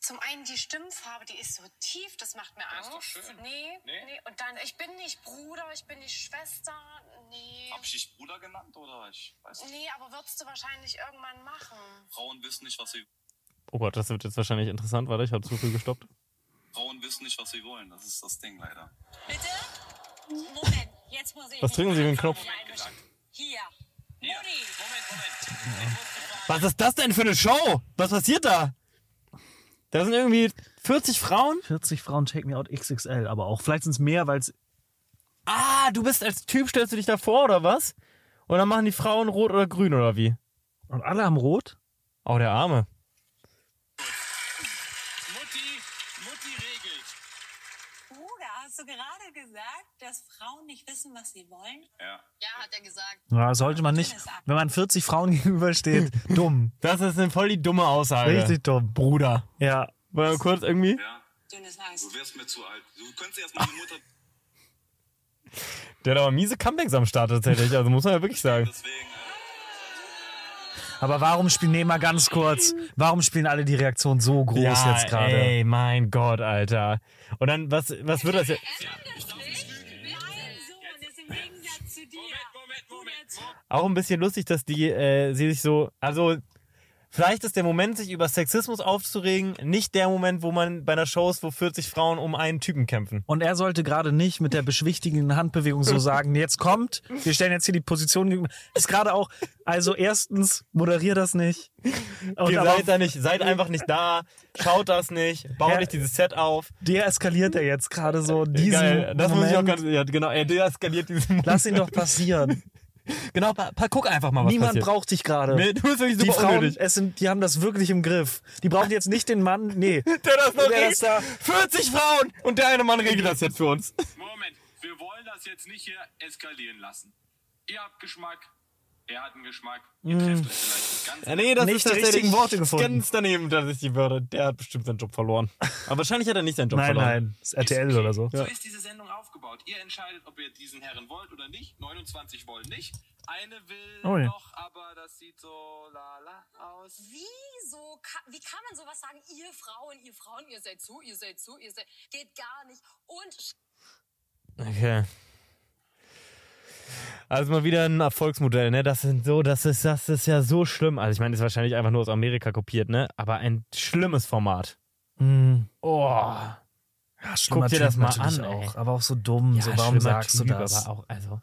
Speaker 4: Zum einen die Stimmfarbe, die ist so tief, das macht mir
Speaker 3: Das ist
Speaker 4: Angst.
Speaker 3: doch schön.
Speaker 4: Nee,
Speaker 3: Nee?
Speaker 4: nee, Und dann, ich bin nicht Bruder, ich bin nicht Schwester, nee.
Speaker 3: Hab ich dich Bruder genannt oder ich weiß nicht.
Speaker 4: Nee, aber würdest du wahrscheinlich irgendwann machen.
Speaker 3: Frauen wissen nicht, was sie
Speaker 1: Oh Gott, das wird jetzt wahrscheinlich interessant. Warte, ich habe zu früh gestoppt.
Speaker 3: Frauen wissen nicht, was sie wollen. Das ist das Ding leider.
Speaker 5: Bitte? Moment, jetzt muss ich.
Speaker 1: Was drücken Sie für einen Knopf?
Speaker 5: Hier.
Speaker 3: Hier.
Speaker 5: Mutti.
Speaker 3: Moment, Moment.
Speaker 1: Was ist das denn für eine Show? Was passiert da? Da sind irgendwie 40 Frauen.
Speaker 2: 40 Frauen Take Me Out XXL, aber auch. Vielleicht sind es mehr, weil es.
Speaker 1: Ah, du bist als Typ, stellst du dich davor oder was? Und dann machen die Frauen rot oder grün oder wie?
Speaker 2: Und alle haben rot?
Speaker 1: Oh, der Arme.
Speaker 3: Mutti, Mutti regelt.
Speaker 5: Bruder, hast du gerade gesagt, dass Frauen nicht wissen, was sie wollen?
Speaker 3: Ja.
Speaker 4: Ja, hat er gesagt.
Speaker 2: Ja, sollte man nicht. Wenn man 40 Frauen [LAUGHS] gegenübersteht, dumm.
Speaker 1: Das ist eine voll die dumme Aussage.
Speaker 2: Richtig dumm.
Speaker 1: Bruder.
Speaker 2: Ja.
Speaker 1: Wollen wir kurz irgendwie?
Speaker 3: Ja.
Speaker 5: Dünnes Eis.
Speaker 3: Du wirst mir zu alt. Du könntest erst mal die Mutter. [LAUGHS]
Speaker 1: Der hat aber miese Comebacks am Start tatsächlich. Also muss man ja wirklich sagen.
Speaker 3: Deswegen. Äh,
Speaker 2: Aber warum spielen, nee, mal ganz kurz, warum spielen alle die Reaktion so groß
Speaker 1: ja,
Speaker 2: jetzt gerade?
Speaker 1: Ey, mein Gott, Alter. Und dann, was, was wird das jetzt?
Speaker 5: Mein Sohn ist im Gegensatz zu dir.
Speaker 3: Moment, Moment, Moment.
Speaker 1: auch ein bisschen lustig, dass die äh, sie sich so, also vielleicht ist der Moment, sich über Sexismus aufzuregen, nicht der Moment, wo man bei einer Show ist, wo 40 Frauen um einen Typen kämpfen.
Speaker 2: Und er sollte gerade nicht mit der beschwichtigenden Handbewegung so sagen, jetzt kommt, wir stellen jetzt hier die Position. gegenüber. Ist gerade auch, also erstens, moderier das nicht. Und
Speaker 1: Ihr
Speaker 2: aber
Speaker 1: seid da nicht, seid einfach nicht da, schaut das nicht, baut
Speaker 2: Ja.
Speaker 1: nicht dieses Set auf.
Speaker 2: deeskaliert er jetzt gerade so diesen
Speaker 1: Geil, das
Speaker 2: Moment.
Speaker 1: muss ich auch ganz, ja, genau, er deeskaliert diesen Moment.
Speaker 2: Lass ihn doch passieren.
Speaker 1: Genau, pa, pa, guck einfach mal, was
Speaker 2: Niemand
Speaker 1: passiert.
Speaker 2: braucht dich gerade.
Speaker 1: Nee, du bist wirklich
Speaker 2: die
Speaker 1: super
Speaker 2: Frauen,
Speaker 1: unnötig.
Speaker 2: es sind, die haben das wirklich im Griff. Die brauchen jetzt nicht den Mann,
Speaker 1: [LAUGHS]
Speaker 2: nee.
Speaker 1: Der das noch
Speaker 2: Der
Speaker 1: regelt.
Speaker 2: das da-
Speaker 1: 40 Frauen und der eine Mann regelt das jetzt für uns.
Speaker 3: Moment. Wir wollen das jetzt nicht hier eskalieren lassen. Ihr habt Geschmack. Er hat einen Geschmack. Ihr
Speaker 2: Mhm.
Speaker 3: trefft euch vielleicht ganz.
Speaker 1: Ja, nee, das
Speaker 2: Nicht
Speaker 1: ist
Speaker 2: die
Speaker 1: tatsächlich
Speaker 2: richtigen Worte gefunden.
Speaker 1: Ganz daneben, dass ich die Wörter. Der hat bestimmt seinen Job verloren. Aber wahrscheinlich hat er nicht seinen Job
Speaker 2: Nein,
Speaker 1: verloren.
Speaker 2: nein, das ist RTL oder so.
Speaker 3: So ist diese Sendung aufgebaut. Ihr entscheidet, ob ihr diesen Herren wollt oder nicht. 29 wollen nicht. Eine will
Speaker 2: Oh ja.
Speaker 3: noch, aber das sieht so lala aus.
Speaker 5: Wieso? ka- Wie kann man sowas sagen? Ihr Frauen, ihr Frauen, ihr seid so, ihr seid so, ihr seid. Geht gar nicht. Und
Speaker 1: Okay. Also mal wieder ein Erfolgsmodell, ne? Das sind so, das ist, das ist ja so schlimm. Also ich meine, das ist wahrscheinlich einfach nur aus Amerika kopiert, ne? Aber ein schlimmes Format.
Speaker 2: Mhm.
Speaker 1: Oh.
Speaker 2: Ja, schlimmer
Speaker 1: Guck dir
Speaker 2: Typ
Speaker 1: das mal
Speaker 2: natürlich
Speaker 1: an, ey.
Speaker 2: auch. Aber auch so dumm. so,
Speaker 1: schlimmer
Speaker 2: warum sagst
Speaker 1: typ,
Speaker 2: du das?
Speaker 1: Aber auch, also.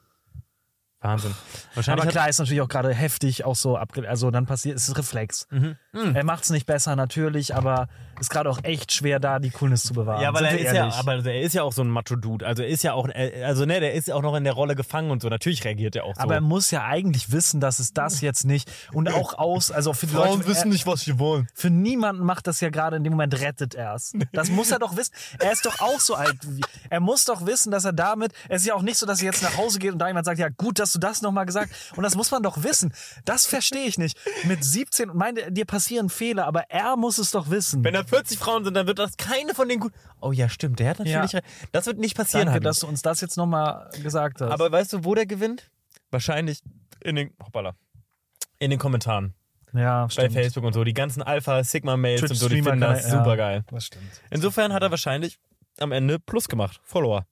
Speaker 1: Wahnsinn. Wahrscheinlich
Speaker 2: Aber
Speaker 1: hat-
Speaker 2: klar ist natürlich auch gerade heftig, auch so abge also dann passiert, es ist Reflex.
Speaker 1: Mhm.
Speaker 2: Er macht's nicht besser natürlich, aber ist gerade auch echt schwer da die Coolness zu bewahren.
Speaker 1: Ja, weil
Speaker 2: Sind
Speaker 1: er
Speaker 2: wir
Speaker 1: ist ja,
Speaker 2: ehrlich.
Speaker 1: aber er ist ja auch so ein Macho-Dude. Also er ist ja auch, äh, also ne, der ist auch noch in der Rolle gefangen und so. Natürlich reagiert er auch so.
Speaker 2: aber er muss ja eigentlich wissen, dass es das jetzt nicht und auch aus, also für die Leute, er,
Speaker 1: nicht, was sie wollen.
Speaker 2: für niemanden macht das ja gerade in dem Moment rettet er es. Das muss er doch wissen. Er ist doch auch so alt wie, er muss doch wissen, dass er damit, es ist ja auch nicht so, dass er jetzt nach Hause geht und da jemand sagt, ja gut, dass du das nochmal gesagt, und das muss man doch wissen. Das verstehe ich nicht. Mit 17, und meine, dir passieren Fehler, aber er muss es doch wissen.
Speaker 1: Wenn da 40 Frauen sind, dann wird das keine von denen gut. Oh ja, stimmt, der hat natürlich
Speaker 2: Ja.
Speaker 1: recht. Das wird nicht passieren,
Speaker 2: Danke,
Speaker 1: Habi.
Speaker 2: dass du uns das jetzt nochmal gesagt hast.
Speaker 1: Aber weißt du, wo der gewinnt? Wahrscheinlich in den, hoppala, in den Kommentaren.
Speaker 2: ja, stimmt.
Speaker 1: Bei Facebook und so. Die ganzen Alpha, Sigma-Mails und so, die
Speaker 2: Twitch-Streamer
Speaker 1: finden das
Speaker 2: kann- ja,
Speaker 1: super geil.
Speaker 2: Das stimmt.
Speaker 1: Insofern hat er wahrscheinlich am Ende Plus gemacht. Follower.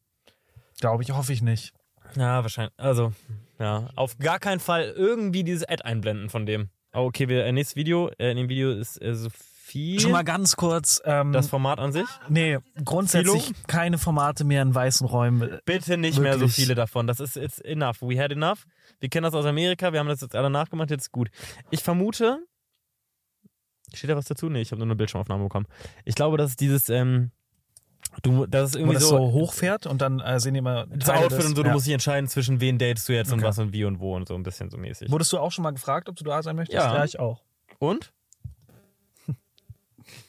Speaker 2: Glaube ich, hoffe ich nicht.
Speaker 1: Ja, wahrscheinlich. Also, ja. Auf gar keinen Fall irgendwie dieses Ad einblenden von dem. Oh, okay, wir, äh, nächstes Video. Äh, in dem Video ist äh, Sophie.
Speaker 2: Schon mal ganz kurz, ähm,
Speaker 1: das Format an sich.
Speaker 2: nee, grundsätzlich
Speaker 1: Thilo?
Speaker 2: keine Formate mehr in weißen Räumen.
Speaker 1: Bitte nicht mehr so
Speaker 2: Wirklich.
Speaker 1: viele davon. Das ist it's enough. We had enough. Wir kennen das aus Amerika. Wir haben das jetzt alle nachgemacht. Jetzt ist gut. Ich vermute. Steht da was dazu? Nee, ich habe nur eine Bildschirmaufnahme bekommen. Ich glaube, dass dieses. Ähm, du, das ist
Speaker 2: Wo
Speaker 1: irgendwie
Speaker 2: das
Speaker 1: so.
Speaker 2: so hochfährt und dann äh, sehen die immer
Speaker 1: das
Speaker 2: Teile
Speaker 1: Outfit
Speaker 2: des-
Speaker 1: und so, du
Speaker 2: ja.
Speaker 1: musst dich entscheiden, zwischen wen datest du jetzt und
Speaker 2: Okay.
Speaker 1: was und wie und wo und so ein bisschen so mäßig.
Speaker 2: Wurdest du auch schon mal gefragt, ob du da sein möchtest?
Speaker 1: Ja.
Speaker 2: ich auch.
Speaker 1: Und? [LAUGHS]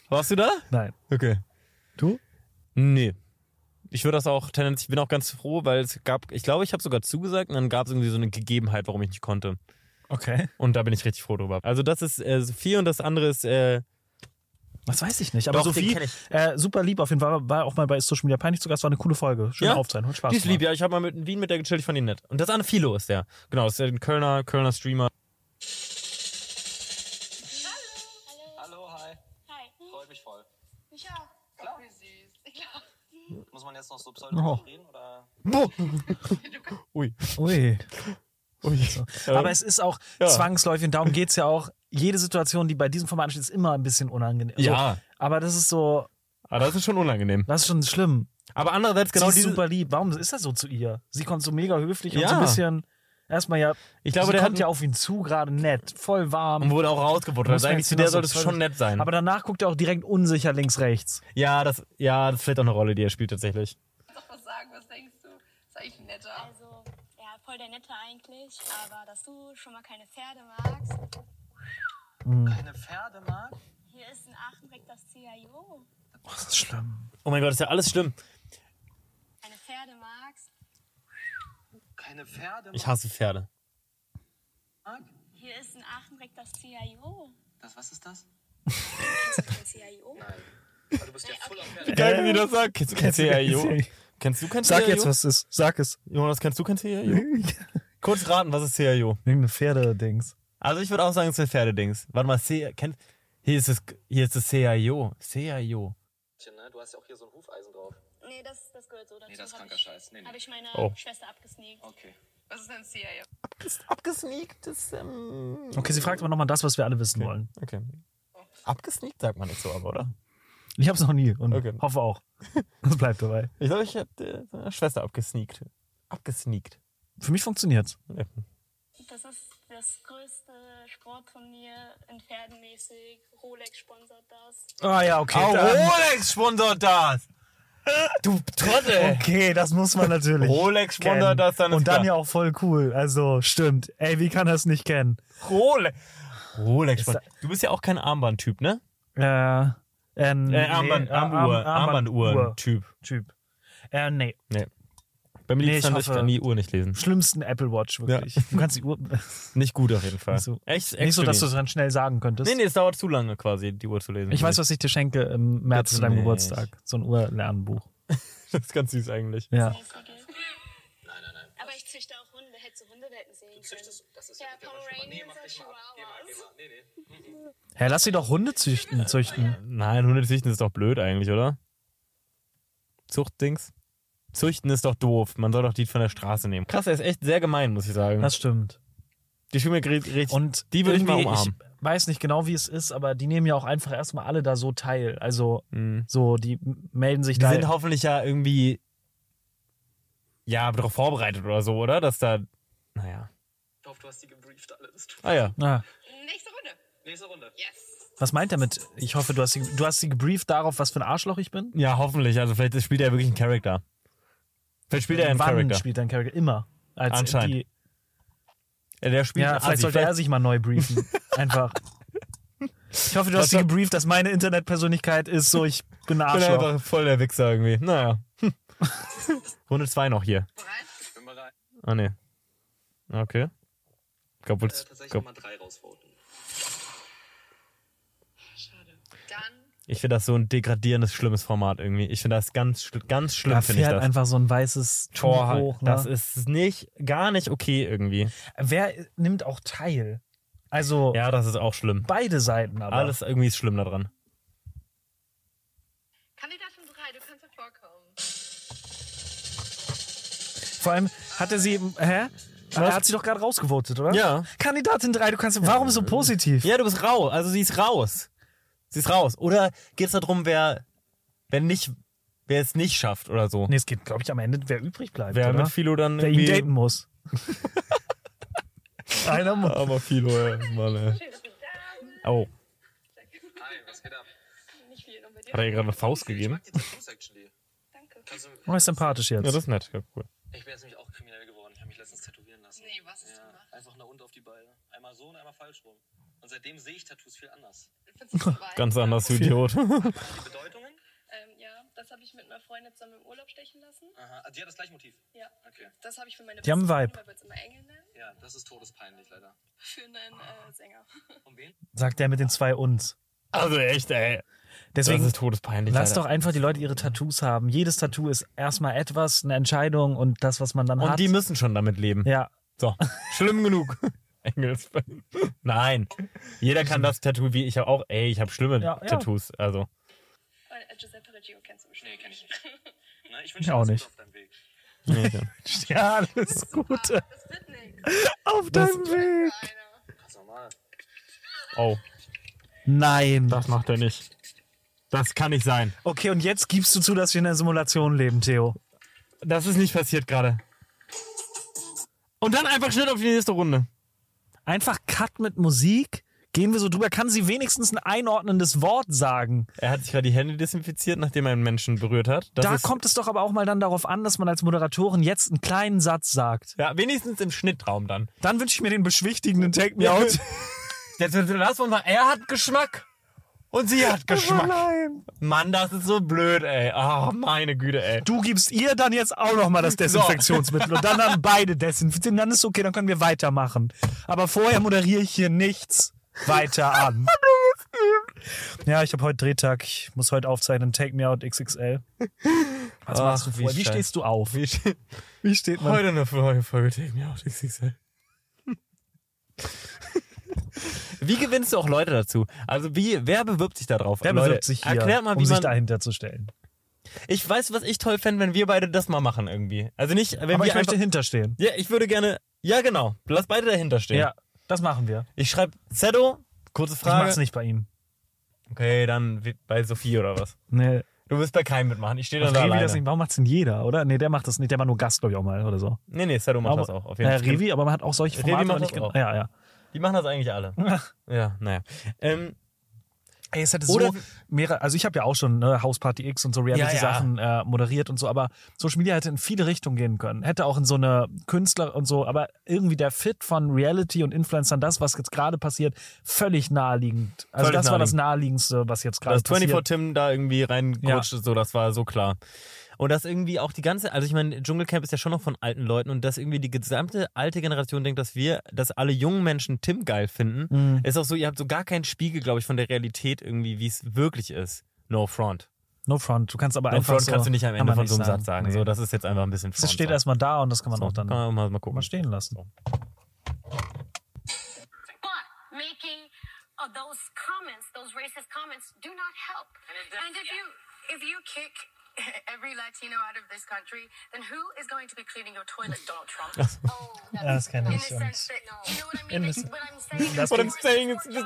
Speaker 1: Warst du da?
Speaker 2: Nein.
Speaker 1: Okay.
Speaker 2: Du?
Speaker 1: Nee. Ich würde das auch tendenziell, ich bin auch ganz froh, weil es gab, ich glaube, ich habe sogar zugesagt und dann gab es irgendwie so eine Gegebenheit, warum ich nicht konnte.
Speaker 2: Okay.
Speaker 1: Und da bin ich richtig froh drüber. Also das ist äh, Sophie und das andere ist, äh,
Speaker 2: Was weiß ich nicht. Aber
Speaker 1: Doch, den
Speaker 2: Sophie,
Speaker 1: kenn ich.
Speaker 2: äh, super lieb auf jeden Fall. War- War auch mal bei Ist Social Media Peinlich zu Gast. War eine coole Folge. Schöne
Speaker 1: Ja?
Speaker 2: Aufzeichnung. Hat Spaß
Speaker 1: die ist lieb,
Speaker 2: gemacht.
Speaker 1: ja, ich habe mal mit in Wien mit der gechillt, ich fand ihn nett. Und das andere Philo ist der. Genau, das ist ein Kölner, Kölner Streamer.
Speaker 6: Hallo, hi.
Speaker 4: Hi.
Speaker 6: Freut mich voll.
Speaker 4: Ich auch. Klar. Wie süß. Klar.
Speaker 6: Muss man jetzt noch so pseudonym
Speaker 2: Oh.
Speaker 6: reden oder?
Speaker 2: [LAUGHS]
Speaker 1: Ui.
Speaker 2: Ui.
Speaker 1: Ui.
Speaker 2: Aber es ist auch
Speaker 1: Ja.
Speaker 2: zwangsläufig, und darum geht es ja auch. Jede Situation, die bei diesem Format ansteht, ist immer ein bisschen unangenehm.
Speaker 1: Ja.
Speaker 2: So, aber das ist so,
Speaker 1: Ah, das ist schon unangenehm.
Speaker 2: das ist schon schlimm.
Speaker 1: Aber andererseits genau
Speaker 2: Genau sie ist
Speaker 1: diese,
Speaker 2: super lieb. Warum ist das so zu ihr? Sie kommt so mega höflich und so
Speaker 1: Ja.
Speaker 2: ein bisschen, erstmal ja,
Speaker 1: Ich glaube,
Speaker 2: sie
Speaker 1: der
Speaker 2: kommt
Speaker 1: hat-
Speaker 2: ja auf ihn zu, gerade nett, voll warm.
Speaker 1: und wurde auch rausgebuttert.
Speaker 2: Muss
Speaker 1: Also
Speaker 2: man
Speaker 1: eigentlich
Speaker 2: jetzt
Speaker 1: zu
Speaker 2: noch
Speaker 1: der
Speaker 2: so
Speaker 1: solltest du
Speaker 2: zwei-
Speaker 1: schon nett sein.
Speaker 2: Aber danach guckt er auch direkt unsicher links, rechts.
Speaker 1: ja, das, ja, das ist vielleicht auch eine Rolle, die er spielt tatsächlich.
Speaker 5: Doch was sagen, was denkst du? Ist eigentlich netter.
Speaker 7: Also, ja, voll der Nette eigentlich, aber dass du schon mal keine Pferde magst.
Speaker 6: Keine Pferde mag?
Speaker 7: Hier ist in Aachen direkt das CIO.
Speaker 2: Oh, das ist schlimm.
Speaker 1: Oh mein Gott, ist ja alles schlimm.
Speaker 7: Keine Pferde magst.
Speaker 6: Keine Pferde
Speaker 1: Ich hasse Pferde.
Speaker 6: mag?
Speaker 7: Hier ist in Aachen direkt das CIO.
Speaker 6: Das, was ist das?
Speaker 7: Kein CIO?
Speaker 6: Weil du bist ja voll auf Pferde.
Speaker 1: Geil, wie die das sagt. Kennst du kein CIO?
Speaker 2: CIO?
Speaker 1: Kennst du kein CIO?
Speaker 2: Sag jetzt, was ist.
Speaker 1: [LAUGHS]
Speaker 2: Sag es.
Speaker 1: Jonas, kennst du kein CIO? Mhm. Kurz raten, was ist CIO?
Speaker 2: Irgendeine Pferdedings.
Speaker 1: Also ich würde auch sagen, es ist Pferdedings. Warte mal, C kennt, hier ist es, hier ist das CIO. CIO.
Speaker 6: Ne? Du hast ja auch hier so ein Hufeisen drauf.
Speaker 7: Nee, das, das gehört so dazu.
Speaker 6: Nee, das ist
Speaker 7: Hab
Speaker 6: kranker
Speaker 7: ich-
Speaker 6: Scheiß. Nee,
Speaker 7: Hab
Speaker 6: nee.
Speaker 7: ich meine
Speaker 1: Oh.
Speaker 7: Schwester abgesneakt.
Speaker 6: Okay.
Speaker 5: Was ist denn CIA?
Speaker 1: Ist abgesneakt, ist, ähm,
Speaker 2: Okay, sie fragt aber nochmal das, was wir alle wissen wollen.
Speaker 1: okay. Abgesneakt sagt man nicht so, aber, oder?
Speaker 2: Ich hab's noch nie und
Speaker 1: Okay.
Speaker 2: hoffe
Speaker 1: [LAUGHS]
Speaker 2: auch. Das bleibt dabei.
Speaker 1: Ich glaube, ich habe äh, meine Schwester abgesneakt. Abgesneakt.
Speaker 2: Für mich funktioniert's.
Speaker 1: Ja.
Speaker 7: Das ist das größte Sportturnier in Pferdenmäßig. Rolex sponsert das.
Speaker 2: Ah ja, okay. dann-
Speaker 1: Rolex sponsert das! Du Trottel!
Speaker 2: Okay, das muss man natürlich.
Speaker 1: Rolex
Speaker 2: kennen.
Speaker 1: sponsert das, dann ist
Speaker 2: Und dann
Speaker 1: klar.
Speaker 2: ja auch voll cool. Also, stimmt. Ey, wie kann das nicht kennen?
Speaker 1: Rolex. Rolex. Du bist ja auch kein Armbandtyp, ne?
Speaker 2: Äh, äh,
Speaker 1: Äh, Armband, Armbanduhr, Armbanduhren-Typ.
Speaker 2: Typ. Äh, nee.
Speaker 1: Bei mir
Speaker 2: Nee,
Speaker 1: liegt es
Speaker 2: ich
Speaker 1: dann, dass ich
Speaker 2: hoffe-
Speaker 1: dann die Uhr nicht lesen.
Speaker 2: Schlimmsten Apple Watch, wirklich. Du kannst die Uhr.
Speaker 1: Nicht gut auf jeden Fall.
Speaker 2: Nicht so,
Speaker 1: echt, echt
Speaker 2: nicht so dass du
Speaker 1: schwierig.
Speaker 2: es dann schnell sagen könntest.
Speaker 1: Nee, nee, es dauert zu lange quasi, die Uhr zu lesen.
Speaker 2: Ich weiß, was ich dir schenke im März
Speaker 1: Bitte
Speaker 2: zu deinem
Speaker 1: nicht.
Speaker 2: Geburtstag. So ein Urlernbuch.
Speaker 1: [LAUGHS] Das ist ganz süß eigentlich.
Speaker 2: Ja.
Speaker 7: Mäßige. Aber ich züchte auch Hunde. Hättest du Hunde, wir hätten sehen können.
Speaker 6: Das ist
Speaker 7: Ja,
Speaker 6: ja, mit der Waschmaschine. Nee,
Speaker 7: Pomeranians
Speaker 6: mach
Speaker 7: oder
Speaker 6: dich mal ab. Geh mal, geh
Speaker 7: Chihuahuas.
Speaker 6: mal. Nee, nee.
Speaker 2: Hä, lass sie doch Hunde züchten. züchten.
Speaker 1: Nein, Hunde züchten ist doch blöd eigentlich, oder? Zuchtdings? Züchten ist doch doof. Man soll doch die von der Straße nehmen. Krass, er ist echt sehr gemein, muss ich sagen.
Speaker 2: Das stimmt.
Speaker 1: die Stimme kriegt richtig.
Speaker 2: Und
Speaker 1: die würde ich mal
Speaker 2: irgendwie,
Speaker 1: umarmen.
Speaker 2: Ich weiß nicht genau, wie es ist, aber die nehmen ja auch einfach erstmal alle da so teil. Also, so, die melden sich
Speaker 1: Mhm. die
Speaker 2: da.
Speaker 1: sind hoffentlich ja irgendwie. Ja, darauf vorbereitet oder so, oder? Dass da Naja.
Speaker 6: Ich hoffe, du hast die gebrieft alle. Das tut
Speaker 1: Ah ja.
Speaker 2: Ah,
Speaker 5: Nächste Runde.
Speaker 6: Nächste Runde.
Speaker 5: Yes.
Speaker 2: was meint er mit? Ich hoffe, du hast, sie, du hast sie gebrieft darauf, was für ein Arschloch ich bin?
Speaker 1: Ja, hoffentlich. Also vielleicht spielt er wirklich einen Charakter. Vielleicht spielt er einen
Speaker 2: Wann
Speaker 1: Charakter.
Speaker 2: spielt dein Charakter? Immer. Als
Speaker 1: Anscheinend.
Speaker 2: Die,
Speaker 1: Ja, der spielt
Speaker 2: ja,
Speaker 1: einen
Speaker 2: vielleicht
Speaker 1: Assi.
Speaker 2: sollte er sich mal neu briefen. Einfach. Ich hoffe,
Speaker 1: Was Genau,
Speaker 2: du hast sie
Speaker 1: soll-
Speaker 2: gebrieft, dass meine Internetpersönlichkeit ist so, ich bin ein
Speaker 1: Ich [LAUGHS] bin
Speaker 2: Arschloch.
Speaker 1: einfach voll der Wichser irgendwie. Naja. [LAUGHS] Hm. Runde 2 noch hier.
Speaker 5: Bereit?
Speaker 6: Ich bin bereit.
Speaker 1: Ah, ne. Okay. Ich glaube,
Speaker 6: Äh, tatsächlich nochmal drei rausvoten.
Speaker 5: Dann
Speaker 1: ich finde das so ein degradierendes, schlimmes Format irgendwie. Ich finde das ganz, schl- ganz schlimm,
Speaker 2: Da
Speaker 1: finde ich
Speaker 2: fährt
Speaker 1: das.
Speaker 2: einfach so ein weißes Tor
Speaker 1: Boah,
Speaker 2: hoch. Ne?
Speaker 1: Das ist nicht, gar nicht okay irgendwie.
Speaker 2: Wer nimmt auch teil? Also
Speaker 1: Ja, das ist auch schlimm.
Speaker 2: beide Seiten aber.
Speaker 1: Alles irgendwie ist schlimm daran.
Speaker 5: Kandidatin 3, du kannst hervorkommen.
Speaker 2: Vor allem hatte sie. Hä? Er hat sie doch gerade rausgevotet, oder?
Speaker 1: Ja.
Speaker 2: Kandidatin 3, du kannst. Warum so positiv?
Speaker 1: Ja, du bist raus. Also sie ist raus. Sie ist raus. Oder geht es darum, wer, wer nicht, wer es nicht schafft oder so?
Speaker 2: Nee, es geht, glaube ich, am Ende, wer übrig bleibt.
Speaker 1: wer
Speaker 2: oder?
Speaker 1: mit Philo dann
Speaker 2: wer ihn
Speaker 1: irgendwie... [LAUGHS]
Speaker 2: daten muss. Einer muss.
Speaker 1: Aber Philo, ja. Mann, ey. Oh,
Speaker 6: Hi, was geht ab?
Speaker 7: Nicht viel, und bei
Speaker 1: hat
Speaker 7: dir?
Speaker 1: er ihr gerade eine Faust
Speaker 6: Ich
Speaker 1: gegeben?
Speaker 6: mag die Tattoos actually.
Speaker 7: Danke.
Speaker 6: Kannst du,
Speaker 2: Oh, er ist sympathisch jetzt.
Speaker 1: Ja, das ist nett. Ja, cool.
Speaker 6: ich bin jetzt nämlich auch kriminell geworden. Ich habe mich letztens tätowieren lassen.
Speaker 5: Nee, was hast du
Speaker 6: ja,
Speaker 5: gemacht?
Speaker 6: einfach eine und auf die Beine. Einmal so und einmal falsch rum. Und seitdem sehe ich Tattoos viel anders.
Speaker 5: Findest
Speaker 1: [LAUGHS]
Speaker 5: du bereit?
Speaker 1: Ganz anders, du Idiot.
Speaker 6: Die Bedeutungen?
Speaker 7: Ähm, ja, das habe ich mit einer Freundin zusammen im Urlaub stechen lassen.
Speaker 6: Aha. Ah, Die hat das gleiche Motiv.
Speaker 7: Ja,
Speaker 6: Okay.
Speaker 7: das habe ich für meine
Speaker 2: Die haben
Speaker 7: beste
Speaker 2: einen
Speaker 7: Freundin, weil wir uns immer Engel nennen,
Speaker 6: Ja, das ist todespeinlich leider.
Speaker 7: für einen äh, Sänger. [LAUGHS]
Speaker 6: Von wen?
Speaker 2: Sagt er mit den zwei uns.
Speaker 1: [LAUGHS] Also echt, ey.
Speaker 2: Deswegen
Speaker 1: das ist todespeinlich.
Speaker 2: lass
Speaker 1: Alter.
Speaker 2: doch einfach die Leute ihre Tattoos haben. Jedes Tattoo ist erstmal etwas, eine Entscheidung und das, was man dann
Speaker 1: Und
Speaker 2: hat.
Speaker 1: die müssen schon damit leben.
Speaker 2: ja,
Speaker 1: So, schlimm genug. [LAUGHS] Engelsbein. Nein. Jeder kann das Tattoo wie ich hab auch. Ey, ich habe schlimme
Speaker 2: Ja, ja.
Speaker 1: Tattoos. Also,
Speaker 7: Und, äh, Giuseppe Reggio kennst du bestimmt.
Speaker 6: Nee, kenn ich nicht. Na, ich wünsche
Speaker 2: auch
Speaker 6: dir
Speaker 2: nicht.
Speaker 6: alles Gute auf deinem
Speaker 1: nee,
Speaker 6: Weg.
Speaker 1: ja.
Speaker 2: [LAUGHS] Ja, alles Gute.
Speaker 5: Das wird nix.
Speaker 2: Auf deinem Weg.
Speaker 5: Einer.
Speaker 6: Ganz normal.
Speaker 1: Oh,
Speaker 2: Nein.
Speaker 1: das macht er nicht. Das kann nicht sein.
Speaker 2: Okay, und jetzt gibst du zu, dass wir in einer Simulation leben, Theo.
Speaker 1: Das ist nicht passiert gerade. Und dann einfach schnell auf die nächste Runde.
Speaker 2: Einfach Cut mit Musik. Gehen wir so drüber. Kann sie wenigstens ein einordnendes Wort sagen?
Speaker 1: Er hat sich gerade die Hände desinfiziert, nachdem er einen Menschen berührt hat. Das
Speaker 2: da
Speaker 1: ist,
Speaker 2: kommt es doch aber auch mal dann darauf an, dass man als Moderatorin jetzt einen kleinen Satz sagt.
Speaker 1: Ja, wenigstens im Schnittraum dann.
Speaker 2: Dann wünsche ich mir den beschwichtigenden Take Me Out.
Speaker 1: Jetzt lass uns sagen, er hat Geschmack. Und sie hat Geschmack.
Speaker 2: Nein.
Speaker 1: Mann, das ist so blöd, ey. Ah, meine Güte, ey.
Speaker 2: Du gibst ihr dann jetzt auch noch mal das Desinfektionsmittel und dann haben beide desinfiziert. Dann ist okay, dann können wir weitermachen. Aber vorher moderiere ich hier nichts
Speaker 1: [LAUGHS]
Speaker 2: weiter an. Ja, ich habe heute Drehtag. Ich muss heute aufzeichnen. Take me out XXL. Was
Speaker 1: Ach,
Speaker 2: machst du vorher?
Speaker 1: wie
Speaker 2: Wie
Speaker 1: scheiße.
Speaker 2: stehst du auf?
Speaker 1: Wie, steht-
Speaker 2: [LAUGHS] Wie steht
Speaker 1: heute eine neue Folge Take Me Out [LAUGHS] XXL. Wie gewinnst du auch Leute dazu? Also wie, wer bewirbt sich da drauf?
Speaker 2: Wer
Speaker 1: Leute,
Speaker 2: bewirbt sich hier,
Speaker 1: Erklärt mal, wie
Speaker 2: um sich
Speaker 1: man,
Speaker 2: dahinter zu stellen?
Speaker 1: Ich weiß, was ich toll fände, wenn wir beide das mal machen irgendwie. Also nicht, wenn
Speaker 2: Aber
Speaker 1: wir
Speaker 2: ich möchte
Speaker 1: einfach,
Speaker 2: hinterstehen.
Speaker 1: Ja, ich würde gerne. Ja, genau. Lass beide dahinter stehen.
Speaker 2: Ja, das machen wir.
Speaker 1: Ich schreibe Zedo, kurze
Speaker 2: Ich mach's
Speaker 1: Frage.
Speaker 2: nicht bei ihm.
Speaker 1: Okay, dann wi- bei Sophie oder was?
Speaker 2: Nee.
Speaker 1: Du wirst bei keinem mitmachen. Ich stehe
Speaker 2: Ach,
Speaker 1: dann da
Speaker 2: Revi
Speaker 1: alleine.
Speaker 2: das nicht. Warum macht's denn jeder, oder? Nee, der macht das nicht. Der war nur Gast, glaube ich, auch mal oder so.
Speaker 1: Nee, nee, Zedo macht
Speaker 2: aber,
Speaker 1: das auch. Auf jeden
Speaker 2: Ja,
Speaker 1: Fall.
Speaker 2: Revi, aber man hat auch solche
Speaker 1: Revi
Speaker 2: Formate
Speaker 1: macht
Speaker 2: aber nicht
Speaker 1: das
Speaker 2: gen-
Speaker 1: auch.
Speaker 2: Ja, [LAUGHS] ja.
Speaker 1: Die machen das eigentlich alle. ja, naja. Ähm,
Speaker 2: Hm? Ey, es hätte
Speaker 1: Oder-
Speaker 2: so mehrere, also ich habe ja auch schon ne, Hausparty X und so Reality-Sachen äh, moderiert und so, aber Social Media hätte in viele Richtungen gehen können. Hätte auch in so eine Künstler und so, aber irgendwie der Fit von Reality und Influencern, das, was jetzt gerade passiert, völlig naheliegend. Also
Speaker 1: Völlig
Speaker 2: das war das Naheliegendste, was jetzt gerade
Speaker 1: dass 24
Speaker 2: passiert.
Speaker 1: Tim da irgendwie reingerutscht ist, so, das war so klar. Und dass irgendwie auch die ganze, also ich meine, Dschungelcamp ist ja schon noch von alten Leuten und dass irgendwie die gesamte alte Generation denkt, dass wir, dass alle jungen Menschen Tim geil finden,
Speaker 2: Mhm.
Speaker 1: ist auch so, ihr habt so gar keinen Spiegel, glaube ich, von der Realität irgendwie, wie es wirklich ist. No front.
Speaker 2: No front, du kannst aber
Speaker 1: No
Speaker 2: einfach
Speaker 1: front
Speaker 2: so,
Speaker 1: kannst du nicht am
Speaker 2: kann
Speaker 1: Ende
Speaker 2: man
Speaker 1: von
Speaker 2: nicht
Speaker 1: so einem Satz sagen. So,
Speaker 2: Nee.
Speaker 1: das ist jetzt einfach ein bisschen front.
Speaker 2: Das steht
Speaker 1: so.
Speaker 2: erstmal da und das kann man
Speaker 1: so,
Speaker 2: auch dann
Speaker 1: kann man mal, mal gucken.
Speaker 2: mal stehen lassen.
Speaker 8: But making uh, those comments, those racist comments, do not help. And,
Speaker 5: if you if you kick
Speaker 4: [LAUGHS]
Speaker 5: every Latino out of this country, then who is going to be cleaning your toilet, [LAUGHS] Donald Trump?
Speaker 8: oh, that's
Speaker 2: Ja, das kann
Speaker 8: in
Speaker 2: ich
Speaker 8: the
Speaker 2: schon.
Speaker 8: sense that, you know what I mean?
Speaker 2: In
Speaker 8: Like,
Speaker 2: the-
Speaker 8: what I'm saying
Speaker 2: That's
Speaker 8: is
Speaker 2: what I'm
Speaker 8: more
Speaker 1: saying,
Speaker 8: than
Speaker 1: it's just-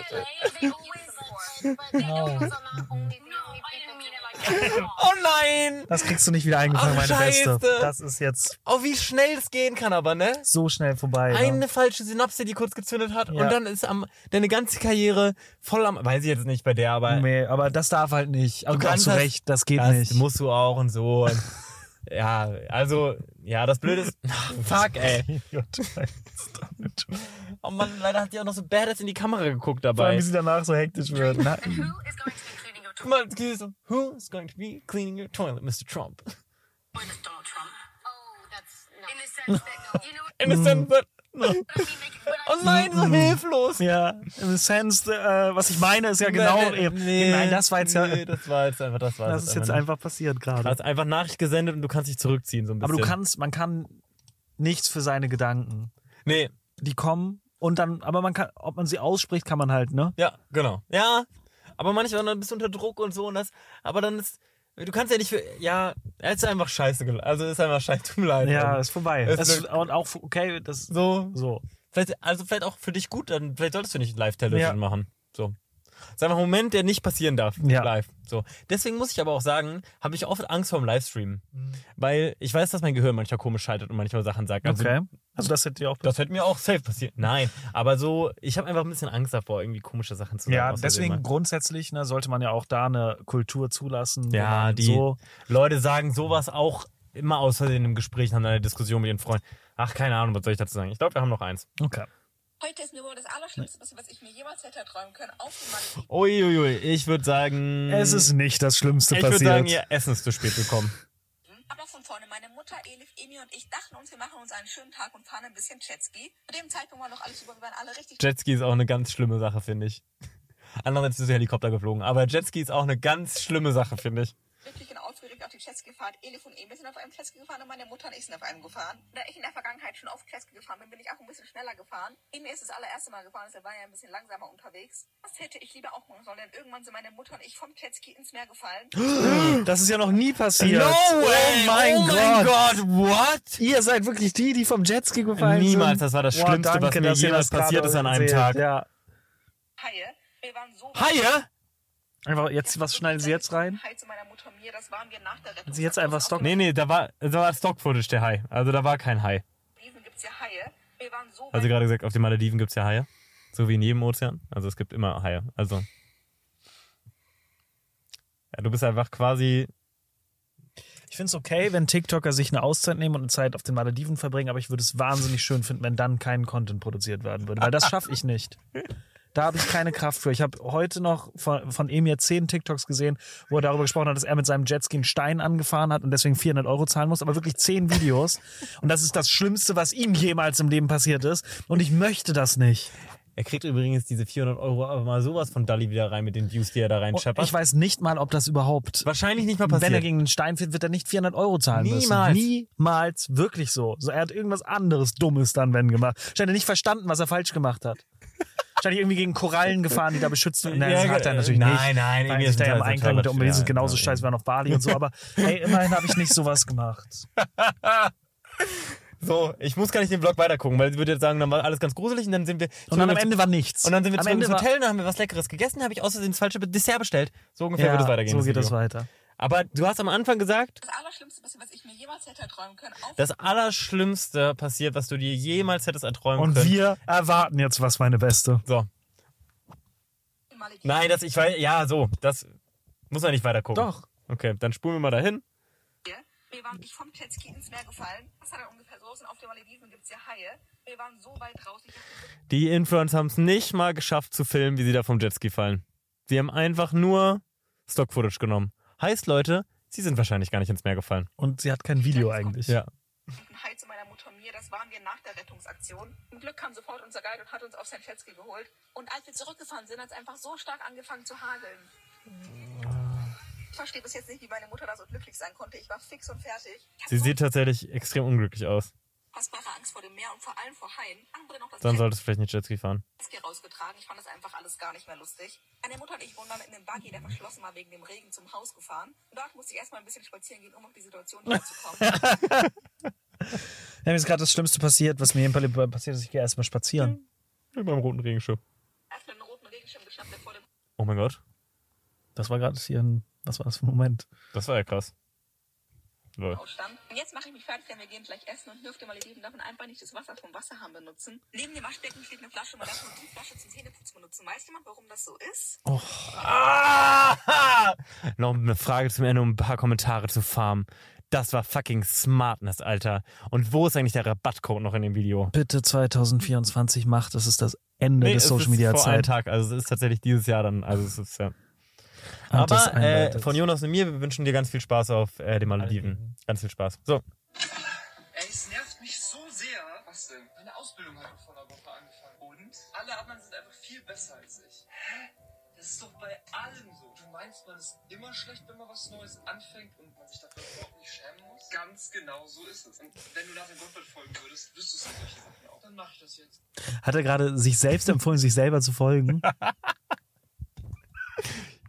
Speaker 8: what Trump did. In LA, they always, but they don't know it's not only the only
Speaker 5: No,
Speaker 8: people
Speaker 5: I didn't mean
Speaker 8: doing
Speaker 5: it like
Speaker 1: Oh nein!
Speaker 2: Das kriegst du nicht wieder eingefangen,
Speaker 1: Ach,
Speaker 2: meine
Speaker 1: Scheiße.
Speaker 2: Beste. Das ist jetzt
Speaker 1: Oh, wie schnell es gehen kann aber, ne?
Speaker 2: so schnell vorbei.
Speaker 1: Eine
Speaker 2: Ne?
Speaker 1: falsche Synapse, die kurz gezündet hat
Speaker 2: Ja.
Speaker 1: und dann ist am deine ganze Karriere voll am weiß ich jetzt nicht bei der, aber
Speaker 2: Nee, aber das darf halt nicht. Und auch
Speaker 1: kannst
Speaker 2: zu
Speaker 1: das-
Speaker 2: Recht, das geht
Speaker 1: das
Speaker 2: nicht.
Speaker 1: musst du auch und so.
Speaker 2: [LAUGHS]
Speaker 1: Und ja, also ja, das Blöde ist [LAUGHS] fuck, ey.
Speaker 2: [LAUGHS]
Speaker 1: Oh Mann, leider hat die auch noch so badass in die Kamera geguckt
Speaker 2: Vor allem,
Speaker 1: dabei.
Speaker 2: wie sie danach so hektisch wird. ne? Na,
Speaker 4: And who is going to be cleaning your
Speaker 1: Guck mal, die ist so, who's going to be cleaning your toilet, Mr.
Speaker 2: [LAUGHS]
Speaker 1: Trump?
Speaker 4: toilet is Donald Trump? Oh, that's not. In the
Speaker 1: In a sense
Speaker 4: sense that, you know what
Speaker 5: [LAUGHS]
Speaker 1: that,
Speaker 4: I mean? Like, when I
Speaker 1: [LAUGHS] oh nein, so hilflos.
Speaker 2: Mhm. ja, im Sense, äh, was ich meine, ist ja genau
Speaker 1: nee,
Speaker 2: eben.
Speaker 1: nee,
Speaker 2: Nein, das war jetzt ja.
Speaker 1: Nee, das war jetzt einfach, das war
Speaker 2: das ist jetzt
Speaker 1: nicht.
Speaker 2: einfach passiert
Speaker 1: Du
Speaker 2: gerade.
Speaker 1: hast einfach Nachricht gesendet und du kannst dich zurückziehen so ein bisschen.
Speaker 2: Aber du kannst, man kann nichts für seine Gedanken.
Speaker 1: Nee,
Speaker 2: Die kommen und dann, aber man kann, ob man sie ausspricht, kann man halt, ne?
Speaker 1: ja, genau. Ja, aber manchmal dann bist du unter Druck und so und das, aber dann ist, du kannst ja nicht für, ja, er ist einfach scheiße, gel- also ist einfach scheiße, tut mir leid.
Speaker 2: Ja,
Speaker 1: Ähm,
Speaker 2: ist vorbei.
Speaker 1: Es
Speaker 2: Es
Speaker 1: wird-
Speaker 2: und auch, okay, das,
Speaker 1: so,
Speaker 2: so.
Speaker 1: vielleicht, also vielleicht auch für dich gut, dann vielleicht solltest du nicht Live-Television
Speaker 2: Ja.
Speaker 1: machen, so. Das ist einfach ein Moment, der nicht passieren darf,
Speaker 2: Ja.
Speaker 1: live. So. Deswegen muss ich aber auch sagen, habe ich oft Angst vor dem Livestream.
Speaker 2: Mhm.
Speaker 1: Weil ich weiß, dass mein Gehirn manchmal komisch schaltet und manchmal Sachen sagt. Also
Speaker 2: Okay. Also, das hätte ja auch
Speaker 1: Das hätte mir auch safe passiert. Nein, aber so, ich habe einfach ein bisschen Angst davor, irgendwie komische Sachen zu sagen.
Speaker 2: Ja,
Speaker 1: aus
Speaker 2: deswegen
Speaker 1: Versehen mal.
Speaker 2: grundsätzlich ne, sollte man ja auch da eine Kultur zulassen. wo
Speaker 1: Ja,
Speaker 2: man
Speaker 1: die
Speaker 2: So,
Speaker 1: Genau. Leute sagen sowas auch immer aus Versehen im Gespräch, nach einer Diskussion mit ihren Freunden. Ach, keine Ahnung, was soll ich dazu sagen? Ich glaube, wir haben noch eins.
Speaker 2: okay.
Speaker 5: Heute ist mir wohl das Allerschlimmste, passiert, was ich mir jemals hätte erträumen können, aufgemacht.
Speaker 1: Uiuiui, ich würde sagen.
Speaker 2: Es ist nicht das Schlimmste
Speaker 1: Ich würde
Speaker 2: passiert.
Speaker 1: sagen, ihr Essen ist zu spät gekommen.
Speaker 5: Aber von vorne, meine Mutter, Elif, Emi und ich dachten uns, wir machen uns einen schönen Tag und fahren ein bisschen Jetski. Zu dem Zeitpunkt war noch alles über, wir waren alle richtig
Speaker 1: Jetski ist auch eine ganz schlimme Sache, finde ich. Andererseits ist der Helikopter geflogen, aber Jetski ist auch eine ganz schlimme Sache, finde ich.
Speaker 5: glücklich und aufgeregt auf die Jetski gefahren. Elif und Emil sind auf einem Jetski gefahren und meine Mutter und ich sind auf einem gefahren. Da ich in der Vergangenheit schon oft Jetski gefahren bin, bin ich auch ein bisschen schneller gefahren. Emil ist das allererste Mal gefahren, deshalb war er ein bisschen langsamer unterwegs. Das hätte ich lieber auch machen sollen, denn irgendwann sind meine Mutter und ich vom Jetski ins
Speaker 2: [GASPS]
Speaker 5: Meer gefallen.
Speaker 2: Das ist ja noch nie passiert.
Speaker 1: way!
Speaker 2: Oh mein,
Speaker 1: Oh
Speaker 2: Gott.
Speaker 1: mein
Speaker 2: what? Ihr seid wirklich die, die vom Jetski gefallen sind.
Speaker 1: Niemals, das war das
Speaker 2: Boah,
Speaker 1: Schlimmste, was
Speaker 2: danke,
Speaker 1: mir
Speaker 2: dass ihr
Speaker 1: jemals
Speaker 2: das
Speaker 1: passiert
Speaker 2: gerade
Speaker 1: ist an einem
Speaker 2: seht.
Speaker 1: Tag.
Speaker 2: Ja.
Speaker 5: Haie. Wir waren so
Speaker 1: Haie?
Speaker 2: Einfach jetzt, was schneiden Sie jetzt rein?
Speaker 5: Hai zu meiner Mutter und mir, das waren wir nach der Rettung.
Speaker 2: Sie jetzt einfach stocken?
Speaker 1: Nee, nee, da war, da war Stock-Footage der Hai. Also da war kein Hai.
Speaker 5: Auf Wiesen gibt's ja Haie. Wir waren so
Speaker 1: Also
Speaker 5: weit
Speaker 1: gerade gesagt, auf den Malediven gibt es ja Haie. So wie in jedem Ozean. Also es gibt immer Haie. Also. Ja, du bist einfach quasi.
Speaker 2: Ich finde es okay, wenn TikToker sich eine Auszeit nehmen und eine Zeit auf den Malediven verbringen, aber ich würde es wahnsinnig schön finden, wenn dann kein Content produziert werden würde, weil das schaffe ich nicht. Da habe ich keine Kraft für. Ich habe heute noch von, von Emir zehn TikToks gesehen, wo er darüber gesprochen hat, dass er mit seinem Jetski einen Stein angefahren hat und deswegen 400 Euro zahlen muss, aber wirklich zehn Videos. Und das ist das Schlimmste, was ihm jemals im Leben passiert ist. Und ich möchte das nicht.
Speaker 1: Er kriegt übrigens diese 400 Euro aber mal sowas von Dali wieder rein mit den Views, die er da rein
Speaker 2: Und
Speaker 1: scheppert.
Speaker 2: Oh, ich weiß nicht mal, ob das überhaupt
Speaker 1: Wahrscheinlich nicht mal
Speaker 2: Wenn er
Speaker 1: passiert.
Speaker 2: gegen einen Stein fällt, wird er nicht 400 Euro zahlen
Speaker 1: Niemals.
Speaker 2: müssen. Niemals. Wirklich so. so. Er hat irgendwas anderes Dummes dann, wenn gemacht. Scheint er nicht verstanden, was er falsch gemacht hat.
Speaker 1: [LAUGHS]
Speaker 2: Wahrscheinlich irgendwie gegen Korallen gefahren, die da beschützt sind. Nein,
Speaker 1: Ja,
Speaker 2: das hat er
Speaker 1: äh,
Speaker 2: natürlich
Speaker 1: nein, nein,
Speaker 2: nicht. Weil
Speaker 1: irgendwie
Speaker 2: sich
Speaker 1: ist
Speaker 2: da
Speaker 1: ein
Speaker 2: ja im
Speaker 1: Teil-
Speaker 2: Einklang mit der Umwelt
Speaker 1: ja,
Speaker 2: sind. Genauso
Speaker 1: ja,
Speaker 2: scheiße, wir waren auf Bali und so.
Speaker 1: [LAUGHS]
Speaker 2: Aber hey, immerhin habe ich nicht sowas gemacht.
Speaker 1: so, ich muss gar nicht den Vlog weitergucken, weil sie würde jetzt sagen, dann war alles ganz gruselig und dann sind wir.
Speaker 2: Und dann am Ende war nichts.
Speaker 1: und dann sind wir
Speaker 2: am
Speaker 1: zurück
Speaker 2: Ende
Speaker 1: ins
Speaker 2: war-
Speaker 1: Hotel, dann haben wir was Leckeres gegessen, habe ich aus Versehen das falsche Dessert bestellt. So ungefähr
Speaker 2: Ja,
Speaker 1: würde es weitergehen.
Speaker 2: so geht
Speaker 1: Video.
Speaker 2: das weiter.
Speaker 1: Aber du hast am Anfang gesagt,
Speaker 5: das Allerschlimmste, passiert, was ich mir jemals hätte erträumen können. Auf
Speaker 1: das Allerschlimmste passiert, was du dir jemals hättest erträumen
Speaker 2: Und
Speaker 1: können.
Speaker 2: wir erwarten jetzt was, meine Beste.
Speaker 1: So.
Speaker 5: den Malediven.
Speaker 1: Nein, das, ich weiß, ja, so, das muss man nicht weiter gucken.
Speaker 2: Doch.
Speaker 1: Okay, dann spulen wir mal dahin.
Speaker 5: Wir waren ich vom Jetski ins Meer gefallen. Das hat er ungefähr so. aus. Und auf den Malediven gibt's ja Haie. Wir waren so weit raus. Ich dachte,
Speaker 1: Die Influencer haben es nicht mal geschafft zu filmen, wie sie da vom Jetski fallen. Sie haben einfach nur Stock-Footage genommen. Heißt, Leute, sie sind wahrscheinlich gar nicht ins Meer gefallen.
Speaker 2: Und sie hat kein Video eigentlich.
Speaker 1: Ja.
Speaker 5: ein Hai zu meiner Mutter und mir. Das waren wir nach der Rettungsaktion. Zum Glück kam sofort unser Guide und hat uns auf sein Jetski geholt. Und als wir zurückgefahren sind, hat es einfach so stark angefangen zu hageln. Ich verstehe bis jetzt nicht, wie meine Mutter da so glücklich sein konnte. Ich war fix und fertig. Ich hab
Speaker 1: Sie
Speaker 5: so
Speaker 1: sieht tatsächlich extrem unglücklich aus.
Speaker 5: unfassbare Angst vor dem Meer und vor allem vor Haien. Andere noch das
Speaker 1: Dann solltest du vielleicht nicht Jetski fahren.
Speaker 5: Jetski rausgetragen. Ich fand das einfach alles gar nicht mehr lustig. Meine Mutter und ich wurden dann mit einem Buggy, der verschlossen war, wegen dem Regen zum Haus gefahren. Und dort musste ich erstmal ein bisschen spazieren gehen, um auf die Situation hinzukommen.
Speaker 2: Ja, mir ist gerade das Schlimmste passiert, was mir in Bali passiert ist. Ich gehe erstmal spazieren.
Speaker 1: Mit meinem roten Regenschirm.
Speaker 5: Erstmal einen roten Regenschirm geschnappt, der vor dem
Speaker 1: Oh mein Gott.
Speaker 2: Das war gerade hier ein Was war das für ein Moment?
Speaker 1: Das war ja krass.
Speaker 5: Aufstand. Und jetzt mache ich mich fertig, denn wir gehen gleich essen und nur auf den Malediven darf man einfach nicht das Wasser vom Wasserhahn benutzen. Neben dem Waschbecken steht eine Flasche, man darf nur die Flasche zum Zähneputzen benutzen. Weiß jemand, warum das so ist?
Speaker 1: Ah! Noch eine Frage zum Ende, um ein paar Kommentare zu farmen. Das war fucking Smartness, Alter. Und wo ist eigentlich der Rabattcode noch in dem Video?
Speaker 2: Bitte 2024 macht, es ist das Ende des
Speaker 1: es
Speaker 2: Social
Speaker 1: ist
Speaker 2: Media
Speaker 1: vor einem
Speaker 2: Zeit.
Speaker 1: Tag, also es ist tatsächlich dieses Jahr dann. Also es ist, ja.
Speaker 2: Und Ah, das
Speaker 1: Aber äh,
Speaker 2: einleitet.
Speaker 1: von Jonas und mir, wir wünschen dir ganz viel Spaß auf äh, den Malediven. Ganz viel Spaß. So,
Speaker 3: Ey, es nervt mich so sehr. Was denn? Meine Ausbildung hat vor einer Woche angefangen. Und? Alle anderen sind einfach viel besser als ich. Hä? Das ist doch bei allem so. Du meinst, man ist immer schlecht, wenn man was Neues anfängt und man sich dafür überhaupt nicht schämen muss? Ganz genau so ist es. Und wenn du nach dem Gottfried folgen würdest, wüsstest du solche Sachen auch. Dann mach ich das jetzt.
Speaker 2: Hat er gerade sich selbst empfohlen, sich selber zu [LAUGHS] folgen?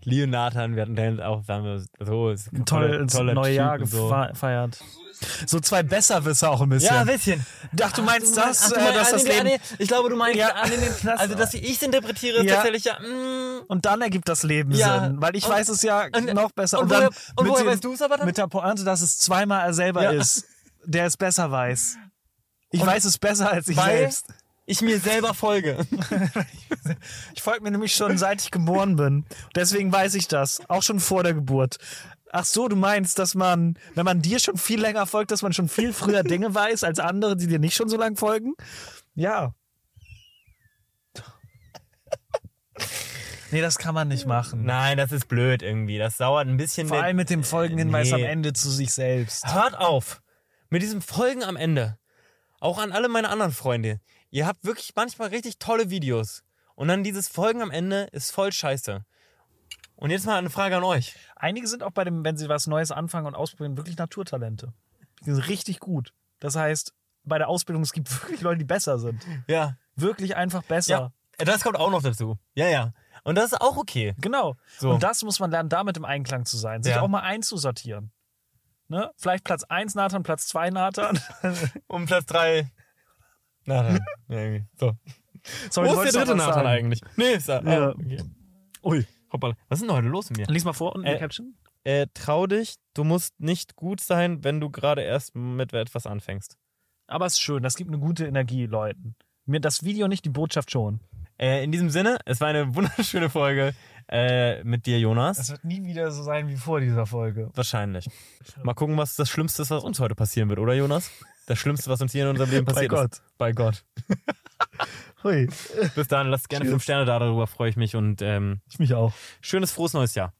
Speaker 1: Leonathan, wir hatten den auch, da haben wir so, ist ein
Speaker 2: Toll
Speaker 1: toller-
Speaker 2: ins
Speaker 1: toller
Speaker 2: neue
Speaker 1: Typ
Speaker 2: Jahr
Speaker 1: und so.
Speaker 2: gefeiert. So zwei Besserwisser auch ein bisschen.
Speaker 1: Ja, ein bisschen.
Speaker 2: Ach, du meinst das,
Speaker 1: Ach, du
Speaker 2: äh,
Speaker 1: meinst,
Speaker 2: dass
Speaker 1: ah,
Speaker 2: das
Speaker 1: nee,
Speaker 2: Leben...
Speaker 1: ah, nee, ich glaube, du meinst
Speaker 2: Ja.
Speaker 1: an in den Knast. Also, dass ich interpretiere, ist
Speaker 2: Ja.
Speaker 1: tatsächlich ja. mm,
Speaker 2: Und dann ergibt das Leben
Speaker 1: Ja.
Speaker 2: Sinn, weil ich
Speaker 1: Und-
Speaker 2: weiß es ja
Speaker 1: und-
Speaker 2: noch besser.
Speaker 1: und woher- und
Speaker 2: mit
Speaker 1: woher
Speaker 2: dem-
Speaker 1: weißt du's aber dann?
Speaker 2: Mit der Pointe, dass es zweimal er selber
Speaker 1: Ja.
Speaker 2: ist, der es besser weiß. Ich weiß es besser als ich
Speaker 1: Weil-
Speaker 2: selbst.
Speaker 1: ich mir selber folge.
Speaker 2: [LAUGHS] Ich folge mir nämlich schon seit ich geboren bin. Deswegen weiß ich das. Auch schon vor der Geburt. Ach so, du meinst, dass man, wenn man dir schon viel länger folgt, dass man schon viel
Speaker 1: [LAUGHS]
Speaker 2: früher Dinge weiß als andere, die dir nicht schon so lang folgen? Ja. Nee, das kann man nicht machen.
Speaker 1: Nein, das ist blöd irgendwie. Das dauert ein bisschen.
Speaker 2: Vor allem mit dem Folgenhinweis
Speaker 1: Nee.
Speaker 2: am Ende zu sich selbst.
Speaker 1: Hört auf mit diesem Folgen am Ende. Auch an alle meine anderen Freunde. Ihr habt wirklich manchmal richtig tolle Videos. Und dann dieses Folgen am Ende ist voll scheiße. Und jetzt mal eine Frage an euch.
Speaker 2: Einige sind auch bei dem, wenn sie was Neues anfangen und ausprobieren, wirklich Naturtalente. Die sind richtig gut. Das heißt, bei der Ausbildung, es gibt [LAUGHS] wirklich Leute, die besser sind.
Speaker 1: Ja,
Speaker 2: Wirklich einfach besser.
Speaker 1: Ja. das kommt auch noch dazu. Ja, ja. Und das ist auch okay.
Speaker 2: Genau.
Speaker 1: So.
Speaker 2: Und das muss man lernen, damit im Einklang zu sein. Sich
Speaker 1: Ja.
Speaker 2: auch mal einzusortieren. Ne? Vielleicht Platz 1 Nathan, Platz 2 Nathan. [LAUGHS]
Speaker 1: Um Platz 3. [LAUGHS] Nathan. ja, irgendwie. So.
Speaker 2: Sorry,
Speaker 1: Wo ist der dritte Nathan eigentlich? Nee, ist er.
Speaker 2: Ja.
Speaker 1: Ah, okay. Ui, hoppala. Was ist denn heute los mit mir?
Speaker 2: Lies mal vor unten die
Speaker 1: Äh,
Speaker 2: Caption.
Speaker 1: Äh, trau dich, du musst nicht gut sein, wenn du gerade erst mit etwas anfängst.
Speaker 2: Aber es ist schön, das gibt eine gute Energie Leuten. Mir das Video nicht, die Botschaft schon.
Speaker 1: Äh, in diesem Sinne, es war eine [LAUGHS] wunderschöne Folge äh, mit dir, Jonas.
Speaker 2: wird nie wieder so sein wie vor dieser Folge.
Speaker 1: Wahrscheinlich. Mal gucken, was das Schlimmste ist, was uns heute passieren wird, oder Jonas? Das Schlimmste, was uns hier in unserem Leben passiert ist. Bei Gott.
Speaker 2: Hui,
Speaker 1: Bis dann, lasst gerne fünf Sterne da, darüber freue ich mich und ähm,
Speaker 2: ich mich auch.
Speaker 1: schönes, frohes neues Jahr.